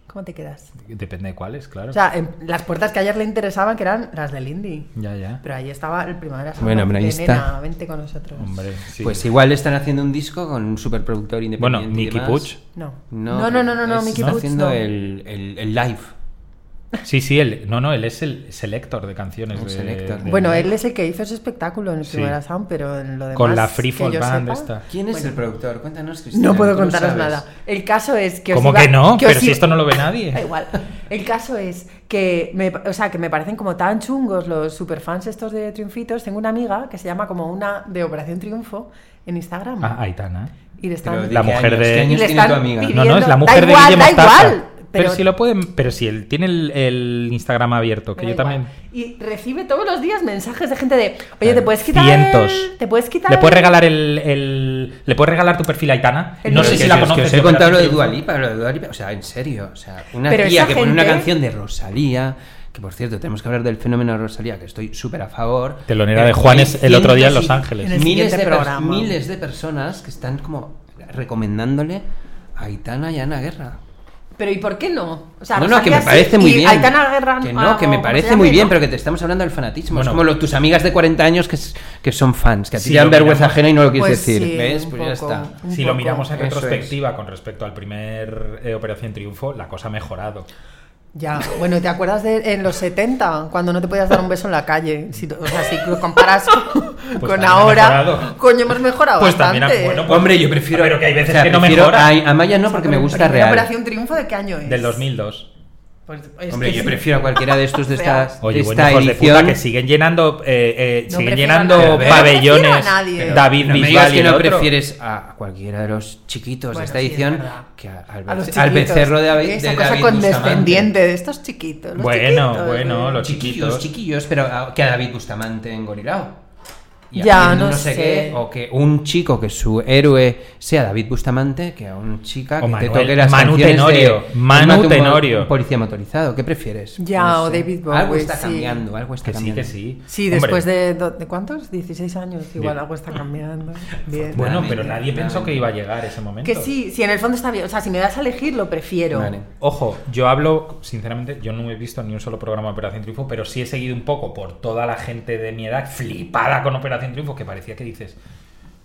Speaker 10: ¿Cómo te quedas?
Speaker 7: Depende de cuáles, claro.
Speaker 10: O sea, en- las puertas que ayer le interesaban que eran las del indie.
Speaker 7: ya, ya.
Speaker 10: Pero ahí estaba el primavera.
Speaker 1: Bueno, hombre, ahí
Speaker 10: de,
Speaker 1: está.
Speaker 10: "Nena, vente con nosotros.
Speaker 7: Hombre, sí.
Speaker 1: Pues igual están haciendo un disco con un superproductor independiente.
Speaker 7: bueno,
Speaker 1: y
Speaker 7: Nicky
Speaker 1: demás.
Speaker 7: Puch.
Speaker 10: No.
Speaker 1: No,
Speaker 10: No, no, no, no, no,
Speaker 1: es-
Speaker 10: Mickey
Speaker 1: está
Speaker 10: Puch,
Speaker 1: haciendo
Speaker 10: no.
Speaker 1: el, el, el live.
Speaker 7: Sí, sí, él. No, no, él es el selector de canciones.
Speaker 1: Un
Speaker 7: de-
Speaker 1: selector.
Speaker 7: de-
Speaker 10: Bueno, él es el que hizo ese espectáculo en el
Speaker 7: Sí.
Speaker 10: Primavera Sound, pero en lo demás.
Speaker 7: Con la Free
Speaker 10: que
Speaker 7: Fall
Speaker 10: yo
Speaker 7: Band
Speaker 10: sepa,
Speaker 7: esta.
Speaker 1: ¿Quién es el productor? Cuéntanos, Cristina.
Speaker 10: No puedo
Speaker 1: tú lo
Speaker 10: contaros
Speaker 1: sabes.
Speaker 10: nada. El caso es que. os
Speaker 7: ¿Cómo
Speaker 10: iba-
Speaker 7: que no?
Speaker 10: os
Speaker 7: pero si
Speaker 10: iba-
Speaker 7: esto no lo ve nadie.
Speaker 10: Da igual. El caso es que me, o sea, que me parecen como tan chungos los superfans estos de Triunfitos. Tengo una amiga que se llama como una de Operación Triunfo en Instagram.
Speaker 7: Ah, Aitana.
Speaker 10: y le
Speaker 1: Pero,
Speaker 10: están,
Speaker 1: ¿de
Speaker 7: La
Speaker 1: qué
Speaker 7: mujer
Speaker 1: años?
Speaker 7: de-
Speaker 1: ¿Qué
Speaker 10: y
Speaker 1: años
Speaker 10: le
Speaker 1: tiene tu
Speaker 10: están
Speaker 1: amiga?
Speaker 10: pidiendo-
Speaker 7: No, no, es la
Speaker 10: Da
Speaker 7: mujer
Speaker 10: igual,
Speaker 7: de Guillermo
Speaker 10: da
Speaker 7: Mostaza.
Speaker 10: igual,
Speaker 7: pero...
Speaker 10: pero-
Speaker 7: si lo pueden, pero si él tiene el, el Instagram abierto, que
Speaker 10: Me
Speaker 7: yo
Speaker 10: da
Speaker 7: también.
Speaker 10: igual. Y recibe todos los días mensajes de gente de, oye, te
Speaker 7: Claro.
Speaker 10: puedes quitar.
Speaker 7: Cientos.
Speaker 10: el- Te puedes quitar.
Speaker 7: ¿Le puedes
Speaker 10: el-
Speaker 7: regalar el, el- ¿Le puedes regalar tu perfil a Aitana?
Speaker 10: El-
Speaker 7: No
Speaker 1: Pero
Speaker 7: sé
Speaker 1: es
Speaker 7: si
Speaker 1: que
Speaker 7: la
Speaker 1: os- que
Speaker 7: conoces.
Speaker 1: Os he
Speaker 7: pero
Speaker 1: contado
Speaker 7: la
Speaker 1: lo de
Speaker 7: has visto.
Speaker 1: Dualipa, lo de Dua Lipa, O sea, en serio. O sea, una
Speaker 10: Pero
Speaker 1: tía
Speaker 10: esa
Speaker 1: que pone una
Speaker 10: gente-
Speaker 1: canción de Rosalía. Que por cierto, tenemos que hablar del fenómeno de Rosalía, que estoy súper a favor.
Speaker 7: Telonera
Speaker 1: Pero
Speaker 7: de Juanes
Speaker 1: hay
Speaker 7: el otro día en
Speaker 1: cientos
Speaker 7: Los
Speaker 1: y-
Speaker 7: Ángeles.
Speaker 10: En el
Speaker 1: miles, de
Speaker 10: siguiente
Speaker 1: pers-
Speaker 10: programa.
Speaker 1: miles de personas que están como recomendándole a Aitana y a Ana Guerra.
Speaker 10: Pero ¿y por qué no? O sea,
Speaker 1: no, no, que
Speaker 10: Rosalía
Speaker 1: me
Speaker 10: sí,
Speaker 1: parece muy
Speaker 10: y
Speaker 1: bien.
Speaker 10: Aitana Guerra
Speaker 1: que
Speaker 10: ah,
Speaker 1: no, que me
Speaker 10: ¿cómo se
Speaker 1: parece
Speaker 10: llama?
Speaker 1: muy bien,
Speaker 10: ¿No?
Speaker 1: pero que te estamos hablando del fanatismo.
Speaker 7: Bueno.
Speaker 1: es como lo- tus amigas de 40 años que, es- que son fans, que a ti
Speaker 7: Sí,
Speaker 1: te dan
Speaker 7: lo
Speaker 1: vergüenza
Speaker 7: miramos.
Speaker 1: ajena y no lo quieres
Speaker 10: Pues
Speaker 1: decir.
Speaker 10: sí,
Speaker 1: ¿Ves?
Speaker 10: un
Speaker 1: Pues ya
Speaker 10: poco.
Speaker 1: está.
Speaker 10: Un
Speaker 7: Si lo
Speaker 10: poco.
Speaker 7: miramos en
Speaker 1: Eso es.
Speaker 7: retrospectiva con respecto al primer eh, Operación Triunfo, la cosa ha mejorado.
Speaker 10: Ya, bueno, ¿te acuerdas de en los 70, cuando no te podías dar un beso en la calle? Si, o sea, si lo comparas
Speaker 1: Pues
Speaker 10: con,
Speaker 7: también ha
Speaker 10: ahora,
Speaker 7: mejorado.
Speaker 10: coño, hemos mejorado
Speaker 7: Pues también,
Speaker 10: Ah, bastante.
Speaker 7: bueno, pues-
Speaker 1: Hombre, yo prefiero.
Speaker 7: Pero que hay veces
Speaker 1: o sea,
Speaker 7: que no
Speaker 1: prefiero
Speaker 7: mejora.
Speaker 1: A, a Maya no, porque me
Speaker 10: Pero
Speaker 1: gusta
Speaker 10: ¿primera
Speaker 1: real.
Speaker 10: Operación Triunfo de qué año es?
Speaker 7: Del 2002.
Speaker 6: Pues, es
Speaker 1: Hombre,
Speaker 6: que
Speaker 1: yo
Speaker 6: sí.
Speaker 1: prefiero a cualquiera de estos de esta,
Speaker 7: Oye,
Speaker 1: de
Speaker 7: buen
Speaker 1: esta
Speaker 7: hijos de
Speaker 1: edición.
Speaker 7: puta que siguen llenando, eh, eh,
Speaker 6: No
Speaker 7: siguen
Speaker 6: prefiero
Speaker 7: llenando
Speaker 6: a nadie.
Speaker 1: Pero
Speaker 6: no
Speaker 7: pabellones.
Speaker 6: prefiero a nadie. Pero-
Speaker 7: David
Speaker 1: No me digas
Speaker 7: Bisbal y
Speaker 1: que
Speaker 7: el
Speaker 1: no
Speaker 7: otro.
Speaker 1: prefieres a cualquiera de los chiquitos de
Speaker 6: Bueno,
Speaker 1: esta
Speaker 6: sí, es
Speaker 1: edición
Speaker 6: verdad.
Speaker 1: que a- al,
Speaker 6: A los
Speaker 1: al
Speaker 6: chiquitos.
Speaker 1: becerro de David.
Speaker 10: Esa
Speaker 1: de
Speaker 10: cosa
Speaker 1: David
Speaker 10: condescendiente de estos chiquitos. los
Speaker 7: Bueno,
Speaker 10: chiquitos. ¿eh?
Speaker 7: bueno, los
Speaker 1: Chiquillos,
Speaker 7: chiquitos.
Speaker 1: chiquillos, pero a- que a David Bustamante engolilao. Y a
Speaker 10: Ya,
Speaker 1: Finn
Speaker 10: no sé.
Speaker 1: qué, o que un chico que su héroe sea David Bustamante, que a una chica que
Speaker 7: O
Speaker 1: te
Speaker 7: Manuel-
Speaker 1: toque las
Speaker 7: Manu
Speaker 1: canciones
Speaker 7: Tenorio,
Speaker 1: de
Speaker 7: Manu
Speaker 1: Mátame un po-
Speaker 7: Tenorio.
Speaker 1: un policía motorizado, ¿qué prefieres?
Speaker 10: Ya, o David Bowie,
Speaker 1: Algo está
Speaker 10: sí.
Speaker 1: cambiando, algo está
Speaker 7: Que sí,
Speaker 1: cambiando.
Speaker 7: que sí.
Speaker 10: Sí,
Speaker 7: Hombre,
Speaker 10: después de, do- de cuántos? 16 años. Igual algo está cambiando. Bien.
Speaker 7: Bueno,
Speaker 1: Claramente,
Speaker 7: pero nadie pensó que iba a llegar ese momento.
Speaker 10: Que sí, sí, en el fondo está bien. O sea, si me das a elegir, lo prefiero.
Speaker 1: Vale.
Speaker 7: Ojo, yo hablo, sinceramente, yo no he visto ni un solo programa de Operación Triunfo, pero sí he seguido un poco por toda la gente de mi edad flipada con Operación Triunfo, que parecía que dices,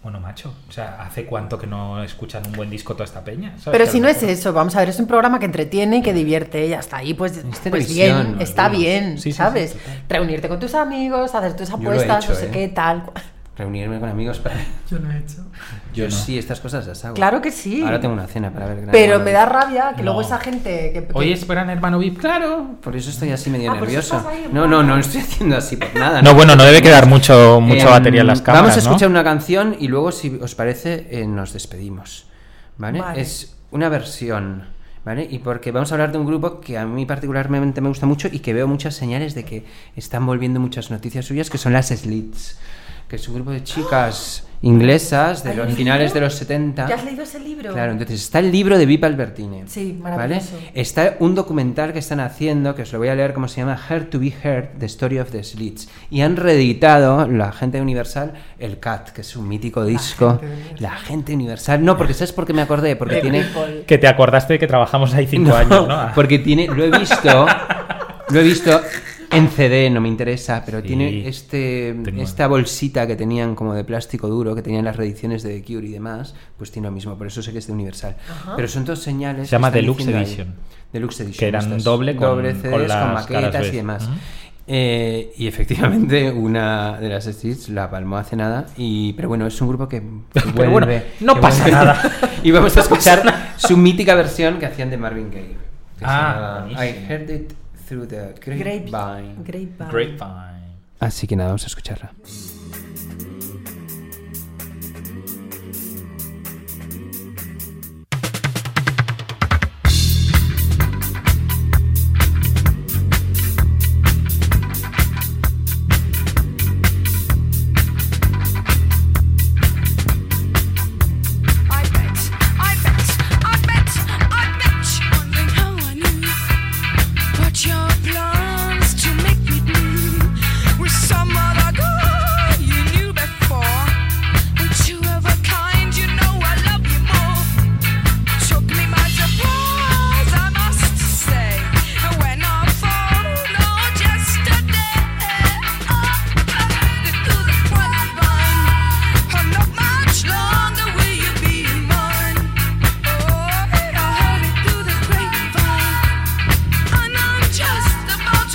Speaker 7: bueno, macho, o sea, ¿hace cuánto que no escuchan un buen disco toda esta peña? ¿Sabes?
Speaker 10: Pero
Speaker 7: Que a
Speaker 10: si
Speaker 7: lo
Speaker 10: no es
Speaker 7: mejor-
Speaker 10: eso, vamos a ver, es un programa que entretiene y que divierte y hasta ahí, pues, pues
Speaker 1: televisión,
Speaker 10: bien,
Speaker 1: ¿no?
Speaker 10: está
Speaker 1: Algunos.
Speaker 10: bien,
Speaker 7: Sí, sí, sí,
Speaker 10: ¿sabes?
Speaker 7: total.
Speaker 10: Reunirte con tus amigos, hacer tus
Speaker 1: lo he
Speaker 10: apuestas,
Speaker 1: hecho,
Speaker 10: no sé
Speaker 1: ¿eh?
Speaker 10: qué, tal. cual.
Speaker 1: Reunirme con amigos para...
Speaker 6: Yo no he hecho.
Speaker 1: Yo, sí, estas cosas las hago.
Speaker 10: Claro que sí.
Speaker 1: Ahora tengo una cena para ver Gran
Speaker 10: Pero
Speaker 1: Hermano.
Speaker 10: me da rabia que luego
Speaker 7: No.
Speaker 10: esa gente que, que-
Speaker 7: Hoy esperan hermano VIP, claro.
Speaker 1: Por eso estoy así medio
Speaker 10: Ah, por eso
Speaker 1: nervioso.
Speaker 10: estás ahí,
Speaker 1: No, no, no estoy haciendo así por nada.
Speaker 7: No, bueno, no debe quedar mucho, mucha
Speaker 1: Eh,
Speaker 7: batería en las cámaras.
Speaker 1: Vamos a
Speaker 7: ¿no?
Speaker 1: escuchar una canción y luego, si os parece, eh, nos despedimos. ¿Vale?
Speaker 10: Vale.
Speaker 1: Es una versión. ¿Vale? Y porque vamos a hablar de un grupo que a mí particularmente me gusta mucho y que veo muchas señales de que están volviendo muchas noticias suyas, que son las Slits, que es un grupo de chicas inglesas de
Speaker 10: ¿Hay
Speaker 1: los
Speaker 10: un
Speaker 1: finales de
Speaker 10: libro?
Speaker 1: los 70.
Speaker 10: ¿Ya has leído ese libro?
Speaker 1: Claro, entonces está el libro de Vipa Albertine.
Speaker 10: Sí, maravilloso.
Speaker 1: ¿vale? Está un documental que están haciendo, que os lo voy a leer, como se llama Hard to be Heard, The Story of the Slits. Y han reeditado, la gente de universal, el Cat, que es un mítico disco. La gente universal. No, porque ¿sabes por qué me acordé? Porque tiene...
Speaker 7: Que te acordaste de que trabajamos ahí cinco
Speaker 1: No,
Speaker 7: años, ¿no? Ah.
Speaker 1: Porque tiene, lo he visto, lo he visto en CD, no me interesa, pero
Speaker 7: Sí.
Speaker 1: tiene este,
Speaker 7: Tenía-
Speaker 1: esta bolsita que tenían como de plástico duro, que tenían las reediciones de The Cure y demás, pues tiene lo mismo, por eso sé que es de Universal. Pero son dos señales.
Speaker 7: Se llama
Speaker 1: que están
Speaker 7: Deluxe
Speaker 1: diciendo ahí.
Speaker 7: Edition.
Speaker 1: Deluxe Edition.
Speaker 7: Que eran
Speaker 1: estas.
Speaker 7: doble con-
Speaker 1: doble
Speaker 7: con
Speaker 1: CDs, con,
Speaker 7: las caras
Speaker 1: maquetas
Speaker 7: B.
Speaker 1: y demás.
Speaker 7: Ajá.
Speaker 1: Eh, y efectivamente una de las Stitch la palmó hace nada y pero bueno es un grupo que vuelve,
Speaker 7: bueno, no
Speaker 1: que
Speaker 7: pasa
Speaker 1: vuelve.
Speaker 7: nada.
Speaker 1: y vamos a escuchar su mítica versión que hacían de Marvin Gaye que se
Speaker 7: Ah,
Speaker 1: llama I
Speaker 7: buenísimo.
Speaker 1: heard it through the
Speaker 10: Grape-
Speaker 1: grapevine
Speaker 10: Grapevine.
Speaker 7: Grapevine.
Speaker 1: así que nada vamos a escucharla
Speaker 9: I bet, I bet, I bet, I bet you're wondering how I knew. But your plans to make me blue with some other girl
Speaker 5: Oh,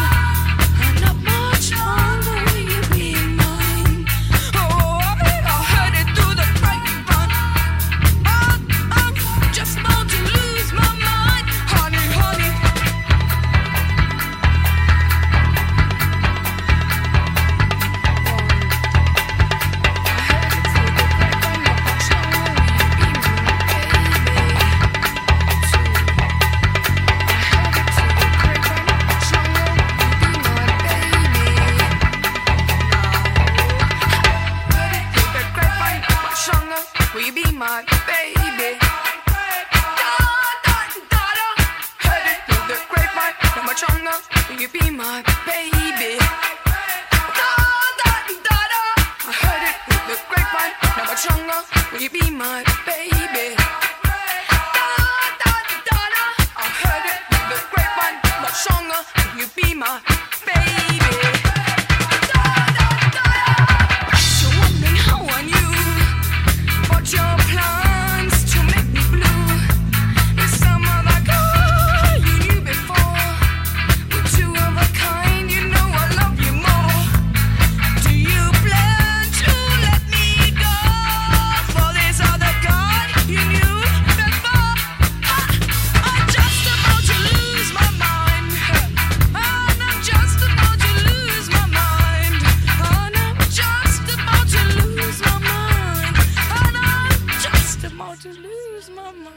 Speaker 5: Oh, Will you be my baby? Heard it through the grapevine, no much longer. Will you be my baby? I heard it through the grapevine, no much longer. Will you be my baby? I heard it through the grapevine, no much longer. Will you be my baby? So wondering how I knew what your plans to make me blue. It's summer like oh you knew before. We're two of a kind, you know I love you more. Do you plan to let me go for this other god you knew before? I'm just about to lose my mind. I'm just about to lose my mind. I'm just about to lose my mind. I'm just about to lose my mind.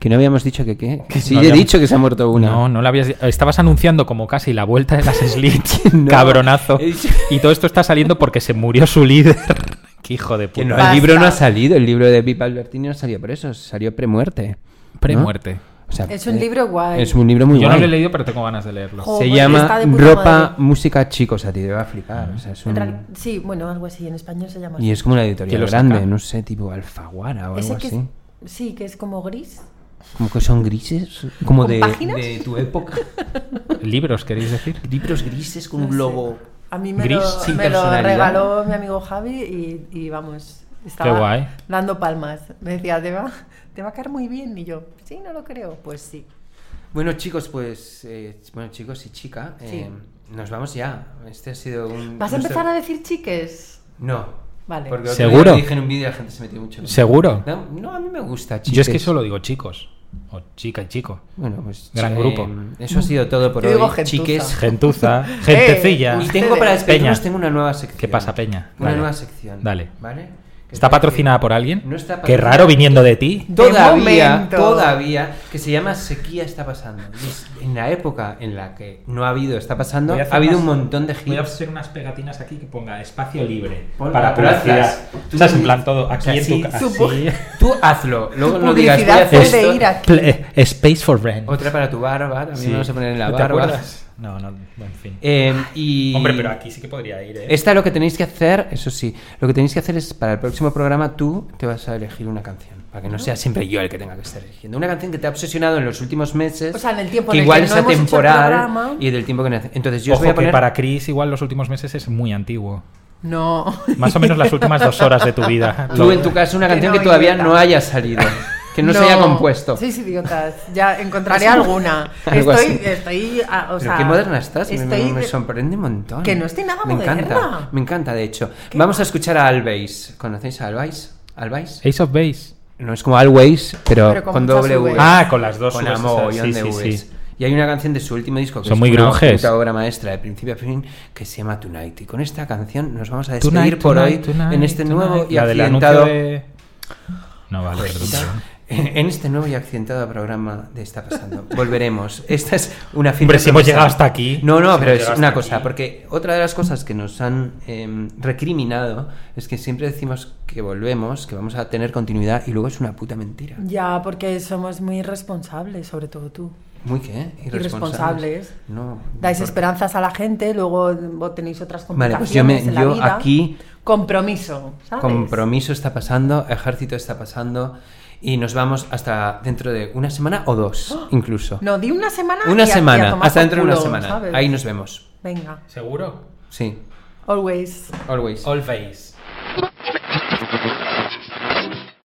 Speaker 1: Que no habíamos dicho que qué. Que sí,
Speaker 7: No
Speaker 1: he
Speaker 7: habíamos-
Speaker 1: dicho que se ha muerto una.
Speaker 7: No, no lo habías. Estabas anunciando como casi la vuelta de las Slits,
Speaker 1: No.
Speaker 7: cabronazo.
Speaker 1: He dicho-
Speaker 7: Y todo esto está saliendo porque se murió su líder. Qué hijo de
Speaker 1: Que
Speaker 7: puta.
Speaker 1: no,
Speaker 10: Basta.
Speaker 1: el libro no ha salido. El libro de Pipa Albertini no salió por eso. Salió premuerte. ¿no?
Speaker 7: Premuerte.
Speaker 1: O sea,
Speaker 10: Es un
Speaker 1: eh,
Speaker 10: libro guay.
Speaker 1: Es un libro muy
Speaker 7: Yo
Speaker 1: guay.
Speaker 7: no lo he leído, pero tengo ganas de leerlo.
Speaker 10: Jo,
Speaker 1: Se
Speaker 10: pues está
Speaker 1: llama
Speaker 10: de puta
Speaker 1: Ropa,
Speaker 10: madre.
Speaker 1: Música, Chicos. A ti te va a flipar. O sea, es
Speaker 10: En
Speaker 1: un-
Speaker 10: real- Sí, bueno, algo así. En español se llama
Speaker 1: Y es como una
Speaker 7: ¿Quién
Speaker 1: editorial
Speaker 7: lo
Speaker 1: grande,
Speaker 7: saca?
Speaker 1: no sé, tipo Alfaguara o
Speaker 10: así.
Speaker 1: algo
Speaker 10: que
Speaker 1: así.
Speaker 10: es- sí, que es como gris.
Speaker 1: Como que son grises. Como
Speaker 10: ¿Con
Speaker 1: de,
Speaker 10: páginas?
Speaker 1: de tu época.
Speaker 7: Libros, queréis decir.
Speaker 1: Libros grises con un
Speaker 10: sé.
Speaker 1: globo.
Speaker 10: A mí me,
Speaker 7: Gris,
Speaker 10: lo,
Speaker 7: sin
Speaker 10: me lo
Speaker 1: personalidad.
Speaker 10: regaló mi amigo Javi y, y vamos, estaba
Speaker 7: Qué guay.
Speaker 10: dando palmas. Me decía, te va, te va a caer muy bien. Y yo, sí, no lo creo. Pues sí.
Speaker 1: Bueno, chicos, pues. eh, bueno, chicos y chica, eh, nos vamos ya. Este ha sido un.
Speaker 10: ¿Vas a
Speaker 1: nuestro-
Speaker 10: empezar a decir chiques?
Speaker 1: No.
Speaker 10: Vale.
Speaker 1: Porque otro
Speaker 7: ¿Seguro?
Speaker 1: día lo dije en un vídeo y la gente se metió mucho.
Speaker 7: ¿Seguro?
Speaker 1: No, no, a mí me gusta, chicos.
Speaker 7: Yo es que solo digo chicos. O chica y chico.
Speaker 1: Bueno, pues.
Speaker 7: Gran grupo.
Speaker 1: Eso ha sido todo por
Speaker 10: Yo
Speaker 1: hoy.
Speaker 10: digo gentuza.
Speaker 1: chiques.
Speaker 7: Gentuza, gentecilla.
Speaker 1: Eh, Y tengo para despedirnos
Speaker 7: Peña.
Speaker 1: tengo una nueva sección.
Speaker 7: ¿Qué pasa, Peña?
Speaker 1: Una
Speaker 7: Dale.
Speaker 1: nueva sección.
Speaker 7: Dale.
Speaker 1: ¿Vale? Que
Speaker 7: ¿Está
Speaker 1: parece-
Speaker 7: patrocinada por alguien?
Speaker 1: No está
Speaker 7: Qué
Speaker 1: patrocinada.
Speaker 7: raro viniendo de ti.
Speaker 1: Todavía,
Speaker 10: momento.
Speaker 1: todavía, que se llama sequía está pasando. Y es- En la época en la que no ha habido está pasando,
Speaker 7: Voy a
Speaker 1: ha
Speaker 7: hacer
Speaker 1: habido
Speaker 7: unas-
Speaker 1: un montón de
Speaker 7: Voy a
Speaker 1: hits.
Speaker 7: hacer unas pegatinas aquí que ponga espacio libre
Speaker 1: Ponla,
Speaker 7: para
Speaker 1: pero
Speaker 7: publicidad.
Speaker 1: hazlas.
Speaker 7: Tú sabes, en plan todo,
Speaker 1: O
Speaker 7: aquí
Speaker 1: sea,
Speaker 7: en
Speaker 1: sí,
Speaker 7: tu casa.
Speaker 10: supo-
Speaker 7: sí.
Speaker 1: Tú hazlo, luego
Speaker 10: Tu
Speaker 1: no digas voy a
Speaker 10: publicidad
Speaker 1: hacer
Speaker 10: fue de
Speaker 1: esto.
Speaker 10: ir a-
Speaker 7: Pl- eh, Space for rent.
Speaker 1: Otra para tu barba, también
Speaker 7: Sí.
Speaker 1: vamos a poner en la
Speaker 7: ¿Te
Speaker 1: barba.
Speaker 7: acuerdas? No, no, en fin.
Speaker 1: Eh, y...
Speaker 7: Hombre, pero aquí sí que podría ir, ¿eh?
Speaker 1: Esta lo que tenéis que hacer, eso sí, lo que tenéis que hacer es para el próximo programa tú te vas a elegir una canción, para que no sea siempre yo el que tenga que estar eligiendo. Una canción que te ha obsesionado en los últimos meses,
Speaker 10: O sea, en el tiempo
Speaker 1: que
Speaker 10: en el
Speaker 1: igual
Speaker 10: que
Speaker 1: es
Speaker 10: no hemos hecho el
Speaker 1: atemporal
Speaker 10: programa.
Speaker 1: y del tiempo que no hace. Entonces yo os
Speaker 7: Ojo
Speaker 1: voy a poner
Speaker 7: que para Chris igual los últimos meses es muy antiguo.
Speaker 10: No.
Speaker 7: Más o menos las últimas dos horas de tu vida.
Speaker 1: tú en tu caso una
Speaker 10: Que
Speaker 1: canción
Speaker 10: no,
Speaker 1: que todavía
Speaker 10: idiota.
Speaker 1: no haya salido, que no, se haya compuesto.
Speaker 10: Sí, sí, idiotas. Ya encontraré alguna.
Speaker 1: Algo
Speaker 10: Estoy,
Speaker 1: así.
Speaker 10: estoy, ah, o
Speaker 1: Pero
Speaker 10: sea,
Speaker 1: qué moderna estás, me-
Speaker 10: Estoy
Speaker 1: me, me
Speaker 10: de-
Speaker 1: sorprende un montón.
Speaker 10: Que no estoy nada
Speaker 1: me
Speaker 10: moderna.
Speaker 1: encanta, me encanta de hecho. Vamos a escuchar a Alveis. ¿Conocéis a Alveis? Alveis.
Speaker 7: Ace of Base.
Speaker 1: No es como Always, pero,
Speaker 10: Pero
Speaker 1: con,
Speaker 10: con muchas
Speaker 1: doble
Speaker 10: Vs.
Speaker 1: W.
Speaker 7: Ah, con las dos
Speaker 1: Con
Speaker 7: Vs,
Speaker 1: la mogollón
Speaker 7: sí,
Speaker 1: de
Speaker 7: sí,
Speaker 1: Vs.
Speaker 7: sí.
Speaker 1: Y hay una canción de su último disco que
Speaker 7: Son
Speaker 1: es
Speaker 7: muy
Speaker 1: una
Speaker 7: grunges.
Speaker 1: puta obra maestra de principio a fin que se llama Tonight. Y con esta canción nos vamos a despedir
Speaker 7: Tonight,
Speaker 1: por
Speaker 7: tonight,
Speaker 1: hoy
Speaker 7: tonight,
Speaker 1: en este
Speaker 7: tonight.
Speaker 1: nuevo y Pues
Speaker 7: La del anuncio
Speaker 1: accidentado
Speaker 7: de- No vale, perdón. perdón.
Speaker 1: en este nuevo y accidentado programa de Está Pasando. Volveremos. Esta es una fin
Speaker 7: Hombre, si hemos llegado hasta aquí.
Speaker 1: No, no,
Speaker 7: Si
Speaker 1: pero
Speaker 7: hemos
Speaker 1: es
Speaker 7: llegado
Speaker 1: una
Speaker 7: hasta
Speaker 1: cosa,
Speaker 7: aquí.
Speaker 1: porque otra de las cosas que nos han eh, recriminado es que siempre decimos que volvemos, que vamos a tener continuidad y luego es una puta mentira.
Speaker 10: Ya, porque somos muy irresponsables, sobre todo tú.
Speaker 1: Muy qué,
Speaker 10: Irresponsables.
Speaker 1: No.
Speaker 10: Dais
Speaker 1: por-
Speaker 10: esperanzas a la gente, luego vos tenéis otras
Speaker 1: Vale,
Speaker 10: complicaciones
Speaker 1: pues yo me-
Speaker 10: en la
Speaker 1: yo
Speaker 10: vida.
Speaker 1: aquí-
Speaker 10: Compromiso, ¿sabes?
Speaker 1: Compromiso está pasando, ejército está pasando y nos vamos hasta dentro de una semana o dos incluso.
Speaker 10: ¡Ah! No, di una semana y
Speaker 1: una
Speaker 10: a- y a
Speaker 1: semana,
Speaker 10: tomar
Speaker 1: hasta
Speaker 10: por
Speaker 1: dentro de una
Speaker 10: culo,
Speaker 1: semana.
Speaker 10: ¿sabes?
Speaker 1: Ahí nos vemos.
Speaker 10: Venga,
Speaker 7: ¿Seguro?
Speaker 1: Sí.
Speaker 10: always.
Speaker 1: Always.
Speaker 7: Always.